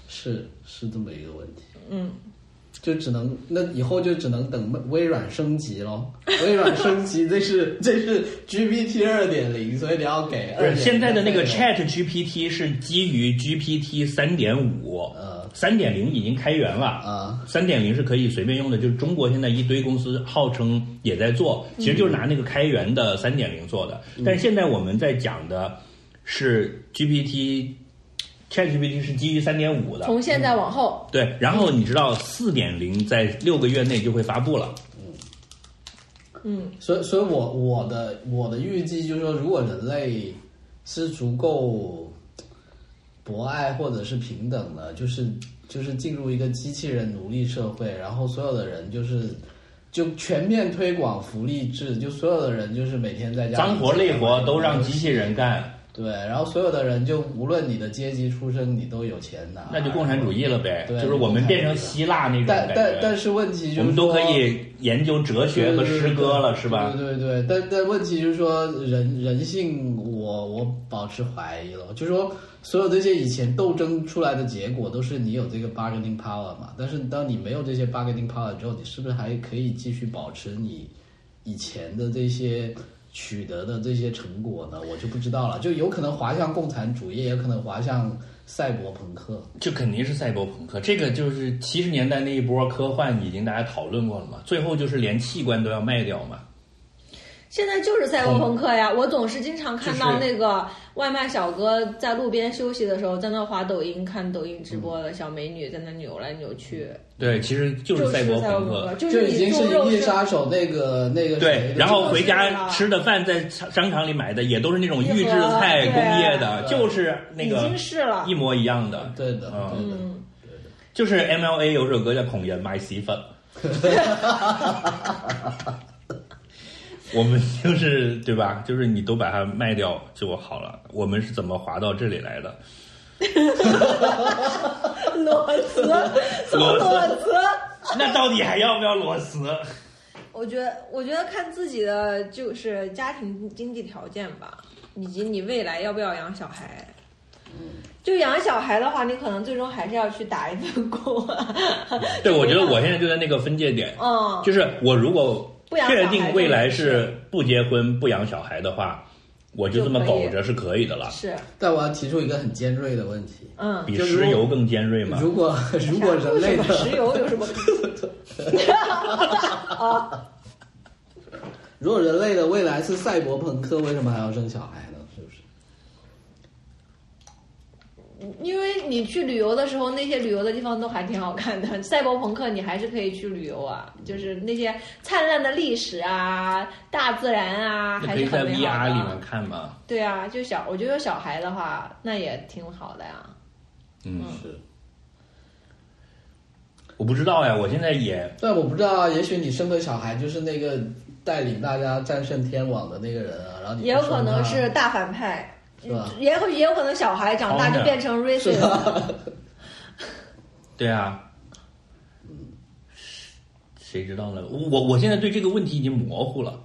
[SPEAKER 3] 是是这么一个问题，
[SPEAKER 1] 嗯，
[SPEAKER 3] 就只能那以后就只能等微软升级咯。微软升级，这是这是 GPT 二点零，所以你要给
[SPEAKER 2] 不是
[SPEAKER 3] 二
[SPEAKER 2] 现在的那个 Chat GPT 是基于 GPT 三点五
[SPEAKER 3] 呃，
[SPEAKER 2] 三点零已经开源了。
[SPEAKER 3] 啊、
[SPEAKER 2] 三点零是可以随便用的，就是中国现在一堆公司号称也在做，其实就是拿那个开源的三点零做的。
[SPEAKER 3] 嗯
[SPEAKER 2] 但是现在我们在讲的是 GPT。ChatGPT 是基于三点五的，
[SPEAKER 1] 从现在往后，
[SPEAKER 2] 对，然后你知道四点零在六个月内就会发布了，
[SPEAKER 1] 嗯，
[SPEAKER 3] 所以所以我我的我的预计就是说，如果人类是足够博爱或者是平等的，就是就是进入一个机器人奴隶社会，然后所有的人就是。就全面推广福利制，就所有的人就是每天在家
[SPEAKER 2] 脏活累活都让机器人干，
[SPEAKER 3] 对，然后所有的人就无论你的阶级出身，你都有钱拿，
[SPEAKER 2] 那就共产主义了呗，
[SPEAKER 3] 对
[SPEAKER 2] 就是我们变成希腊那种
[SPEAKER 3] 但
[SPEAKER 2] 感
[SPEAKER 3] 但
[SPEAKER 2] 觉。
[SPEAKER 3] 但是问题就是
[SPEAKER 2] 我们都可
[SPEAKER 3] 说
[SPEAKER 2] 以研究哲学和诗歌了，是吧？
[SPEAKER 3] 对对对，对但但问题就是说人人性我，我保持怀疑了，就是说所有这些以前斗争出来的结果都是你有这个 bargaining power 嘛，但是当你没有这些 bargaining power 之后，你是不是还可以继续保持你以前的这些？取得的这些成果呢，我就不知道了，就有可能滑向共产主义，也有可能滑向赛博朋克。
[SPEAKER 2] 这肯定是赛博朋克，这个就是七十年代那一波科幻已经大家讨论过了嘛，最后就是连器官都要卖掉嘛。
[SPEAKER 1] 现在就是赛博朋克呀！我总是经常看到
[SPEAKER 2] 嗯就是
[SPEAKER 1] 那个外卖小哥在路边休息的时候，在那滑抖音、看抖音直播的小美女在那扭来扭去，
[SPEAKER 2] 对，其实就
[SPEAKER 1] 就是是
[SPEAKER 2] 赛博
[SPEAKER 1] 赛博
[SPEAKER 2] 朋
[SPEAKER 1] 朋克，
[SPEAKER 2] 克。
[SPEAKER 1] 就
[SPEAKER 3] 就是已经
[SPEAKER 1] 你
[SPEAKER 3] 是
[SPEAKER 1] 做
[SPEAKER 3] 《
[SPEAKER 1] 肉
[SPEAKER 3] 银翼
[SPEAKER 1] 身。
[SPEAKER 3] 杀手》那个那个谁
[SPEAKER 2] 对，然后回
[SPEAKER 1] 就是
[SPEAKER 2] 家
[SPEAKER 1] 了
[SPEAKER 2] 吃的饭在商场里买的也都是那种
[SPEAKER 1] 一盒
[SPEAKER 2] 预制菜
[SPEAKER 1] 对
[SPEAKER 2] 工业的，
[SPEAKER 3] 对
[SPEAKER 2] 就是那
[SPEAKER 1] 已
[SPEAKER 2] 个
[SPEAKER 1] 经是了
[SPEAKER 2] 一模一样的。
[SPEAKER 3] 对的，
[SPEAKER 2] 嗯
[SPEAKER 3] 对的。
[SPEAKER 2] 就是 MLA 有首歌叫《孔爷买媳妇》， 我们就是对吧？就是你都把它卖掉就好了。我们是怎么滑到这里来的？
[SPEAKER 1] 裸辞，什么裸辞？
[SPEAKER 2] 那到底还要不要裸 辞？
[SPEAKER 1] 我觉得，我觉得看自己的就是家庭经济条件吧，以及你未来要不要养小孩。就养小孩的话，你可能最终还是要去打一份工、啊。
[SPEAKER 2] 对，我觉得我现在就在那个分界点，
[SPEAKER 1] 嗯，
[SPEAKER 2] 就是我如果
[SPEAKER 1] 不养小孩
[SPEAKER 2] 确定未来是不结婚不养小孩的话，我就这么苟着是可以的了，
[SPEAKER 1] 是，
[SPEAKER 3] 但我要提出一个很尖锐的问题：
[SPEAKER 1] 嗯，
[SPEAKER 2] 比
[SPEAKER 3] 就
[SPEAKER 2] 石
[SPEAKER 3] 如
[SPEAKER 2] 油更尖锐嘛。
[SPEAKER 3] 如果 如果人类
[SPEAKER 1] 为什么石
[SPEAKER 3] 的
[SPEAKER 1] 油有什 么？
[SPEAKER 3] 如果人类的未来是赛博朋克，为什么还要生小孩呢？是不是？
[SPEAKER 1] 因为你去旅游的时候，那些旅游的地方都还挺好看的。 赛博朋克你还是可以去旅游啊，就是那些灿烂的历史啊、大自然啊，
[SPEAKER 2] 那
[SPEAKER 1] 还
[SPEAKER 2] 可以
[SPEAKER 1] 是
[SPEAKER 2] 在
[SPEAKER 1] 很美
[SPEAKER 2] VR 里
[SPEAKER 1] 好
[SPEAKER 2] 面
[SPEAKER 1] 的。
[SPEAKER 2] 看嘛？
[SPEAKER 1] 对啊，就小，我觉得小孩的话，那也挺好的呀。
[SPEAKER 2] 嗯，
[SPEAKER 3] 是。
[SPEAKER 2] 我不知道呀，我现在也
[SPEAKER 3] 但我不知道啊，也许你生个小孩就是那个带领大家战胜天网的那个人啊，然后你
[SPEAKER 1] 也有可能
[SPEAKER 3] 不生
[SPEAKER 1] 是大反派，
[SPEAKER 3] 是吧
[SPEAKER 2] 嗯
[SPEAKER 1] 也有也有可能小孩长大就变成 racist。
[SPEAKER 3] 他是吧？
[SPEAKER 2] 对啊，谁知道呢？我我现在对这个问题已经模糊了，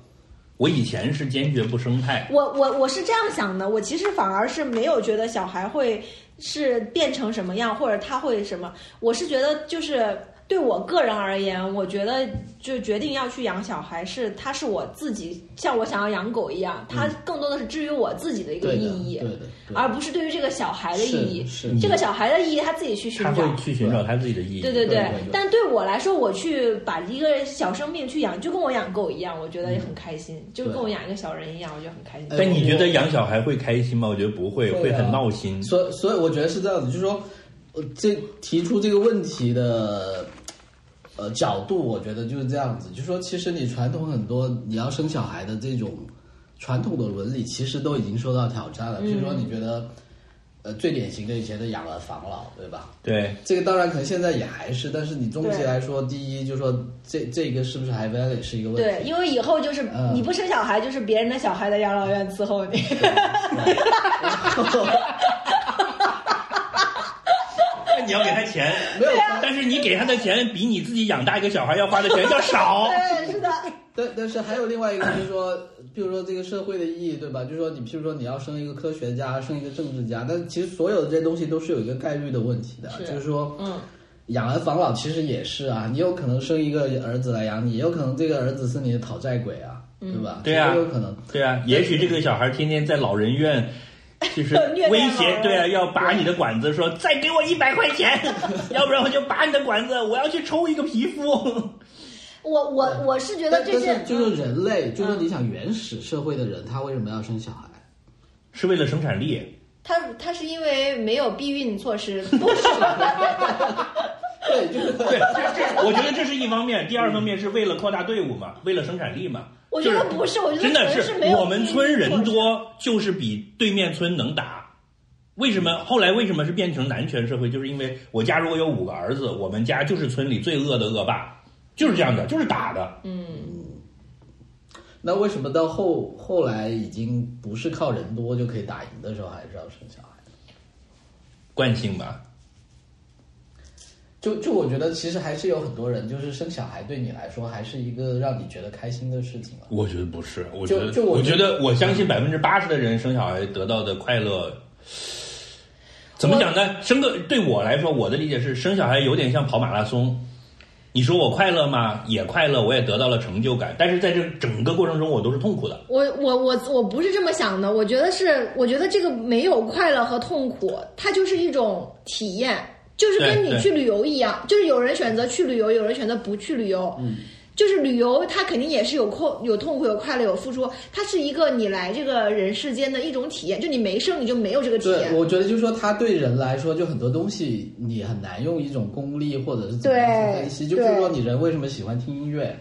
[SPEAKER 2] 我以前是坚决不生态，
[SPEAKER 1] 我我我是这样想的，我其实反而是没有觉得小孩会是变成什么样，或者他会什么。我是觉得就是对我个人而言，我觉得就决定要去养小孩是，他是我自己像我想要养狗一样，它更多的是至于我自己的一个
[SPEAKER 3] 嗯对的
[SPEAKER 1] 意义
[SPEAKER 3] 对，的，对的
[SPEAKER 1] 而不是对于这个小孩的意义。
[SPEAKER 3] 是嗯是
[SPEAKER 1] 这个小孩的意义他自己去寻
[SPEAKER 2] 他
[SPEAKER 1] 找
[SPEAKER 2] 会。去寻找他自己的意义。
[SPEAKER 1] 对对
[SPEAKER 3] 对对对
[SPEAKER 1] 但对我来说，我去把一个小生命去养，就跟我养狗一样，我觉得也
[SPEAKER 3] 嗯
[SPEAKER 1] 很开心，就跟我养一个小人一样，我觉得很开心。
[SPEAKER 3] 哎
[SPEAKER 2] 但你觉得养小孩会开心吗？我觉得不会，
[SPEAKER 3] 会啊
[SPEAKER 2] 会很闹心。
[SPEAKER 3] 所以所以我觉得是这样子，就是说，呃，这提出这个问题的呃角度，我觉得就是这样子，就是说，其实你传统很多你要生小孩的这种传统的伦理，其实都已经受到挑战了。
[SPEAKER 1] 嗯
[SPEAKER 3] 譬如说，你觉得呃最典型的以前的养儿防老，对吧？
[SPEAKER 2] 对，
[SPEAKER 3] 这个当然可能现在也还是，但是你终极
[SPEAKER 1] 对
[SPEAKER 3] 来说，第一就是说这这个是不是还 valid 是一个问题。
[SPEAKER 1] 对，因为以后就是、
[SPEAKER 3] 嗯
[SPEAKER 1] 你不生小孩，就是别人的小孩的养老院伺候你。
[SPEAKER 2] 那 你要给他钱，
[SPEAKER 3] 没有，
[SPEAKER 1] 啊
[SPEAKER 2] 但是你给他的钱比你自己养大一个小孩要花的钱要少。
[SPEAKER 1] 对，啊是的，
[SPEAKER 3] 但但是还有另外一个，就是说，比如说这个社会的意义，对吧？就是说，你譬如说你要生一个科学家，生一个政治家，但其实所有的这些东西都是有一个概率的问题的，
[SPEAKER 1] 是
[SPEAKER 3] 就是说，
[SPEAKER 1] 嗯，
[SPEAKER 3] 养儿防老其实也是啊，你有可能生一个儿子来养你，也有可能这个儿子是你的讨债鬼啊，
[SPEAKER 1] 嗯
[SPEAKER 3] 对吧？
[SPEAKER 2] 对啊
[SPEAKER 3] 都有 可能。
[SPEAKER 2] 对啊，也许这个小孩天天在老人院，就是
[SPEAKER 1] 虐待
[SPEAKER 2] 威
[SPEAKER 1] 老
[SPEAKER 2] 胁，
[SPEAKER 1] 人
[SPEAKER 2] 对啊，要拔你的管 子，说再给我一百块钱， 要不然我就拔你的管子，我要去抽一个皮肤。
[SPEAKER 1] 我我我是觉得
[SPEAKER 3] 但
[SPEAKER 1] 这
[SPEAKER 3] 但
[SPEAKER 1] 些嗯
[SPEAKER 3] 是就是人类，就是你想原始社会的人，他为什么要 生小孩？
[SPEAKER 2] 是为了生产力，
[SPEAKER 1] 他他是因为没有避孕措施，不是
[SPEAKER 3] 对，就是
[SPEAKER 2] 对，这我觉得这是一方面。第二方面是为了扩大队伍嘛，嗯为了生产力嘛。
[SPEAKER 1] 我觉得不，
[SPEAKER 2] 就是
[SPEAKER 1] 我觉得
[SPEAKER 2] 真的
[SPEAKER 1] 可能
[SPEAKER 2] 是
[SPEAKER 1] 没有
[SPEAKER 2] 我们村人
[SPEAKER 1] 避孕措施。
[SPEAKER 2] 多，就是比对面村能打。为什
[SPEAKER 1] 嗯
[SPEAKER 2] 么后来为什么是变成男权社会？就是因为我家如果有五个儿子，我们家就是村里最恶的恶霸，就是这样的，就是打的。
[SPEAKER 1] 嗯
[SPEAKER 3] 那为什么到后后来已经不是靠人多就可以打赢的时候，还是要生小孩？
[SPEAKER 2] 惯性吧，
[SPEAKER 3] 就就我觉得，其实还是有很多人，就是生小孩对你来说，还是一个让你觉得开心的事情了。啊
[SPEAKER 2] 我觉得不是，我
[SPEAKER 3] 就
[SPEAKER 2] 觉得
[SPEAKER 3] 就我
[SPEAKER 2] 我
[SPEAKER 3] 觉
[SPEAKER 2] 觉得我相信百分之八十的人生小孩得到的快乐，怎么讲呢？生个对我来说，我的理解是生小孩有点像跑马拉松。你说我快乐吗？也快乐，我也得到了成就感，但是在这整个过程中，我都是痛苦的。
[SPEAKER 1] 我我我我不是这么想的，我觉得是，我觉得这个没有快乐和痛苦，它就是一种体验，就是跟
[SPEAKER 2] 对
[SPEAKER 1] 你
[SPEAKER 2] 对
[SPEAKER 1] 去旅游一样，就是有人选择去旅游，有人选择不去旅游。嗯，就是旅游，它肯定也是有痛、有痛苦、有快乐、有付出，它是一个你来这个人世间的一种体验。就你没生，你就没有这个体
[SPEAKER 3] 对，
[SPEAKER 1] 验。
[SPEAKER 3] 我觉得就是说，他对人来说，就很多东西你很难用一种功利或者是怎么样去分析。就
[SPEAKER 1] 对
[SPEAKER 3] 比如说，你人为什么喜欢听音乐？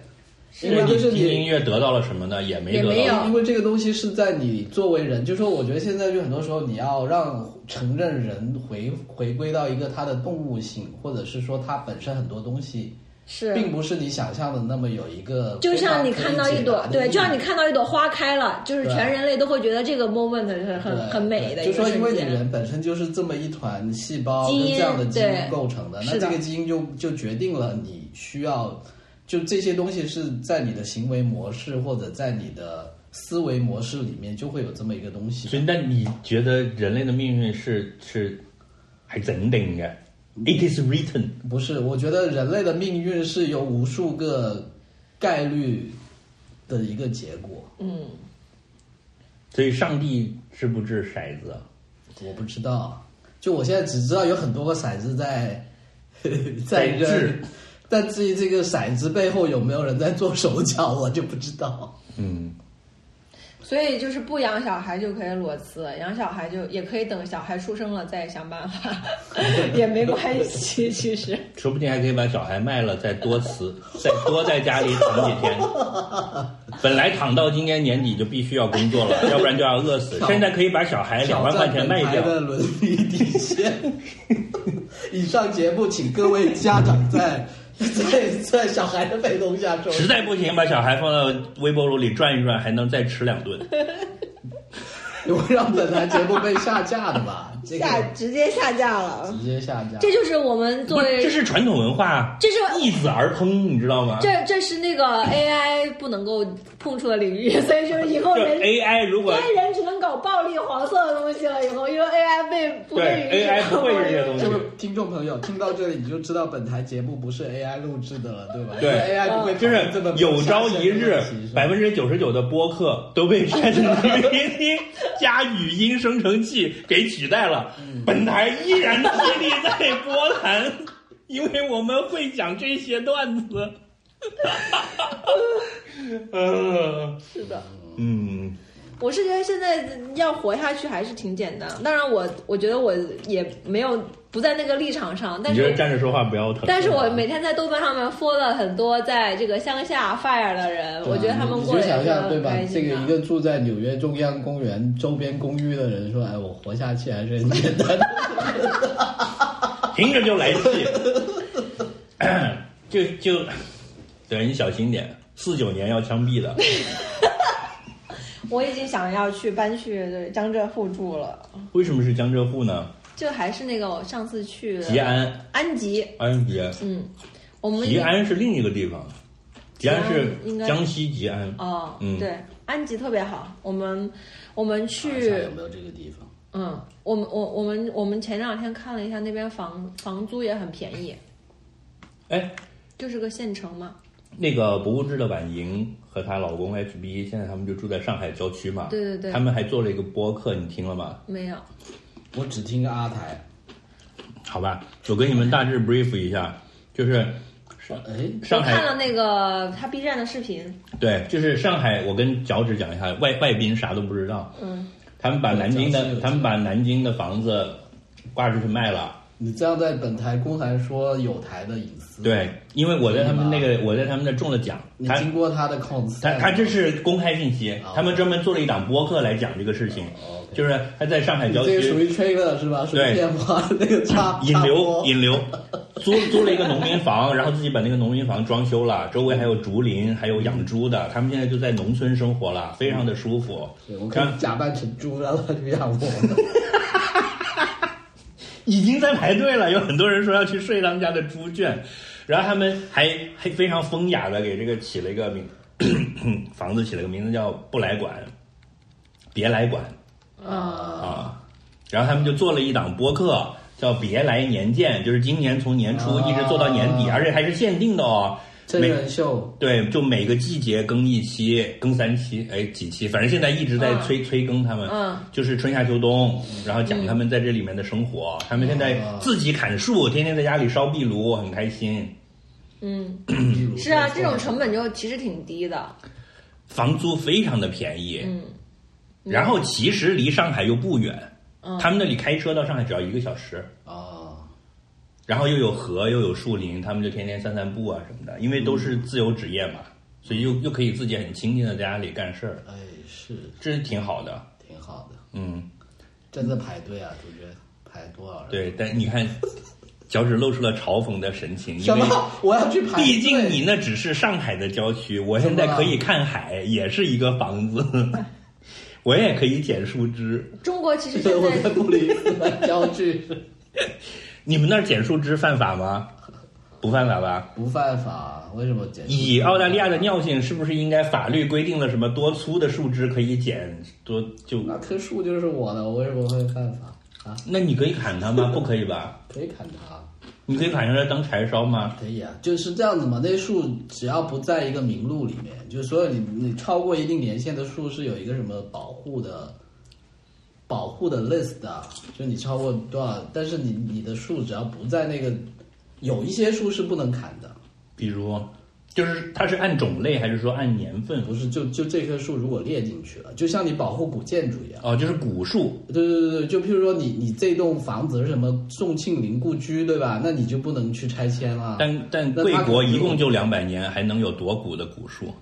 [SPEAKER 3] 因
[SPEAKER 2] 因为
[SPEAKER 3] 为
[SPEAKER 2] 你
[SPEAKER 3] 就是
[SPEAKER 2] 听音
[SPEAKER 3] 你，
[SPEAKER 2] 乐得到了什么呢？也没
[SPEAKER 1] 也
[SPEAKER 2] 得
[SPEAKER 1] 没
[SPEAKER 2] 到
[SPEAKER 1] 有。
[SPEAKER 3] 因为这个东西是在你作为人，就说我觉得现在就很多时候你要让承认人回回归到一个他的动物性，或者是说他本身很多东西，
[SPEAKER 1] 是
[SPEAKER 3] 并不是你想象的那么有一个
[SPEAKER 1] 就
[SPEAKER 3] 非常
[SPEAKER 1] 像
[SPEAKER 3] 可以
[SPEAKER 1] 你
[SPEAKER 3] 解答的意义。
[SPEAKER 1] 看到一朵，对，就像你看到一朵花开了，就是
[SPEAKER 3] 对
[SPEAKER 1] 全人类都会觉得这个 moment 是很
[SPEAKER 3] 对
[SPEAKER 1] 很美的一
[SPEAKER 3] 就
[SPEAKER 1] 个
[SPEAKER 3] 说因为
[SPEAKER 1] 瞬
[SPEAKER 3] 你
[SPEAKER 1] 间。
[SPEAKER 3] 人本身就是这么一团细胞
[SPEAKER 1] 基
[SPEAKER 3] 跟
[SPEAKER 1] 因
[SPEAKER 3] 这样的基因
[SPEAKER 1] 对
[SPEAKER 3] 构成的，那
[SPEAKER 1] 是的
[SPEAKER 3] 这个基因就就决定了你需要，就这些东西是在你的行为模式或者在你的思维模式里面就会有这么一个东
[SPEAKER 2] 所
[SPEAKER 3] 西。
[SPEAKER 2] 以，那你觉得人类的命运是是系整定嘅？It is written。
[SPEAKER 3] 不是，我觉得人类的命运是由无数个概率的一个结果，
[SPEAKER 2] 所以，上帝掷不掷骰子？啊
[SPEAKER 3] 我不知道。就我现在只知道有很多个骰子在
[SPEAKER 2] 在掷
[SPEAKER 3] 扔，但至于这个骰子背后有没有人在做手脚，我就不知道。
[SPEAKER 2] 嗯，
[SPEAKER 6] 所以就是不养小孩就可以裸辞，养小孩就也可以等小孩出生了再想办 法，也没关系。其实
[SPEAKER 2] 说不定还可以把小孩卖了，再多辞，再多在家里躺几天。本来躺到今年年底就必须要工作了，要不然就要饿死。现在可以把小孩两万块钱卖
[SPEAKER 3] 挑战
[SPEAKER 2] 掉
[SPEAKER 3] 本台。的伦理底线。 以上节目，请各位家长在 在在小孩的陪同下收
[SPEAKER 2] 实在不行，把小孩放到微波炉里转一转，还能再吃两顿。
[SPEAKER 3] 有让本台节目被下架的吧？这个
[SPEAKER 6] 下直接下架了。
[SPEAKER 3] 直接下架。
[SPEAKER 1] 这就是我们作
[SPEAKER 2] 不是，
[SPEAKER 1] 为
[SPEAKER 2] 这是传统文化，
[SPEAKER 1] 这是
[SPEAKER 2] 易子而烹，你知道吗？
[SPEAKER 1] 这这是那个 AI 不能够碰触的领域，所以就是以后
[SPEAKER 2] 就
[SPEAKER 1] 人
[SPEAKER 2] AI 如果
[SPEAKER 1] AI 人只能搞暴力黄色的东西了。以后因为 AI 被不
[SPEAKER 2] 对
[SPEAKER 1] 会允许
[SPEAKER 2] AI 不会这些东西
[SPEAKER 3] 这，位听众朋友听到这里，你就知道本台节目不是 AI 录制的了，对吧？
[SPEAKER 2] 对
[SPEAKER 3] 因为 AI 不
[SPEAKER 6] 哦
[SPEAKER 3] 会
[SPEAKER 2] 就是
[SPEAKER 3] 这么
[SPEAKER 2] 有朝一日，百分
[SPEAKER 3] 之
[SPEAKER 2] 之九十九的播客都被 ChatGPT 加语音生成器给取代了。本台依然屹立在波兰，因为我们会讲这些段子。 呃，
[SPEAKER 6] 是的，
[SPEAKER 2] 嗯，
[SPEAKER 6] 我是觉得现在要活下去还是挺简单。当然我，我觉得我也没有不在那个立场上，但
[SPEAKER 2] 你觉得
[SPEAKER 6] 是
[SPEAKER 2] 站着说话不腰疼？
[SPEAKER 6] 但是我每天在豆瓣上面 follow 了很多在这个乡下 fire 的人，我觉得他们过得
[SPEAKER 3] 你就
[SPEAKER 6] 也
[SPEAKER 3] 想
[SPEAKER 6] 是
[SPEAKER 3] 象对
[SPEAKER 6] 很
[SPEAKER 3] 吧
[SPEAKER 6] 开？
[SPEAKER 3] 这
[SPEAKER 6] 心
[SPEAKER 3] 个
[SPEAKER 6] 的。
[SPEAKER 3] 一个住在纽约中央公园周边公寓的人说：“哎，我活下去还是很简单的。
[SPEAKER 2] 听着就来 气， 就就，对你小心点，四九年要枪毙的。
[SPEAKER 6] 我已经想要去搬去江浙沪住了，
[SPEAKER 2] 为什么是江浙沪呢？
[SPEAKER 6] 就还是那个我上次去的
[SPEAKER 2] 吉安，
[SPEAKER 6] 安吉，
[SPEAKER 2] 安吉安，
[SPEAKER 6] 嗯，我们
[SPEAKER 2] 吉安是另一个地方，吉安是
[SPEAKER 6] 应该
[SPEAKER 2] 江西吉安。
[SPEAKER 6] 哦，
[SPEAKER 2] 嗯
[SPEAKER 6] 对，安吉特别好。我们我们”
[SPEAKER 3] 马
[SPEAKER 6] 去
[SPEAKER 3] 上，有没有这啊个地方？
[SPEAKER 6] 嗯，我们我我们我们前两天看了一下那边房房租也很便宜，
[SPEAKER 2] 哎，
[SPEAKER 6] 就是个县城嘛。
[SPEAKER 2] 那个不物质的婉莹和她老公 HB，现在他们就住在上海郊区嘛。
[SPEAKER 6] 对对对
[SPEAKER 2] 他们还做了一个播客，你听了吗？
[SPEAKER 6] 没有，
[SPEAKER 3] 我只听阿台。
[SPEAKER 2] 好吧，我跟你们大致 brief 一下，就是
[SPEAKER 3] 哎，
[SPEAKER 6] 我
[SPEAKER 2] 上海
[SPEAKER 6] 看了那个他 B 站的视频，
[SPEAKER 2] 对，就是上海，我跟脚趾讲一下，外外宾啥都不知道。
[SPEAKER 6] 嗯，
[SPEAKER 2] 他们把南京
[SPEAKER 3] 嗯脚趾
[SPEAKER 2] 的
[SPEAKER 3] 有
[SPEAKER 2] 他们把南京的房子挂出去卖了。
[SPEAKER 3] 你这样在本台公然说有台的隐私，，
[SPEAKER 2] 对，因为我在他们那个我在他们那中了奖，
[SPEAKER 3] 你
[SPEAKER 2] 他
[SPEAKER 3] 经过他的 cons，
[SPEAKER 2] 他他这是公开信息
[SPEAKER 3] 嗯哦，
[SPEAKER 2] 他们专门做了一档播客来讲这个事情，
[SPEAKER 3] 哦，OK
[SPEAKER 2] 就是他在上海
[SPEAKER 3] 你
[SPEAKER 2] 郊
[SPEAKER 3] 这个属
[SPEAKER 2] 区
[SPEAKER 3] 于吹了是吧？属于
[SPEAKER 2] 对
[SPEAKER 3] 骗话的那个差
[SPEAKER 2] 引流
[SPEAKER 3] 引
[SPEAKER 2] 引流，租租了一个农民房，然后自己把那个农民房装修了，周围还有竹林，还有养猪的，他们现在就在农村生活了，非常的舒服。
[SPEAKER 3] 嗯我可以假扮成猪，让他去养 我。
[SPEAKER 2] 已经在排队了，有很多人说要去睡他们家的猪圈，然后他们还还非常风雅的给这个起了一个名， 房子起了个名字叫“不来管，别来管”啊，然后他们就做了一档播客。叫别来年鉴，就是今年从年初一直做到年底，
[SPEAKER 3] 啊
[SPEAKER 2] 而且还是限定的哦。
[SPEAKER 3] 真
[SPEAKER 2] 每
[SPEAKER 3] 人秀，
[SPEAKER 2] 对，就每个季节更一期，更三期，哎，几期，反正现在一直在催、催更他们，
[SPEAKER 6] 嗯
[SPEAKER 2] 就是春夏秋冬，然后讲他们在这里面的生活，他们现在自己砍树，天天在家里烧壁炉，很开心。
[SPEAKER 6] 嗯，
[SPEAKER 3] 是
[SPEAKER 6] 是啊，这种成本就其实挺低的，
[SPEAKER 2] 房租非常的便宜，嗯，然后其实离上海又不远，他们那里开车到上海只要一个小时，
[SPEAKER 3] 啊，
[SPEAKER 2] 然后又有河又有树林，他们就天天散散步啊什么的，因为都是自由职业
[SPEAKER 3] 嗯
[SPEAKER 2] 嘛，所以又又可以自己很清静的在家里干事儿，
[SPEAKER 3] 哎，是
[SPEAKER 2] 这是挺好的，
[SPEAKER 3] 挺好的，
[SPEAKER 2] 嗯。
[SPEAKER 3] 真的排队啊，主角排多少人？，
[SPEAKER 2] 对，但你看，脚趾露出了嘲讽的神情，因
[SPEAKER 3] 什
[SPEAKER 2] 为
[SPEAKER 3] 么？我要去排队？
[SPEAKER 2] 毕竟你那只是上海的郊区，我现在可以看海，也是一个房子， 我也可以捡树枝。
[SPEAKER 6] 中国其实
[SPEAKER 3] 对
[SPEAKER 6] 现
[SPEAKER 3] 我在
[SPEAKER 6] 在
[SPEAKER 3] 布里斯班郊区
[SPEAKER 2] 你们那儿捡树枝犯法吗？不犯法吧？
[SPEAKER 3] 不犯法，为什么捡？
[SPEAKER 2] 以澳大利亚的，尿性，是不是应该法律规定了什么多粗的树枝可以捡多就？
[SPEAKER 3] 那棵树啊就是我的，我为什么会犯法啊？
[SPEAKER 2] 那你可以砍它吗？不可以吧？
[SPEAKER 3] 可以砍它。
[SPEAKER 2] 你可以砍下来当柴烧吗？
[SPEAKER 3] 可以啊，就是这样子嘛。那树只要不在一个名录里面，就是所有你你超过一定年限的树是有一个什么保护的，保护的 list 的，就你超过多少，但是你你的树只要不在那个，有一些树是不能砍的，
[SPEAKER 2] 比如，就是它是按种类还是说按年份？
[SPEAKER 3] 不是就就这棵树如果列进去了，就像你保护古建筑一样。
[SPEAKER 2] 哦，就是古树，
[SPEAKER 3] 对对对对，就譬如说你你这栋房子是什么宋庆龄故居对吧？那你就不能去拆迁了。
[SPEAKER 2] 但但
[SPEAKER 3] 那
[SPEAKER 2] 贵
[SPEAKER 3] 它可
[SPEAKER 2] 国
[SPEAKER 3] 能
[SPEAKER 2] 一
[SPEAKER 3] 就
[SPEAKER 2] 共就两百年，还能有多古的古树？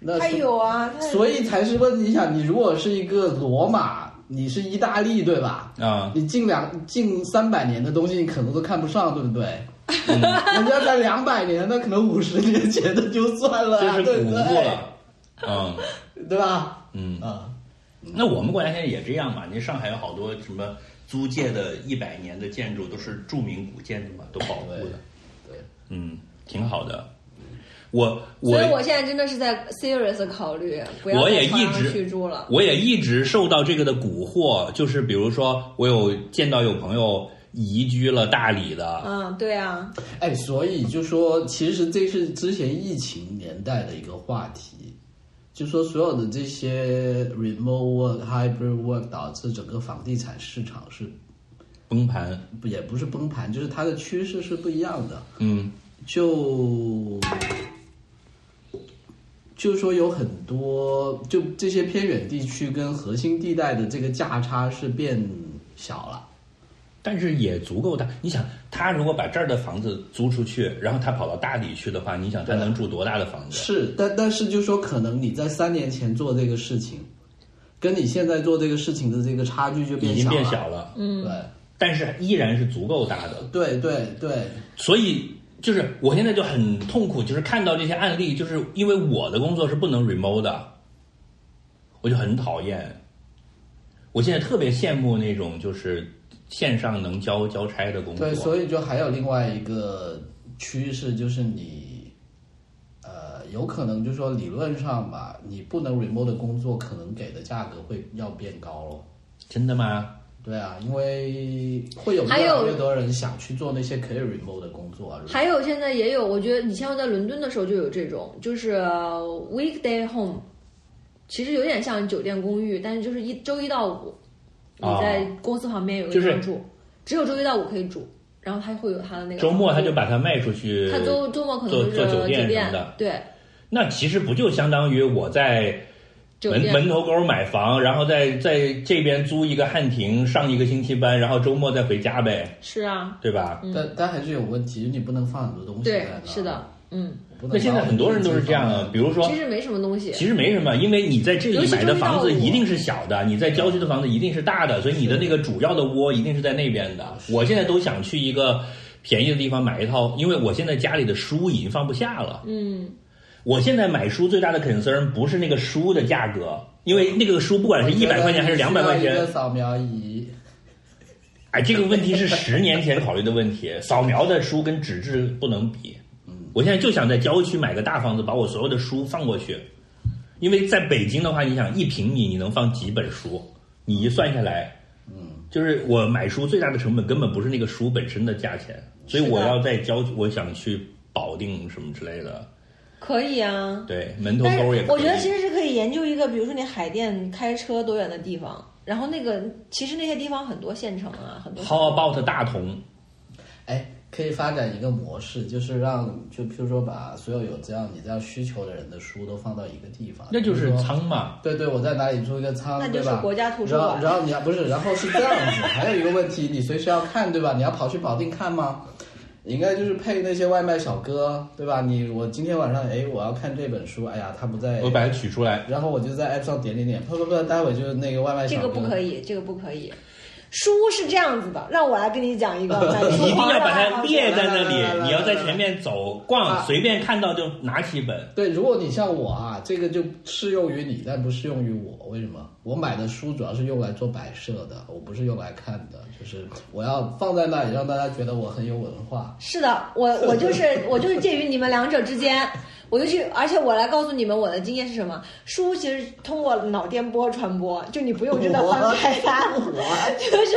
[SPEAKER 3] 那
[SPEAKER 6] 还
[SPEAKER 3] 是
[SPEAKER 6] 有啊，他
[SPEAKER 3] 所以才是问你想，你如果是一个罗马，你是意大利对吧？
[SPEAKER 2] 啊
[SPEAKER 3] 你近两近三百年的东西，你可能都看不上，对不对？
[SPEAKER 2] 嗯
[SPEAKER 3] 人家才两百年，那可能五十年前的就算了
[SPEAKER 2] 这
[SPEAKER 3] 啊、
[SPEAKER 2] 是
[SPEAKER 3] 对
[SPEAKER 2] 古
[SPEAKER 3] 不
[SPEAKER 2] 物
[SPEAKER 3] 对？
[SPEAKER 2] 了。嗯
[SPEAKER 3] 对吧？
[SPEAKER 2] 嗯，
[SPEAKER 3] 啊、
[SPEAKER 2] 那我们国家现在也这样嘛？你上海有好多什么租界的一百年的建筑都是著名古建筑嘛，都保护
[SPEAKER 3] 对
[SPEAKER 2] 的，
[SPEAKER 3] 对，
[SPEAKER 2] 嗯，挺好的。我
[SPEAKER 6] 所
[SPEAKER 2] 我
[SPEAKER 6] 以我现在真的是在 serious 考虑，不要
[SPEAKER 2] 我也
[SPEAKER 6] 在朝
[SPEAKER 2] 一
[SPEAKER 6] 阳
[SPEAKER 2] 直
[SPEAKER 6] 去住了。
[SPEAKER 2] 我也一直受到这个的蛊惑，就是比如说，我有见到有朋友移居了大理的，
[SPEAKER 6] 嗯，对啊，
[SPEAKER 3] 哎，所以就说，其实这是之前疫情年代的一个话题，就说所有的这些 remote work、hybrid work 导致整个房地产市场是
[SPEAKER 2] 崩盘，
[SPEAKER 3] 也不是崩盘，就是它的趋势是不一样的。
[SPEAKER 2] 嗯
[SPEAKER 3] 就就是说有很多，就这些偏远地区跟核心地带的这个价差是变小了。
[SPEAKER 2] 但是也足够大。你想，他如果把这儿的房子租出去，然后他跑到大理去的话，你想他能住多大的房子？
[SPEAKER 3] 是，但但是就说可能你在三年前做这个事情，跟你现在做这个事情的这个差距就
[SPEAKER 2] 已
[SPEAKER 3] 变
[SPEAKER 2] 经
[SPEAKER 3] 小了。
[SPEAKER 2] 变小了，
[SPEAKER 3] 对
[SPEAKER 2] 但是依然是足够大的。
[SPEAKER 3] 对对对，
[SPEAKER 2] 所以就是我现在就很痛苦，就是看到这些案例，就是因为我的工作是不能 remote 的，我就很讨厌。我现在特别羡慕那种就是线上能交交差的工作，
[SPEAKER 3] 对，所以就还有另外一个趋势，就是你，呃，有可能就说理论上吧，你不能 remote 的工作，可能给的价格会要变高咯。
[SPEAKER 2] 真的吗？
[SPEAKER 3] 对啊，因为会有越
[SPEAKER 6] 还有
[SPEAKER 3] 来越多人想去做那些可以 remote 的工作啊。
[SPEAKER 6] 还有现在也有，我觉得以前我在伦敦的时候就有这种，就是 weekday home，其实有点像酒店公寓，但是就是一周一到五，你
[SPEAKER 2] 哦
[SPEAKER 6] 在公司旁边有一个
[SPEAKER 2] 就是
[SPEAKER 6] 地方住，只有周一到五可以住，然后他会有他的那个
[SPEAKER 2] 周末他就把它卖出去，
[SPEAKER 6] 他周周末可能
[SPEAKER 2] 做
[SPEAKER 6] 就是
[SPEAKER 2] 做酒
[SPEAKER 6] 酒
[SPEAKER 2] 店什么的
[SPEAKER 6] 对
[SPEAKER 2] 那其实不就相当于我在
[SPEAKER 6] 酒
[SPEAKER 2] 门
[SPEAKER 6] 店
[SPEAKER 2] 门头沟买房，然后在在这边租一个汉庭上一个星期班，然后周末再回家呗，
[SPEAKER 6] 是啊，
[SPEAKER 2] 对吧？
[SPEAKER 3] 但但还是有问题，你不能放很多东西
[SPEAKER 6] 对
[SPEAKER 3] 在那。
[SPEAKER 6] 是的，嗯，
[SPEAKER 3] 不能
[SPEAKER 2] 那现在很多人都是这样
[SPEAKER 3] 放
[SPEAKER 2] 啊，比如说
[SPEAKER 6] 其实没什么东西，
[SPEAKER 2] 其实没什么，因为你在这
[SPEAKER 6] 尤
[SPEAKER 2] 里
[SPEAKER 6] 其
[SPEAKER 2] 买的
[SPEAKER 6] 周一到
[SPEAKER 2] 房子
[SPEAKER 6] 五
[SPEAKER 2] 一定是小的，你在郊区的房子一定是大的，所以你的那个主要的窝一定是在那边的。我现在都想去一个便宜的地方买一套，因为我现在家里的书已经放不下了。
[SPEAKER 6] 嗯，
[SPEAKER 2] 我现在买书最大的 concern 不是那个书的价格，因为那个书不管是一百块钱还是两百块
[SPEAKER 3] 我觉得你需要
[SPEAKER 2] 钱
[SPEAKER 3] 一个，扫描仪，
[SPEAKER 2] 哎，这个问题是十年前考虑的问题，扫描的书跟纸质不能比。
[SPEAKER 1] 嗯
[SPEAKER 2] 我现在就想在郊区买个大房子，把我所有的书放过去，因为在北京的话，你想一平米你能放几本书？你一算下来，嗯，就是我买书最大的成本根本不是那个书本身的价钱，所以我要在郊区，我想去保定什么之类的，
[SPEAKER 1] 可以啊。
[SPEAKER 2] 对，门头
[SPEAKER 1] 但
[SPEAKER 2] 沟也
[SPEAKER 1] 是
[SPEAKER 2] 可以。
[SPEAKER 1] 我觉得其实是可以研究一个，比如说你海淀开车多远的地方，然后那个其实那些地方很多县城啊，很多
[SPEAKER 2] How about 大同？
[SPEAKER 3] 哎，可以发展一个模式，就是让就譬如说把所有有这样你这样需求的人的书都放到一个地方，
[SPEAKER 2] 那就是
[SPEAKER 3] 比如说
[SPEAKER 2] 仓嘛，
[SPEAKER 3] 对对，我在哪里租一个仓，
[SPEAKER 1] 那
[SPEAKER 3] 对
[SPEAKER 1] 就是
[SPEAKER 3] 吧？
[SPEAKER 1] 国家图书馆
[SPEAKER 3] 然后，然后你要不是，然后是这样子，还有一个问题，你随时要看，对吧？你要跑去保定看吗？你应该就是配那些外卖小哥，对吧？你我今天晚上，哎，我要看这本书，哎呀，他不在
[SPEAKER 2] 我，把它取出来。
[SPEAKER 3] 然后我就在 app 上点点点，啪啪啪，待会就是那个外卖
[SPEAKER 1] 这
[SPEAKER 3] 小哥。
[SPEAKER 1] 个不可以，这个不可以。书是这样子的，让我来跟你讲一 个买
[SPEAKER 2] 你
[SPEAKER 1] 书
[SPEAKER 2] 一定
[SPEAKER 1] 狂
[SPEAKER 2] 要
[SPEAKER 1] 热
[SPEAKER 2] 把
[SPEAKER 1] 爱
[SPEAKER 2] 它
[SPEAKER 1] 好者
[SPEAKER 2] 列在那
[SPEAKER 3] 来来来来
[SPEAKER 2] 里，
[SPEAKER 3] 来
[SPEAKER 2] 你要在前面走逛，
[SPEAKER 3] 啊
[SPEAKER 2] 随便看到就拿起本。
[SPEAKER 3] 对，如果你像我啊，这个就适用于你，但不适用于我。为什么？我买的书主要是用来做摆设的，我不是用来看的。就是我要放在那里，让大家觉得我很有文化。
[SPEAKER 1] 是的， 我我就是我就是介于你们两者之间， 我就去，而且我来告诉你们我的经验是什么。书其实通过脑电波传播，就你不用真的翻开它， 就是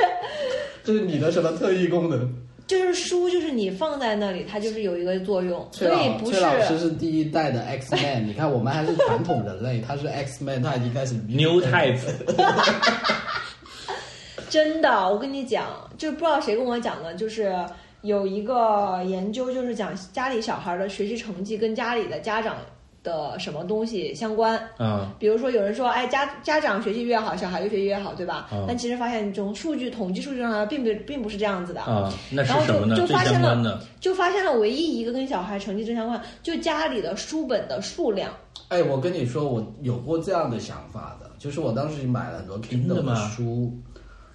[SPEAKER 3] 这是你的什么特异功能？
[SPEAKER 1] 就是书，就是你放在那里，它就是有一个作用，
[SPEAKER 3] 崔
[SPEAKER 1] 所以
[SPEAKER 3] 老
[SPEAKER 1] 不
[SPEAKER 3] 崔
[SPEAKER 1] 是
[SPEAKER 3] 老师是第一代的 X Man，你看我们还是传统人类，他是 X Man，他已经开始
[SPEAKER 2] New type，
[SPEAKER 1] 真的。我跟你讲，就是不知道谁跟我讲的，就是。有一个研究，就是讲家里小孩的学习成绩跟家里的家长的什么东西相关。
[SPEAKER 2] 嗯，
[SPEAKER 1] 比如说，有人说，哎，家家长学习越好，小孩越学习越好，对吧？
[SPEAKER 2] 嗯
[SPEAKER 1] 但其实发现，从数据统计数据上来，并不并不是这样子的。
[SPEAKER 2] 啊，那是
[SPEAKER 1] 然后
[SPEAKER 2] 什么呢？
[SPEAKER 1] 就
[SPEAKER 2] 最
[SPEAKER 1] 就发现
[SPEAKER 2] 相关
[SPEAKER 1] 了
[SPEAKER 2] 的，
[SPEAKER 1] 就发现了唯一一个跟小孩成绩正相关，就家里的书本的数量。
[SPEAKER 3] 哎，我跟你说，我有过这样的想法的，就是我当时买了很多
[SPEAKER 2] 真的
[SPEAKER 3] Kindle
[SPEAKER 2] 吗
[SPEAKER 3] 的书，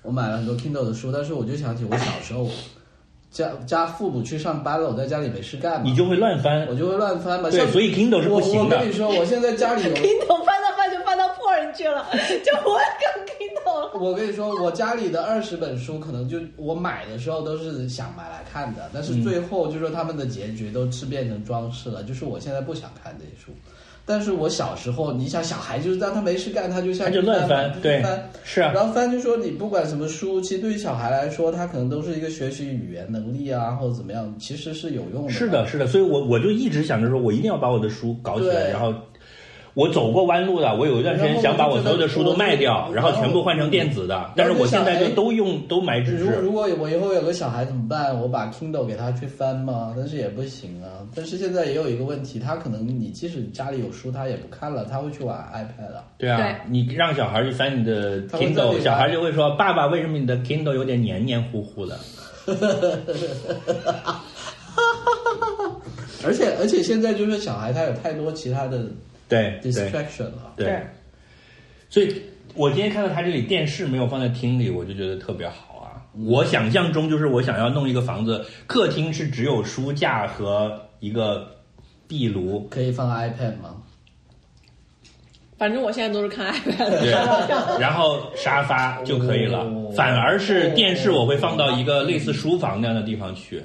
[SPEAKER 3] 我买了很多 Kindle 的书，但是我就想起我小时候，家家父母去上班了，我在家里没事干嘛，
[SPEAKER 2] 你就会乱翻
[SPEAKER 3] 我。就会乱翻嘛。
[SPEAKER 2] 对
[SPEAKER 3] 像
[SPEAKER 2] 所以 Kindle 是不
[SPEAKER 3] 我
[SPEAKER 2] 行
[SPEAKER 3] 我
[SPEAKER 2] 的
[SPEAKER 3] 跟你说，我现在家里有
[SPEAKER 1] Kindle 翻到翻就翻到 porn 去了，就不会看 Kindle 了。
[SPEAKER 3] 我跟你说，我家里的二十本书，可能就我买的时候都是想买来看的，但
[SPEAKER 2] 嗯
[SPEAKER 3] 是最后就说他们的结局都是变成装饰了，就是我现在不想看这些书。但是我小时候，你想小孩就是当他没事干，他就
[SPEAKER 2] 他
[SPEAKER 3] 像
[SPEAKER 2] 就乱
[SPEAKER 3] 翻
[SPEAKER 2] 翻，，对
[SPEAKER 3] 翻，
[SPEAKER 2] 是啊，
[SPEAKER 3] 然后翻就说你不管什么书，其实对于小孩来说，他可能都是一个学习语言能力啊，或者怎么样，其实是有用的。
[SPEAKER 2] 是的，，是的，所以我我就一直想着说，我一定要把我的书搞起来，
[SPEAKER 3] 对
[SPEAKER 2] 然后我走过弯路的，我有一段时间想把我所有的书都卖掉，然
[SPEAKER 3] 然
[SPEAKER 2] 后
[SPEAKER 3] 后
[SPEAKER 2] 全部换成电子的，
[SPEAKER 3] 然
[SPEAKER 2] 但是
[SPEAKER 3] 后
[SPEAKER 2] 我
[SPEAKER 3] 就
[SPEAKER 2] 现
[SPEAKER 3] 想
[SPEAKER 2] 在就
[SPEAKER 3] 哎
[SPEAKER 2] 都用都买纸
[SPEAKER 3] 如果
[SPEAKER 2] 质。
[SPEAKER 3] 如果我以后有个小孩怎么办？我把 Kindle 给他去翻吗？但是也不行啊。但是现在也有一个问题，他可能你即使家里有书，他也不看了，他会去玩 iPad 了。
[SPEAKER 2] 对啊，
[SPEAKER 6] 对
[SPEAKER 2] 你让小孩去翻你的
[SPEAKER 3] 他会在里
[SPEAKER 2] Kindle，
[SPEAKER 3] 面
[SPEAKER 2] 小孩就会说：“爸爸，为什么你的 Kindle 有点黏黏糊糊的
[SPEAKER 3] 而且而且现在就是小孩他有太多其他的？”
[SPEAKER 2] 对对
[SPEAKER 3] distraction 了。
[SPEAKER 2] 对，所以我今天看到他这里电视没有放在厅里，我就觉得特别好啊。我想象中就是我想要弄一个房子，客厅是只有书架和一个壁炉，
[SPEAKER 3] 可以放 iPad 吗？
[SPEAKER 6] 反正我现在都是看 iPad，
[SPEAKER 2] 对，然后沙发就可以了。
[SPEAKER 3] 哦
[SPEAKER 2] 反而是电视，我会放到一个类似书房那样的地方去。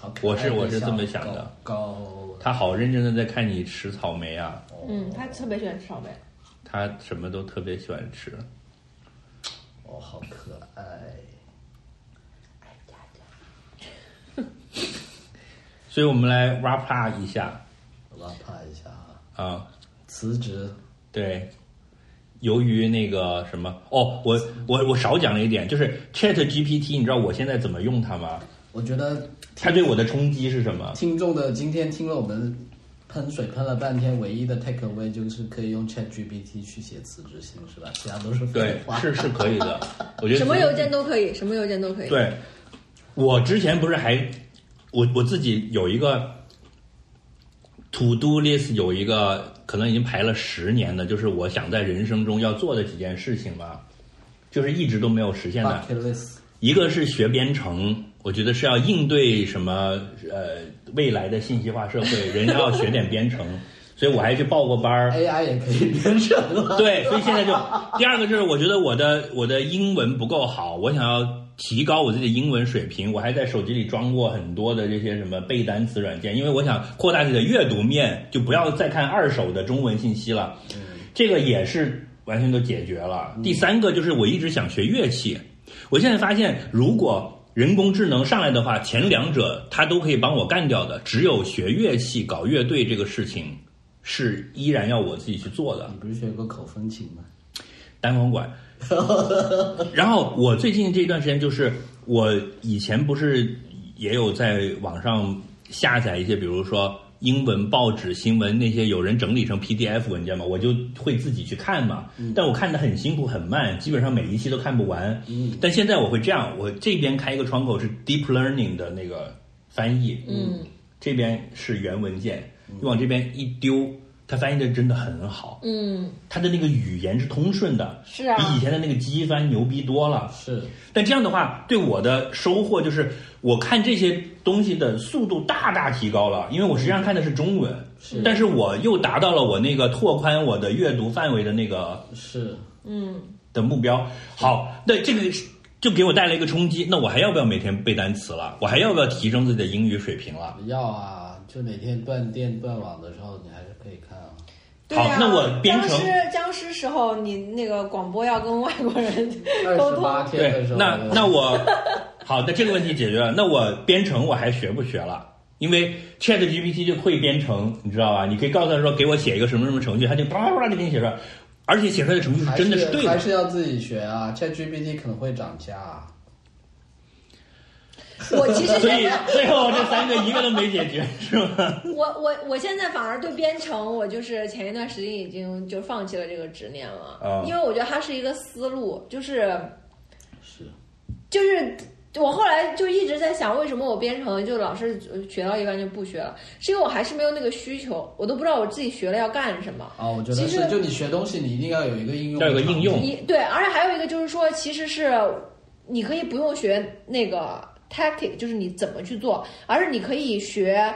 [SPEAKER 3] 好可爱
[SPEAKER 2] 我是
[SPEAKER 3] 的
[SPEAKER 2] 我是
[SPEAKER 3] 小
[SPEAKER 2] 这么想的
[SPEAKER 3] 狗狗。
[SPEAKER 2] 他好认真的在看你吃草莓啊，
[SPEAKER 6] 嗯，他特别喜欢吃草莓。
[SPEAKER 2] 他什么都特别喜欢吃。
[SPEAKER 3] 哦，好可爱。
[SPEAKER 2] 所以我们来 wrap up 一下
[SPEAKER 3] 我拉怕一下啊，
[SPEAKER 2] 啊，
[SPEAKER 3] 辞职。
[SPEAKER 2] 对。由于那个什么哦，我我我少讲了一点，就是 Chat GPT，你知道我现在怎么用它吗？
[SPEAKER 3] 我觉得
[SPEAKER 2] 它对我的冲击是什么？
[SPEAKER 3] 听众的今天听了我们喷水喷了半天，唯一的 take away 就是可以用 Chat GPT 去写辞职信，是吧？其他都是
[SPEAKER 2] 对
[SPEAKER 3] 废，话。
[SPEAKER 2] 是是可以的。我觉得
[SPEAKER 6] 什么
[SPEAKER 2] 是
[SPEAKER 6] 邮件都可以，什么邮件都可以。
[SPEAKER 2] 对，我之前不是还我我自己有一个 to do list，有一个可能已经排了十年的，就是我想在人生中要做的几件事情吧，就是一直都没有实现的。
[SPEAKER 3] bucket list。
[SPEAKER 2] 一个是学编程，我觉得是要应对什么呃未来的信息化社会，人要学点编程，所以我还去报过班儿。
[SPEAKER 3] AI 也可以编程了。
[SPEAKER 2] 对，所以现在就第二个就是，我觉得我的我的英文不够好，我想要提高我自己的英文水平。我还在手机里装过很多的这些什么背单词软件，因为我想扩大自己的阅读面，就不要再看二手的中文信息了。这个也是完全都解决了。第三个就是我一直想学乐器，我现在发现如果。人工智能上来的话，前两者它都可以帮我干掉的，只有学乐器、搞乐队这个事情是依然要我自己去做的。
[SPEAKER 3] 你不是学过口风琴吗？
[SPEAKER 2] 单簧管。然后我最近这段时间就是，我以前不是也有在网上下载一些，比如说英文报纸新闻那些，有人整理成 PDF 文件嘛，我就会自己去看嘛。但我看的很辛苦很慢，基本上每一期都看不完。但现在我会这样，我这边开一个窗口是 Deep Learning 的那个翻译，嗯，这边是原文件，你往这边一丢，它翻译的真的很好，
[SPEAKER 6] 嗯，
[SPEAKER 2] 它的那个语言是通顺的，
[SPEAKER 6] 是啊
[SPEAKER 2] 比以前的那个机翻牛逼多了。
[SPEAKER 3] 是，
[SPEAKER 2] 但这样的话，对我的收获就是，我看这些东西的速度大大提高了，因为我实际上看的是中文，
[SPEAKER 3] 是
[SPEAKER 2] 但是我又达到了我那个拓宽我的阅读范围的那个
[SPEAKER 3] 是，
[SPEAKER 1] 嗯
[SPEAKER 2] 的目标。好，那这个是就给我带来一个冲击，那我还要不要每天背单词了？我还要不要提升自己的英语水平了？
[SPEAKER 3] 要啊，就每天断电断网的时候，你还是可以看啊。
[SPEAKER 6] 对啊
[SPEAKER 2] 好那我编程
[SPEAKER 6] 僵尸僵尸时候，你那个广播要跟外国人
[SPEAKER 3] 二
[SPEAKER 6] 沟
[SPEAKER 3] 十
[SPEAKER 6] 通。
[SPEAKER 3] 八天的
[SPEAKER 2] 对
[SPEAKER 3] 时，候，
[SPEAKER 2] 那那我好，那这个问题解决了。那我编程我还学不学了？因为 Chat GPT 就会编程，你知道吧？你可以告诉他说，给我写一个什么什么程序，他就叭叭叭就给你写出来，而且写出来的程序是
[SPEAKER 3] 还
[SPEAKER 2] 真的是对
[SPEAKER 3] 还
[SPEAKER 2] 的。
[SPEAKER 3] 是要自己学啊。ChatGPT 可能会涨价、啊。
[SPEAKER 6] 我其实
[SPEAKER 2] 所
[SPEAKER 6] 现
[SPEAKER 2] 以
[SPEAKER 6] 在，
[SPEAKER 2] 最后这三个一个都没解决，是吗？
[SPEAKER 6] 我我我现在反而对编程，我就是前一段时间已经就放弃了这个执念了，
[SPEAKER 2] 啊
[SPEAKER 6] 因为我觉得它是一个思路，就是
[SPEAKER 3] 是，
[SPEAKER 6] 就是我后来就一直在想，为什么我编程就老是学到一半就不学了？是因为我还是没有那个需求，我都不知道我自己学了要干什么。
[SPEAKER 3] 哦，我觉
[SPEAKER 6] 其
[SPEAKER 3] 得
[SPEAKER 6] 实
[SPEAKER 3] 是，就你学东西，你一定要有一个应用，
[SPEAKER 2] 要有个应用
[SPEAKER 6] 一对，而且还有一个就是说，其实是你可以不用学那个 tactic，就是你怎么去做，而是你可以学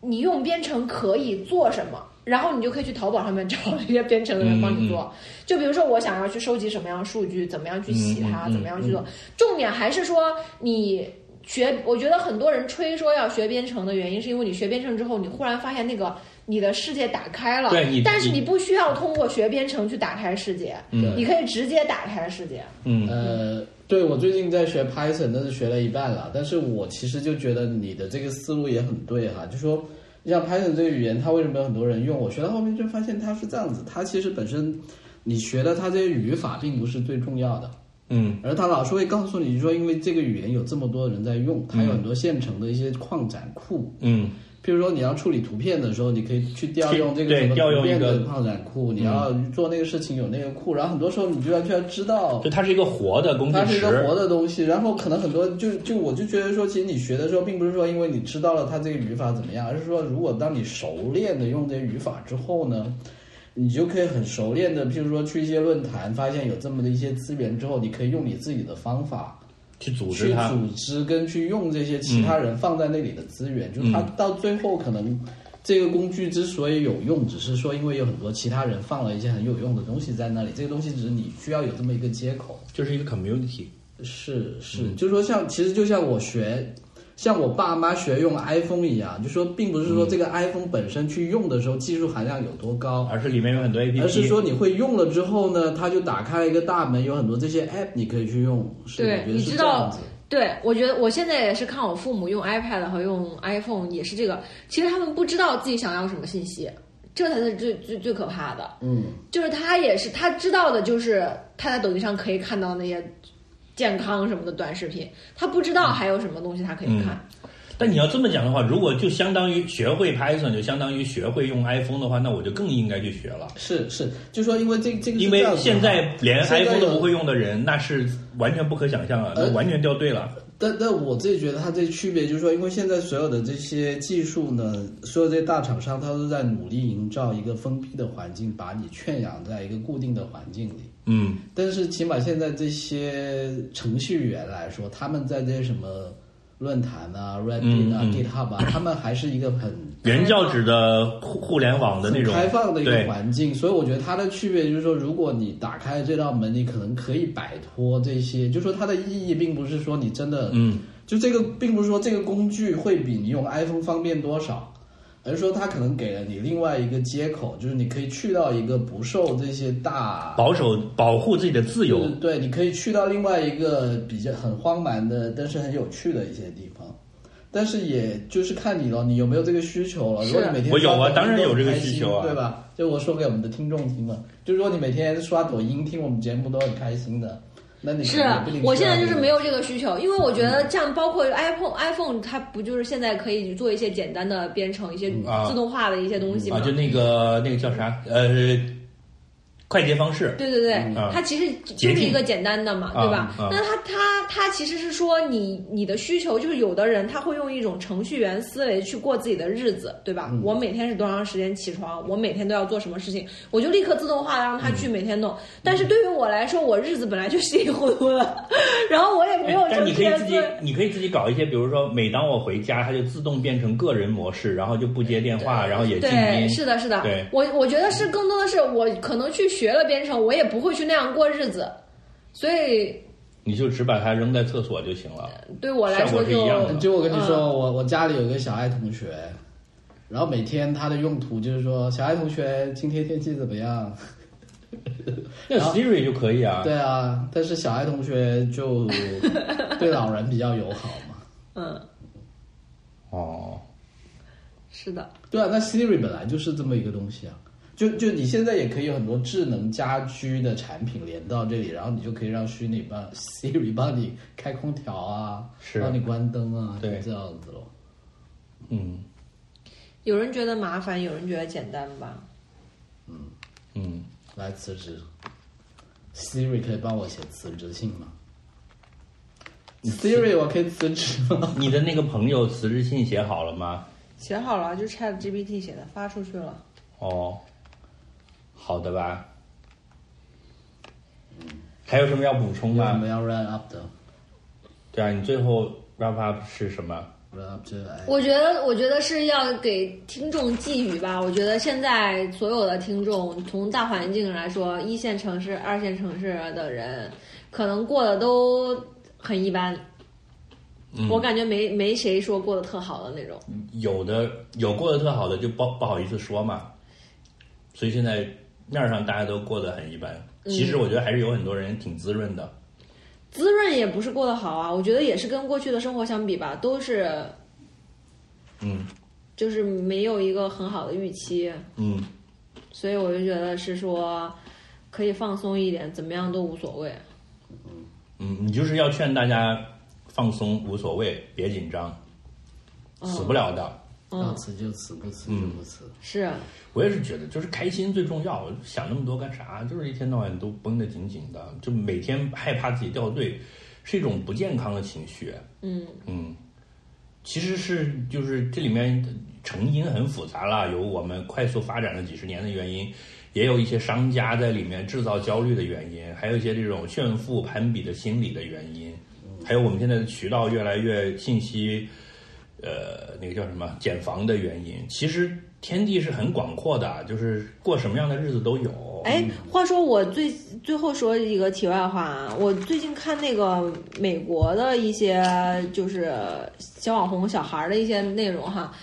[SPEAKER 6] 你用编程可以做什么。
[SPEAKER 1] 然后你就可以去淘宝上面找 人家编程的人帮
[SPEAKER 2] 嗯
[SPEAKER 1] 你做。就比如说我想要去收集什么样的数据，怎么样去洗它，
[SPEAKER 2] 嗯嗯嗯
[SPEAKER 1] 怎么样去做。重点还是说你学，我觉得很多人吹说要学编程的原因，是因为你学编程之后，你忽然发现那个你的世界打开了。
[SPEAKER 2] 对你
[SPEAKER 1] 但是你不需要通过学编程去打开世界，
[SPEAKER 2] 嗯
[SPEAKER 1] 你可以直接打开世界。
[SPEAKER 2] 嗯
[SPEAKER 3] 呃，对我最近在学 Python，但是学了一半了。但是我其实就觉得你的这个思路也很对哈、就说你像 Python 这个语言，它为什么有很多人用？我学到后面就发现它是这样子，它其实本身你学的它这些语法并不是最重要的，
[SPEAKER 2] 嗯
[SPEAKER 3] 而它老师会告诉你说，因为这个语言有这么多人在用，它有很多现成的一些矿展库，
[SPEAKER 2] 嗯
[SPEAKER 3] 譬如说你要处理图片的时候，你可以去调用这个
[SPEAKER 2] 对
[SPEAKER 3] 什么
[SPEAKER 2] 调
[SPEAKER 3] 图
[SPEAKER 2] 用一
[SPEAKER 3] 片
[SPEAKER 2] 个嗯
[SPEAKER 3] 的矿展库，你要做那个事情有那个库，然后很多时候你就要就要知道
[SPEAKER 2] 就它是一个活的工
[SPEAKER 3] 它
[SPEAKER 2] 具
[SPEAKER 3] 是一
[SPEAKER 2] 池，
[SPEAKER 3] 个活的东西，然后可能很多就就我就觉得说，其实你学的时候，并不是说因为你知道了它这个语法怎么样，而是说如果当你熟练的用这些语法之后呢，你就可以很熟练的，譬如说去一些论坛，发现有这么的一些资源之后，你可以用你自己的方法
[SPEAKER 2] 去组织
[SPEAKER 3] 去
[SPEAKER 2] 它，嗯
[SPEAKER 3] 组织跟去用这些其他人放在那里的资源，就是它到最后可能。这个工具之所以有用，只是说因为有很多其他人放了一些很有用的东西在那里，这个东西只是你需要有这么一个接口。
[SPEAKER 2] 就是一个 community。
[SPEAKER 3] 是是，
[SPEAKER 2] 嗯
[SPEAKER 3] 就说像其实就像我学，像我爸妈学用 iPhone 一样，就说并不是
[SPEAKER 2] 嗯
[SPEAKER 3] 说这个 iPhone 本身去用的时候技术含量有多高，
[SPEAKER 2] 而是里面有很多 A P P，
[SPEAKER 3] 而是说你会用了之后呢，它就打开了一个大门，有很多这些 app 你可以去用。是
[SPEAKER 1] 对
[SPEAKER 3] 我觉得
[SPEAKER 1] 你
[SPEAKER 3] 是
[SPEAKER 1] 知
[SPEAKER 3] 这样
[SPEAKER 1] 道
[SPEAKER 3] 子。
[SPEAKER 1] 对，我觉得我现在也是看我父母用 iPad 和用 iPhone，也是这个。其实他们不知道自己想要什么信息，这才是最最最可怕的。
[SPEAKER 3] 嗯，
[SPEAKER 1] 就是他也是他知道的，就是他在抖音上可以看到那些健康什么的短视频，他不知道还有什么东西他可以
[SPEAKER 3] 嗯
[SPEAKER 1] 看。
[SPEAKER 2] 但你要这么讲的话，如果就相当于学会 Python，就相当于学会用 iPhone 的话，那我就更应该去学了。
[SPEAKER 3] 是是，就说因为这这个是
[SPEAKER 2] 因
[SPEAKER 3] 这
[SPEAKER 2] 为
[SPEAKER 3] 样子
[SPEAKER 2] 现在
[SPEAKER 3] 哈
[SPEAKER 2] 连
[SPEAKER 3] 现在
[SPEAKER 2] iPhone 都
[SPEAKER 3] 有
[SPEAKER 2] 不会用的人，那是完全不可想象了，啊那
[SPEAKER 3] 呃
[SPEAKER 2] 完全掉队了。
[SPEAKER 3] 但但我自己觉得它这区别就是说，因为现在所有的这些技术呢，所有这些大厂商，它都在努力营造一个封闭的环境，把你圈养在一个固定的环境里。
[SPEAKER 2] 嗯，
[SPEAKER 3] 但是起码现在这些程序员来说，他们在这些什么论坛啊、Reddit 啊、
[SPEAKER 2] 嗯嗯
[SPEAKER 3] GitHub 啊，他们还是一个很
[SPEAKER 2] 原教旨的互互联网的那
[SPEAKER 3] 很
[SPEAKER 2] 种
[SPEAKER 3] 开放的一个
[SPEAKER 2] 对
[SPEAKER 3] 环境，所以我觉得它的区别就是说，如果你打开了这道门，你可能可以摆脱这些，就说它的意义并不是说你真的，
[SPEAKER 2] 嗯，
[SPEAKER 3] 就这个并不是说这个工具会比你用 iPhone 方便多少，而是说它可能给了你另外一个接口，就是你可以去到一个不受这些大
[SPEAKER 2] 保守保护自己的自由
[SPEAKER 3] 对。对，你可以去到另外一个比较很荒蛮的，但是很有趣的一些地方。但是也就是看你了，你有没有这个需求了。如果你每天
[SPEAKER 2] 我有啊
[SPEAKER 3] 刷抖音
[SPEAKER 2] 当然
[SPEAKER 3] 都很
[SPEAKER 2] 有这个
[SPEAKER 3] 开心
[SPEAKER 2] 需求啊
[SPEAKER 3] 对吧？就我说给我们的听众听嘛，就是说你每天刷抖音听我们节目都很开心的，那你可
[SPEAKER 1] 是啊
[SPEAKER 3] 能也不一定
[SPEAKER 1] 我
[SPEAKER 3] 需
[SPEAKER 1] 现
[SPEAKER 3] 要
[SPEAKER 1] 在就是没有
[SPEAKER 3] 这嗯
[SPEAKER 1] 这个需求，因为我觉得像包括 iPhone iPhone，它不就是现在可以做一些简单的编程、一些
[SPEAKER 3] 嗯
[SPEAKER 2] 啊
[SPEAKER 1] 自动化的一些东西吗？
[SPEAKER 2] 啊，就那个那个叫啥呃，快捷方式，
[SPEAKER 1] 对对对，
[SPEAKER 2] 啊
[SPEAKER 1] 它其实
[SPEAKER 2] 捷
[SPEAKER 1] 就是
[SPEAKER 2] 径
[SPEAKER 1] 一个简单的嘛，
[SPEAKER 2] 啊
[SPEAKER 1] 对吧？
[SPEAKER 2] 啊
[SPEAKER 1] 那它它它其实是说你你的需求，就是有的人他会用一种程序员思维去过自己的日子，对
[SPEAKER 2] 嗯
[SPEAKER 1] 吧？我每天是多长时间起床，我每天都要做什么事情，我就立刻自动化让它
[SPEAKER 2] 嗯
[SPEAKER 1] 去每天弄。但是对于我来说，我日子本来就稀里糊涂的， 然后我也没有
[SPEAKER 2] 哎但
[SPEAKER 1] 程
[SPEAKER 2] 你
[SPEAKER 1] 序
[SPEAKER 2] 可以
[SPEAKER 1] 员
[SPEAKER 2] 自
[SPEAKER 1] 思
[SPEAKER 2] 己
[SPEAKER 1] 维。，
[SPEAKER 2] 你可以自己搞一些，比如说，每当我回家，它就自动变成个人模式，然后就不接电话，然后也静
[SPEAKER 1] 对，
[SPEAKER 2] 音。
[SPEAKER 1] 是的，是的
[SPEAKER 2] 对，
[SPEAKER 1] 我我觉得是更多的是我可能去学了编程，我也不会去那样过日子，所以
[SPEAKER 2] 你就只把它扔在厕所就行了。
[SPEAKER 1] 对我来
[SPEAKER 2] 效果
[SPEAKER 1] 说
[SPEAKER 2] 是
[SPEAKER 1] 就
[SPEAKER 2] 一样 的
[SPEAKER 3] 个。就我跟你说，我我家里有一个小爱同学，然后每天他的用途就是说，小爱同学今天天气怎么样？
[SPEAKER 2] 那 Siri 就可以啊。
[SPEAKER 3] 对啊，但是小爱同学就对老人比较友好嘛。
[SPEAKER 1] 嗯，
[SPEAKER 2] 哦，
[SPEAKER 1] 是的，
[SPEAKER 3] 对啊，那 Siri 本来就是这么一个东西啊。就就你现在也可以有很多智能家居的产品连到这里，然后你就可以让虚拟帮 Siri 帮你开空调啊，
[SPEAKER 2] 是
[SPEAKER 3] 帮你关灯啊，
[SPEAKER 2] 对
[SPEAKER 3] 就这样子咯。
[SPEAKER 2] 嗯
[SPEAKER 1] 有人觉得麻烦，有人觉得简单吧。
[SPEAKER 2] 嗯，
[SPEAKER 3] 来辞职，Siri 可以帮我写辞职信吗？Siri 我可以辞职吗？
[SPEAKER 2] 你的那个朋友辞职信写好了吗？
[SPEAKER 1] 写好了，就 Chat GPT 写的，发出去了。
[SPEAKER 2] 哦，好的吧。还有什么要补充
[SPEAKER 3] 我
[SPEAKER 2] 吗？
[SPEAKER 3] 们要 run up 的。
[SPEAKER 2] 对啊，你最后 wrap up 是什么？
[SPEAKER 3] run up 哎 to I
[SPEAKER 1] 我觉得，我觉得是要给听众寄语吧。我觉得现在所有的听众，从大环境来说，一线城市、二线城市的人，可能过得都很一般。
[SPEAKER 2] 嗯
[SPEAKER 1] 我感觉没没谁说过得特好的那种。
[SPEAKER 2] 有的有过得特好的就不不好意思说嘛，所以现在面儿上大家都过得很一般。其实我觉得还是有很多人挺滋润的，
[SPEAKER 1] 滋润也不是过得好啊，我觉得也是跟过去的生活相比吧，都是
[SPEAKER 2] 嗯
[SPEAKER 1] 就是没有一个很好的预期，
[SPEAKER 2] 嗯，
[SPEAKER 1] 所以我就觉得是说可以放松一点，怎么样都无所谓。
[SPEAKER 2] 嗯，你就是要劝大家放松，无所谓，别紧张，死不了的。
[SPEAKER 3] 要辞就辞，不辞就不辞。
[SPEAKER 1] 嗯是，啊
[SPEAKER 2] 我也是觉得，就是开心最重要。我想那么多干啥？就是一天到晚都绷得紧紧的，就每天害怕自己掉队，是一种不健康的情绪。
[SPEAKER 1] 嗯
[SPEAKER 2] 嗯，其实是就是这里面成因很复杂啦，有我们快速发展了几十年的原因，也有一些商家在里面制造焦虑的原因，还有一些这种炫富攀比的心理的原因，还有我们现在的渠道越来越信息，呃，那个叫什么减防的原因。其实天地是很广阔的，就是过什么样的日子都有。
[SPEAKER 1] 哎，话说我最最后说一个题外话啊，我最近看那个美国的一些就是小网红小孩儿的一些内容哈，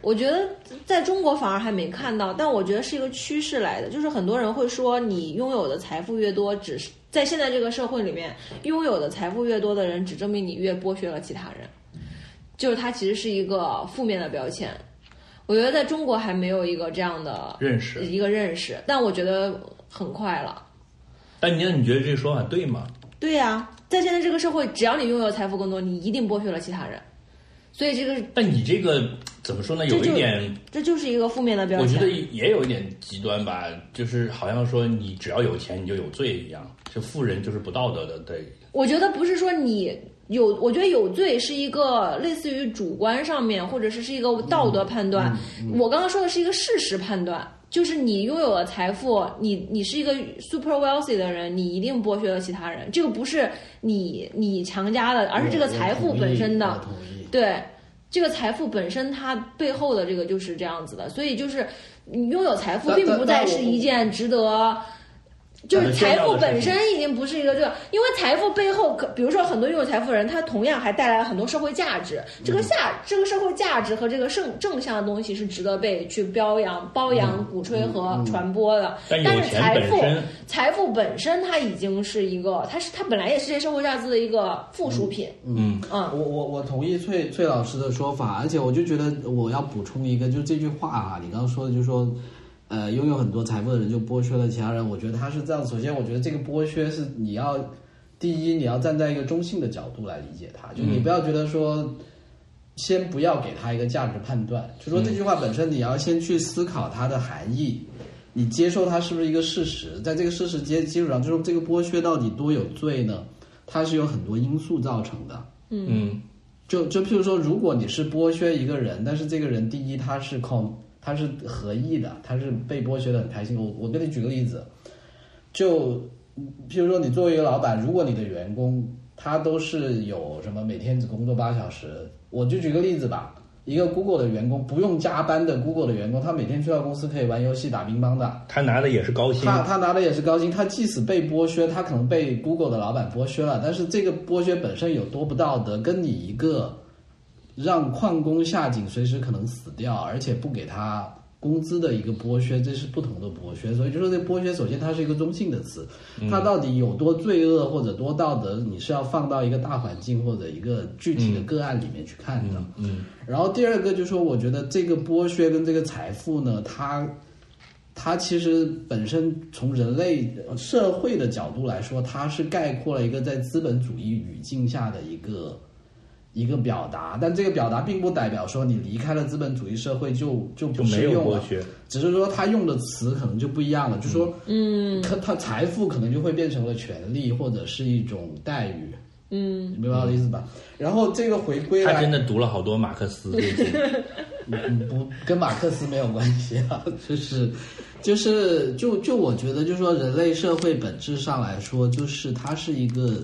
[SPEAKER 1] 我觉得在中国反而还没看到，但我觉得是一个趋势来的，就是很多人会说你拥有的财富越多，只是在现在这个社会里面，拥有的财富越多的人，只证明你越剥削了其他人，就是它其实是一个负面的标签。我觉得在中国还没有一个这样的
[SPEAKER 2] 认识
[SPEAKER 1] 一个认识，但我觉得很快了。
[SPEAKER 2] 但你你觉得这个说法对吗？
[SPEAKER 1] 对呀、在现在这个社会，只要你拥有财富更多，你一定剥削了其他人，所以这个
[SPEAKER 2] 但你这个怎么说呢？
[SPEAKER 1] 这
[SPEAKER 2] 有
[SPEAKER 1] 就
[SPEAKER 2] 一点。
[SPEAKER 1] 这就是一个负面的标
[SPEAKER 2] 我
[SPEAKER 1] 签。
[SPEAKER 2] 觉得也有一点极端吧，就是好像说你只要有钱你就有罪一样，就富人就是不道德的，对，
[SPEAKER 1] 我觉得不是说你有，我觉得有罪是一个类似于主观上面，或者是是一个道德判断。
[SPEAKER 3] 嗯
[SPEAKER 1] 我刚刚说的是一个事实判断，就是你拥有了财富，你你是一个 super wealthy 的人，你一定剥削了其他人。这个不是你你强加的，而是这个
[SPEAKER 3] 我
[SPEAKER 1] 财富
[SPEAKER 3] 同意
[SPEAKER 1] 本身的。
[SPEAKER 3] 我同意。
[SPEAKER 1] 对，这个财富本身它背后的这个就是这样子的，所以就是你拥有财富
[SPEAKER 3] 但
[SPEAKER 1] 并
[SPEAKER 3] 但
[SPEAKER 1] 不再
[SPEAKER 3] 但我
[SPEAKER 1] 是一件值得。就是财富本身已经不是一个这个，因为财富背后可，比如说很多拥有财富的人，他同样还带来了很多社会价值。这
[SPEAKER 2] 嗯
[SPEAKER 1] 个价，这个社会价值和这个正正向的东西是值得被去表扬、褒扬、鼓吹和传播的。
[SPEAKER 2] 嗯但有
[SPEAKER 1] 但是
[SPEAKER 2] 钱
[SPEAKER 1] 财
[SPEAKER 2] 本
[SPEAKER 1] 富
[SPEAKER 2] 身，
[SPEAKER 1] 财富本身它已经是一个，它是它本来也是这些社会价值的一个附属品。
[SPEAKER 2] 嗯，
[SPEAKER 1] 嗯
[SPEAKER 3] 我我我同意翠翠老师的说法，而且我就觉得我要补充一个，就是这句话啊，你刚刚说的就是说，呃，拥有很多财富的人就剥削了其他人，我觉得他是这样。首先，我觉得这个剥削是你要第一，你要站在一个中性的角度来理解它，就你不要觉得说。先不要给他一个价值判断，就说这句话本身，你要先去思考它的含义，你接受它是不是一个事实，在这个事实基基础上，就是这个剥削到底多有罪呢？它是有很多因素造成的。
[SPEAKER 2] 嗯
[SPEAKER 3] 就就譬如说，如果你是剥削一个人，但是这个人第一他是控，他是合意的，他是被剥削的很开心。我我给你举个例子，就譬如说你作为一个老板，如果你的员工他都是有什么每天只工作八小时，我就举个例子吧，一个 Google 的员工不用加班的 Google 的员工，他每天去到公司可以玩游戏、打乒乓的，
[SPEAKER 2] 他拿的也是高薪，
[SPEAKER 3] 他他拿的也是高薪，他即使被剥削，他可能被 Google 的老板剥削了，但是这个剥削本身有多不道德，跟你一个让矿工下井随时可能死掉，而且不给他工资的一个剥削，这是不同的剥削。所以就说这剥削，首先它是一个中性的词，
[SPEAKER 2] 嗯
[SPEAKER 3] 它到底有多罪恶或者多道德，你是要放到一个大环境或者一个具体的个案里面去看的。
[SPEAKER 2] 嗯
[SPEAKER 3] 然后第二个就是说，我觉得这个剥削跟这个财富呢，它它其实本身从人类呃社会的角度来说，它是概括了一个在资本主义语境下的一个一个表达，但这个表达并不代表说你离开了资本主义社会就就
[SPEAKER 2] 就
[SPEAKER 3] 不
[SPEAKER 2] 没
[SPEAKER 3] 适
[SPEAKER 2] 有
[SPEAKER 3] 用
[SPEAKER 2] 剥
[SPEAKER 3] 了，
[SPEAKER 2] 削，
[SPEAKER 3] 只是说他用的词可能就不一样了，就说嗯，他他财富可能就会变成了权利或者是一种待遇，嗯，明白我的意思吧？然后这个回归
[SPEAKER 2] 他
[SPEAKER 3] 来
[SPEAKER 2] 真的读了好多马克思最近，
[SPEAKER 3] 嗯不跟马克思没有关系啊，就是就是就就我觉得，就是说人类社会本质上来说，就是它是一个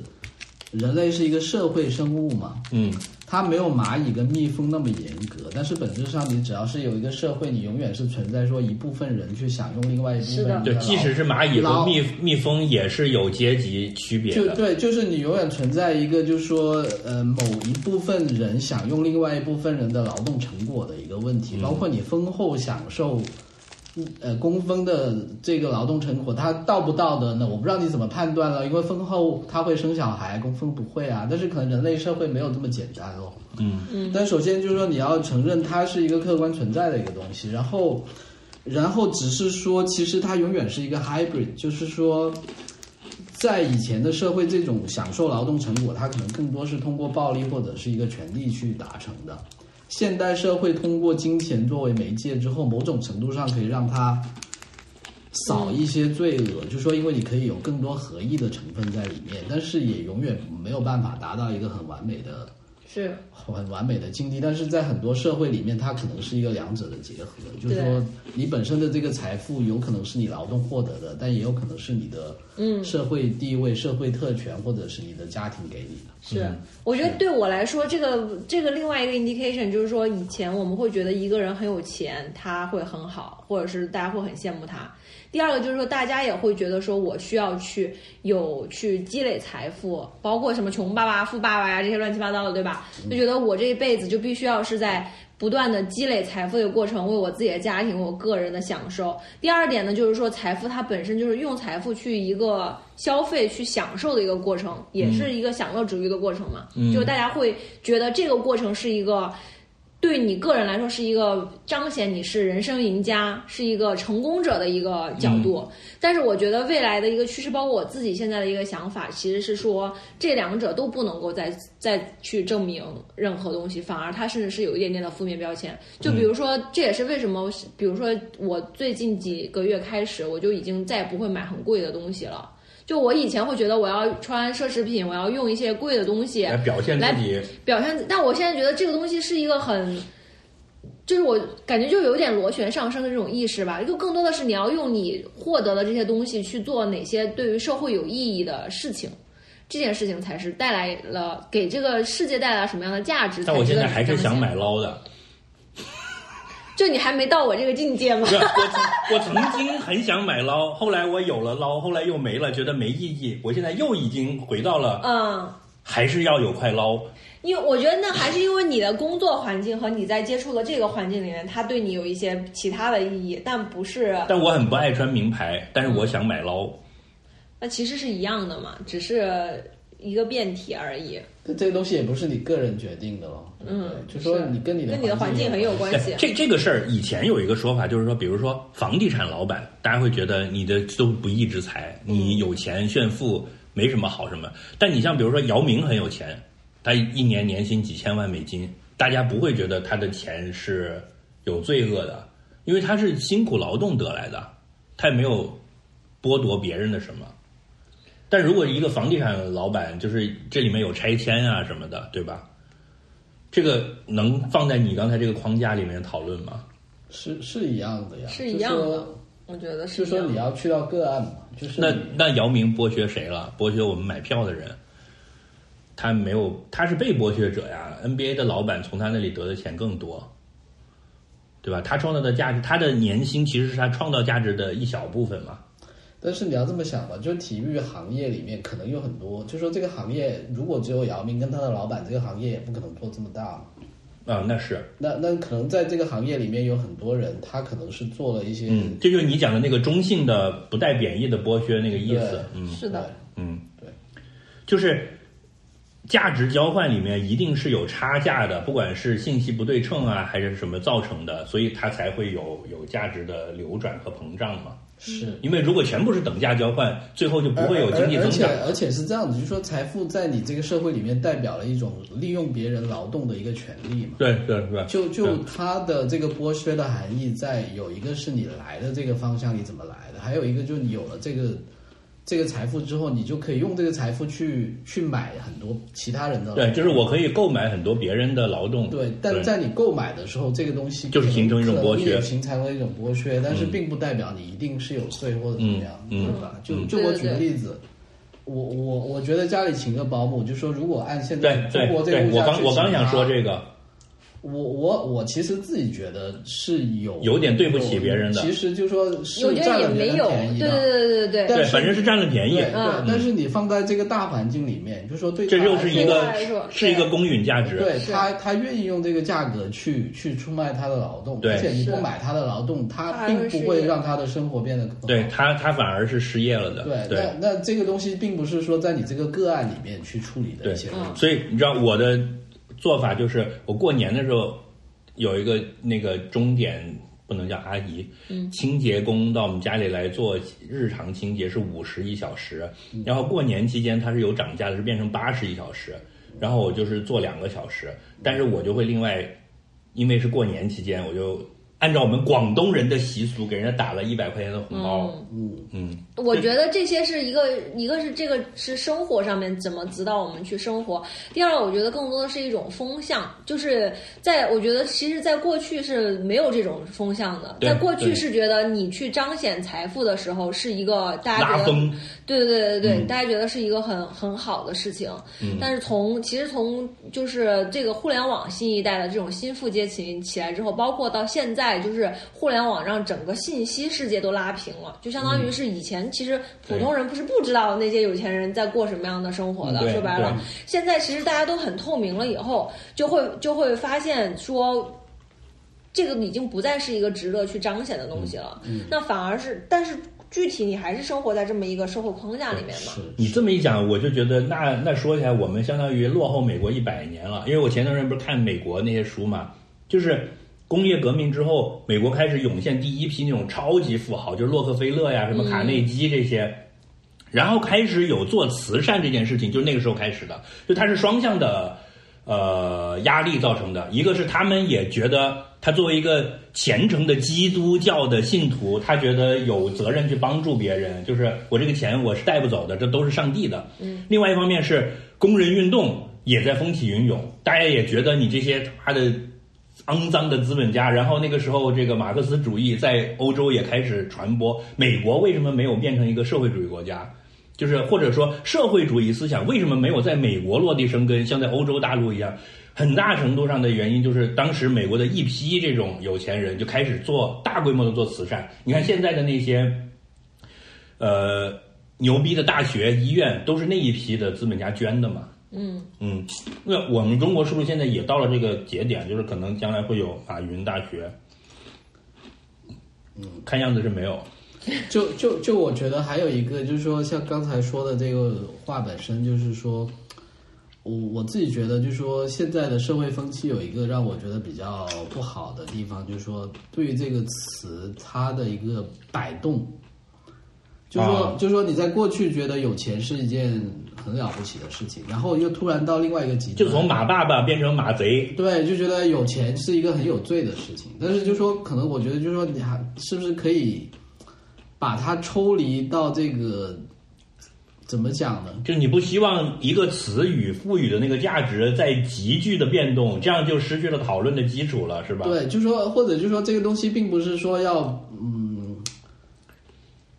[SPEAKER 3] 人类是一个社会生物嘛，
[SPEAKER 2] 嗯
[SPEAKER 3] 它没有蚂蚁跟蜜蜂那么严格，但是本质上你只要是有一个社会，你永远是存在说一部分人去享用另外一部
[SPEAKER 1] 是
[SPEAKER 3] 分
[SPEAKER 1] 的
[SPEAKER 3] 人
[SPEAKER 2] 对，即使是蚂蚁和
[SPEAKER 3] 老
[SPEAKER 2] 蜜蜜蜂也是有阶级区别
[SPEAKER 3] 就
[SPEAKER 2] 的。
[SPEAKER 3] 对，就是你永远存在一个，就是说，呃，某一部分人享用另外一部分人的劳动成果的一个问
[SPEAKER 2] 嗯
[SPEAKER 3] 题，包括你丰厚享受，呃，工分的这个劳动成果，它到不到的呢？我不知道你怎么判断了，因为丰厚他会生小孩，工分不会啊，但是可能人类社会没有这么简单哦。
[SPEAKER 2] 嗯，
[SPEAKER 3] 但首先就是说，你要承认它是一个客观存在的一个东西，然后，然后只是说，其实它永远是一个 hybrid，就是说，在以前的社会，这种享受劳动成果，它可能更多是通过暴力或者是一个权利去达成的。现代社会通过金钱作为媒介之后，某种程度上可以让它少一些罪恶，就说因为你可以有更多合意的成分在里面，但是也永远没有办法达到一个很完美的
[SPEAKER 1] 是
[SPEAKER 3] 很完美的经济，但是在很多社会里面，它可能是一个两者的结合，就是说你本身的这个财富有可能是你劳动获得的，但也有可能是你的嗯社会地位、社会特权，或者是你的家庭给你的。
[SPEAKER 1] 是，我觉得对我来说，这个这个另外一个 indication 就是说，以前我们会觉得一个人很有钱，他会很好，或者是大家会很羡慕他。第二个就是说，大家也会觉得说我需要去有去积累财富，包括什么穷爸爸、富爸爸呀这些乱七八糟的，对吧？就觉得我这一辈子就必须要是在不断的积累财富的过程，为我自己的家庭、为我个人的享受。第二点呢，就是说财富它本身就是用财富去一个消费、去享受的一个过程，也是一个享乐主义的过程嘛。
[SPEAKER 2] 嗯
[SPEAKER 1] 就大家会觉得这个过程是一个。对你个人来说是一个彰显你是人生赢家、是一个成功者的一个角度，但是我觉得未来的一个趋势，包括我自己现在的一个想法，其实是说这两者都不能够再再去证明任何东西，反而它甚至是有一点点的负面标签。就比如说，这也是为什么，比如说我最近几个月开始，我就已经再也不会买很贵的东西了。就我以前会觉得我要穿奢侈品，我要用一些贵的东西，
[SPEAKER 2] 来表现自己，
[SPEAKER 1] 表现。但我现在觉得这个东西是一个很，就是我感觉就有点螺旋上升的这种意识吧。就更多的是你要用你获得的这些东西去做哪些对于社会有意义的事情，这件事情才是带来了给这个世界带来了什么样的价值。
[SPEAKER 2] 但我
[SPEAKER 1] 才
[SPEAKER 2] 现
[SPEAKER 1] 值得
[SPEAKER 2] 在还是
[SPEAKER 1] 彰显
[SPEAKER 2] 想买，捞 的。
[SPEAKER 1] 就你还没到我这个境界吗
[SPEAKER 2] 不？是我曾我曾经很想买捞，后来我有了捞，后来又没了，觉得没意义。我现在又已经回到了，
[SPEAKER 1] 嗯。
[SPEAKER 2] 还是要有块捞。
[SPEAKER 1] 因为我觉得那还是因为你的工作环境和你在接触的这个环境里面，它对你有一些其他的意义，但不是
[SPEAKER 2] 但我很不爱穿名牌，但是我想买捞。
[SPEAKER 1] 那其实是一样的嘛，只是一个变体而已，
[SPEAKER 3] 但这个东西也不是你个人决定的咯，嗯，就说你跟你的
[SPEAKER 1] 啊跟你的环境很有关系
[SPEAKER 2] 对，。这这个事儿以前有一个说法，就是说，比如说房地产老板，大家会觉得你的都是不义之财，你有钱炫富没什么好什么。但你像比如说姚明很有钱，他一年年薪几千万美金，大家不会觉得他的钱是有罪恶的，因为他是辛苦劳动得来的，他也没有剥夺别人的什么。但如果一个房地产老板，就是这里面有拆迁啊什么的，对吧？这个能放在你刚才这个框架里面讨论吗？
[SPEAKER 3] 是是一样的呀，
[SPEAKER 1] 是一样的
[SPEAKER 3] 就说
[SPEAKER 1] 我觉得是
[SPEAKER 3] 就
[SPEAKER 1] 一
[SPEAKER 3] 说
[SPEAKER 1] 样
[SPEAKER 3] 你
[SPEAKER 1] 的。
[SPEAKER 3] 要去到个案嘛，就是
[SPEAKER 2] 那
[SPEAKER 3] 你
[SPEAKER 2] 那姚明剥削谁了？剥削我们买票的人，他没有，他是被剥削者呀。NBA 的老板从他那里得的钱更多，对吧？他创造的价值，他的年薪其实是他创造价值的一小部分嘛。
[SPEAKER 3] 但是你要这么想吧，就是体育行业里面可能有很多，就说这个行业如果只有姚明跟他的老板，这个行业也不可能做这么大嘛。
[SPEAKER 2] 啊、那是，
[SPEAKER 3] 那那可能在这个行业里面有很多人，他可能是做了一些，
[SPEAKER 2] 嗯，这就是你讲的那个中性的、不带贬义的剥削那个意
[SPEAKER 3] 对
[SPEAKER 2] 思，嗯
[SPEAKER 3] 对
[SPEAKER 1] 是的，
[SPEAKER 2] 嗯，
[SPEAKER 3] 对，
[SPEAKER 2] 就是价值交换里面一定是有差价的，不管是信息不对称啊，还是什么造成的，所以它才会有有价值的流转和膨胀嘛。
[SPEAKER 3] 是。
[SPEAKER 2] 因为如果全部是等价交换，最后嗯就不
[SPEAKER 3] 而
[SPEAKER 2] 会有经济
[SPEAKER 3] 而
[SPEAKER 2] 增
[SPEAKER 3] 而且
[SPEAKER 2] 长。
[SPEAKER 3] 而且是这样子，就是说财富在你这个社会里面代表了一种利用别人劳动的一个权利嘛。
[SPEAKER 2] 对对对，
[SPEAKER 3] 就就
[SPEAKER 2] 对
[SPEAKER 3] 它的这个剥削的含义在有一个是你来的这个方向你怎么来的，还有一个就是你有了这个这个财富之后，你就可以用这个财富去去买很多其他人的劳动
[SPEAKER 2] 对，就是我可以购买很多别人的劳动。
[SPEAKER 3] 对，但在你购买的时候，这个东西
[SPEAKER 2] 就是形成一种剥削嗯
[SPEAKER 3] 可能形成了一种剥削，但是并不代表你一定是有罪或者怎么样，
[SPEAKER 2] 嗯嗯
[SPEAKER 3] 对吧？就
[SPEAKER 2] 嗯
[SPEAKER 3] 就我举个例子，我我我觉得家里请个保姆，就说如果按现在中
[SPEAKER 2] 对对
[SPEAKER 3] 国这个
[SPEAKER 2] 对，
[SPEAKER 3] 物
[SPEAKER 2] 我
[SPEAKER 3] 价
[SPEAKER 2] 刚
[SPEAKER 3] 去
[SPEAKER 2] 我刚
[SPEAKER 3] 请
[SPEAKER 2] 想
[SPEAKER 3] 他
[SPEAKER 2] 说这个，
[SPEAKER 3] 我我我其实自己觉得是有
[SPEAKER 2] 有点对不起别人的
[SPEAKER 3] 其实就说是
[SPEAKER 1] 我觉
[SPEAKER 3] 占
[SPEAKER 1] 得也
[SPEAKER 3] 了别
[SPEAKER 1] 没
[SPEAKER 3] 人
[SPEAKER 1] 有，
[SPEAKER 3] 便宜
[SPEAKER 1] 对
[SPEAKER 3] 的
[SPEAKER 1] 对对对对对，
[SPEAKER 3] 但
[SPEAKER 2] 对，
[SPEAKER 3] 是
[SPEAKER 2] 反正是占了便宜
[SPEAKER 3] 对，
[SPEAKER 1] 嗯
[SPEAKER 3] 但是你放在这个大环境里面，就说对他
[SPEAKER 2] 这
[SPEAKER 3] 来说，
[SPEAKER 2] 又是一
[SPEAKER 1] 对
[SPEAKER 2] 个
[SPEAKER 1] 他来说
[SPEAKER 2] 是一个
[SPEAKER 1] 对
[SPEAKER 2] 公允价值。
[SPEAKER 3] 对
[SPEAKER 1] 是
[SPEAKER 3] 他他愿意用这个价格去去出卖他的劳动，
[SPEAKER 2] 对
[SPEAKER 3] 而且你不
[SPEAKER 1] 是
[SPEAKER 3] 买他的劳动，他
[SPEAKER 1] 他
[SPEAKER 3] 并
[SPEAKER 1] 还
[SPEAKER 3] 不
[SPEAKER 1] 是
[SPEAKER 3] 会
[SPEAKER 1] 也
[SPEAKER 3] 让他的生活变得更好。
[SPEAKER 2] 对他，他反而是失业了的。
[SPEAKER 3] 对，
[SPEAKER 2] 对，
[SPEAKER 3] 那那这个东西并不是说在你这个个案里面去处理的
[SPEAKER 2] 对
[SPEAKER 3] 一些问题。
[SPEAKER 2] 所以你知道我的做法就是，我过年的时候有一个那个钟点不能叫阿姨，清洁工到我们家里来做日常清洁是五十一小时，然后过年期间它是有涨价的，是变成八十一小时，然后我就是做两个小时，但是我就会另外，因为是过年期间，我就按照我们广东人的习俗给人家打了一百块钱的红包，嗯
[SPEAKER 1] 我觉得这些是一个，一个是这个是生活上面怎么指导我们去生活。第二，我觉得更多的是一种风向，就是在我觉得其实，在过去是没有这种风向的，
[SPEAKER 2] 对
[SPEAKER 1] 在过
[SPEAKER 2] 对
[SPEAKER 1] 去是觉得你去彰显财富的时候是一个大家
[SPEAKER 2] 拉
[SPEAKER 1] 觉得
[SPEAKER 2] 风。
[SPEAKER 1] 对对对对对，
[SPEAKER 2] 嗯
[SPEAKER 1] 大家觉得是一个很很好的事情，
[SPEAKER 2] 嗯
[SPEAKER 1] 但是从其实从就是这个互联网新一代的这种新富阶起起来之后，包括到现在，就是互联网让整个信息世界都拉平了，就相当
[SPEAKER 2] 嗯
[SPEAKER 1] 于是以前其实普通人不是不知道那些有钱人在过什么样的生活
[SPEAKER 2] 嗯对
[SPEAKER 1] 的，说白了
[SPEAKER 2] 对，
[SPEAKER 1] 现在其实大家都很透明了，以后就会就会发现说。这个已经不再是一个值得去彰显的东西了，
[SPEAKER 3] 嗯
[SPEAKER 1] 那反而是，但是具体你还是生活在这么一个社会框架里面嘛
[SPEAKER 3] 是。
[SPEAKER 2] 你这么一讲，我就觉得那那说起来，我们相当于落后美国一百年了。因为我前段时间不是看美国那些书嘛，就是工业革命之后，美国开始涌现第一批那种超级富豪，就是洛克菲勒呀、什么卡内基这些，然后开始有做慈善这件事情，就是那个时候开始的，就它是双向的。呃，压力造成的，一个是他们也觉得他作为一个虔诚的基督教的信徒，他觉得有责任去帮助别人，就是我这个钱我是带不走的，这都是上帝的。嗯。另外一方面是工人运动也在风起云涌，大家也觉得你这些他妈的肮脏的资本家，然后那个时候这个马克思主义在欧洲也开始传播。美国为什么没有变成一个社会主义国家？就是或者说社会主义思想为什么没有在美国落地生根，像在欧洲大陆一样？很大程度上的原因就是当时美国的一批这种有钱人就开始做大规模的做慈善。你看现在的那些，呃，牛逼的大学、医院都是那一批的资本家捐的嘛。嗯嗯，那我们中国是不是现在也到了这个节点？就是可能将来会有马云大学。嗯，看样子是没有。
[SPEAKER 3] 就就就我觉得还有一个就是说，像刚才说的这个话本身，就是说，我我自己觉得，就是说现在的社会风气有一个让我觉得比较不好的地方，就是说对于这个词它的一个摆动，就说、
[SPEAKER 2] 啊
[SPEAKER 3] 就说你在过去觉得有钱是一件很了不起的事情，然后又突然到另外一个极端，
[SPEAKER 2] 就从马爸爸变成马贼，
[SPEAKER 3] 对，就觉得有钱是一个很有罪的事情，但是就说可能我觉得就说你还是不是可以把它抽离到这个怎么讲呢？
[SPEAKER 2] 就是你不希望一个词语赋予的那个价值在急剧的变动，这样就失去了讨论的基础了，是吧？
[SPEAKER 3] 对，就说或者就说这个东西并不是说要嗯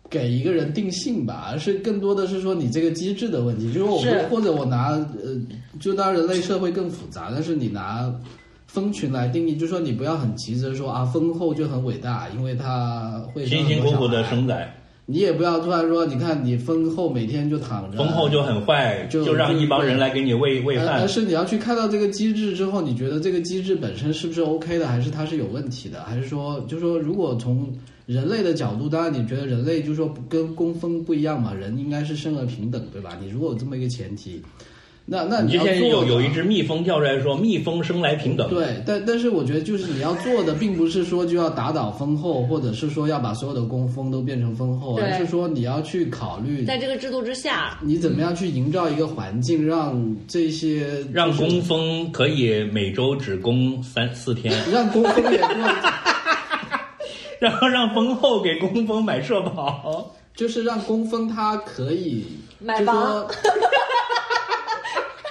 [SPEAKER 3] 给一个人定性吧，而是更多的是说你这个机制的问题。就是我
[SPEAKER 1] 是
[SPEAKER 3] 们或者我拿呃，就当人类社会更复杂，但是你拿蜂群来定义，就说你不要很急着说啊，蜂后就很伟大，因为它会
[SPEAKER 2] 辛辛苦苦的
[SPEAKER 3] 生。
[SPEAKER 2] 生仔，
[SPEAKER 3] 你也不要突然说，你看你风后每天就躺着，
[SPEAKER 2] 丰后就很坏，
[SPEAKER 3] 嗯就
[SPEAKER 2] 就让一帮人
[SPEAKER 3] 就
[SPEAKER 2] 来给你喂喂
[SPEAKER 3] 而
[SPEAKER 2] 饭
[SPEAKER 3] 而。哎是你要去看到这个机制之后，你觉得这个机制本身是不是 OK 的，还是它是有问题的，还是说，就说如果从人类的角度，当然你觉得人类就说跟工蜂不一样嘛，人应该是生而平等，对吧？你如果有这么一个前提，那那
[SPEAKER 2] 你
[SPEAKER 3] 你
[SPEAKER 2] 之
[SPEAKER 3] 要
[SPEAKER 2] 前
[SPEAKER 3] 做
[SPEAKER 2] 有有
[SPEAKER 3] 的
[SPEAKER 2] 一只蜜蜂跳出来说，蜜蜂生来平等。
[SPEAKER 3] 对，但但是我觉得就是你要做的，并不是说就要打倒蜂后，或者是说要把所有的工蜂都变成蜂后，
[SPEAKER 1] 对
[SPEAKER 3] 而是说你要去考虑
[SPEAKER 1] 在这个制度之下，
[SPEAKER 3] 你怎么样去营造一个环境，让这些
[SPEAKER 2] 让工蜂可以每周只工三四天，
[SPEAKER 3] 让工蜂也过，
[SPEAKER 2] 然后让蜂后给工蜂买社 保。
[SPEAKER 3] 就是让工蜂它可以
[SPEAKER 1] 买房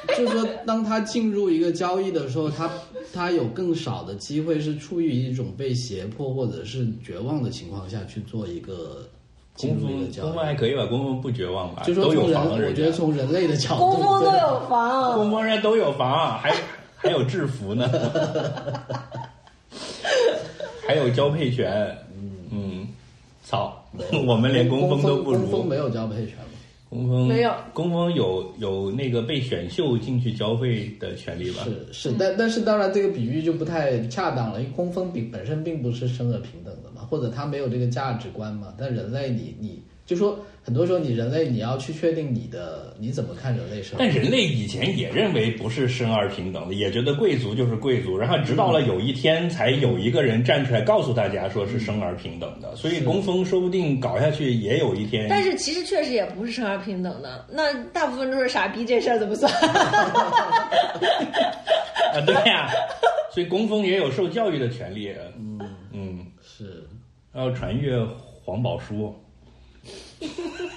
[SPEAKER 3] 就说，就说当它进入一个交易的时候，它它有更少的机会是处于一种被胁迫或者是绝望的情况下去做一个进入
[SPEAKER 2] 工
[SPEAKER 3] 这个
[SPEAKER 2] 蜂，
[SPEAKER 3] 教
[SPEAKER 2] 工
[SPEAKER 3] 育
[SPEAKER 2] 蜂还可以吧？工蜂不绝望吧？
[SPEAKER 3] 就说
[SPEAKER 2] 都有
[SPEAKER 3] 从
[SPEAKER 2] 房，
[SPEAKER 3] 人，我
[SPEAKER 2] 人
[SPEAKER 3] 觉得
[SPEAKER 2] 家
[SPEAKER 3] 从人类的角度，
[SPEAKER 1] 工蜂都
[SPEAKER 3] 对
[SPEAKER 1] 有房，
[SPEAKER 6] 嗯
[SPEAKER 2] 工蜂人家都有房，还还有制服呢，还有交配权。嗯，操， 我们连工蜂
[SPEAKER 3] 蜂
[SPEAKER 2] 都不
[SPEAKER 3] 工蜂
[SPEAKER 2] 如。
[SPEAKER 3] 没有交配权嘛？
[SPEAKER 2] 工蜂
[SPEAKER 6] 没有，
[SPEAKER 2] 工蜂有有那个被选秀进去交配的权利吧？
[SPEAKER 3] 是是，但但是当然这个比喻就不太恰当了，因为工蜂并本身并不是生而平等的嘛，或者它没有这个价值观嘛。但人类你你就说很多时候你人类你要去确定你的你怎么看人类社
[SPEAKER 2] 但
[SPEAKER 3] 会，
[SPEAKER 2] 人类以前也认为不是生而平等的，也觉得贵族就是贵族。然后直
[SPEAKER 6] 嗯
[SPEAKER 2] 到了有一天，才有一个人站出来告诉大家说是生而平等的。所以工蜂说不定搞下去也有一天。
[SPEAKER 6] 但是其实确实也不是生而平等的，那大部分都是傻逼，这事儿怎么 算？
[SPEAKER 2] 啊，对呀、所以工蜂也有受教育的权利。嗯嗯，
[SPEAKER 3] 是
[SPEAKER 2] 要传阅黄宝书，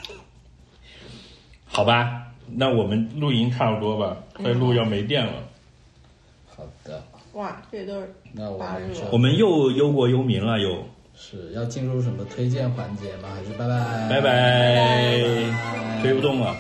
[SPEAKER 2] 好吧？那我们录音差不多吧，快录要没电了。
[SPEAKER 3] 好的。
[SPEAKER 6] 哇，这都是
[SPEAKER 3] 那我们
[SPEAKER 6] 八十
[SPEAKER 3] 就
[SPEAKER 6] 了
[SPEAKER 2] 我们又忧国忧民了，又
[SPEAKER 3] 是要进入什么推荐环节吗？还是拜拜
[SPEAKER 2] 拜拜，推不动了。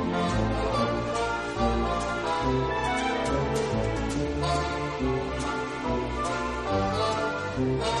[SPEAKER 7] Thank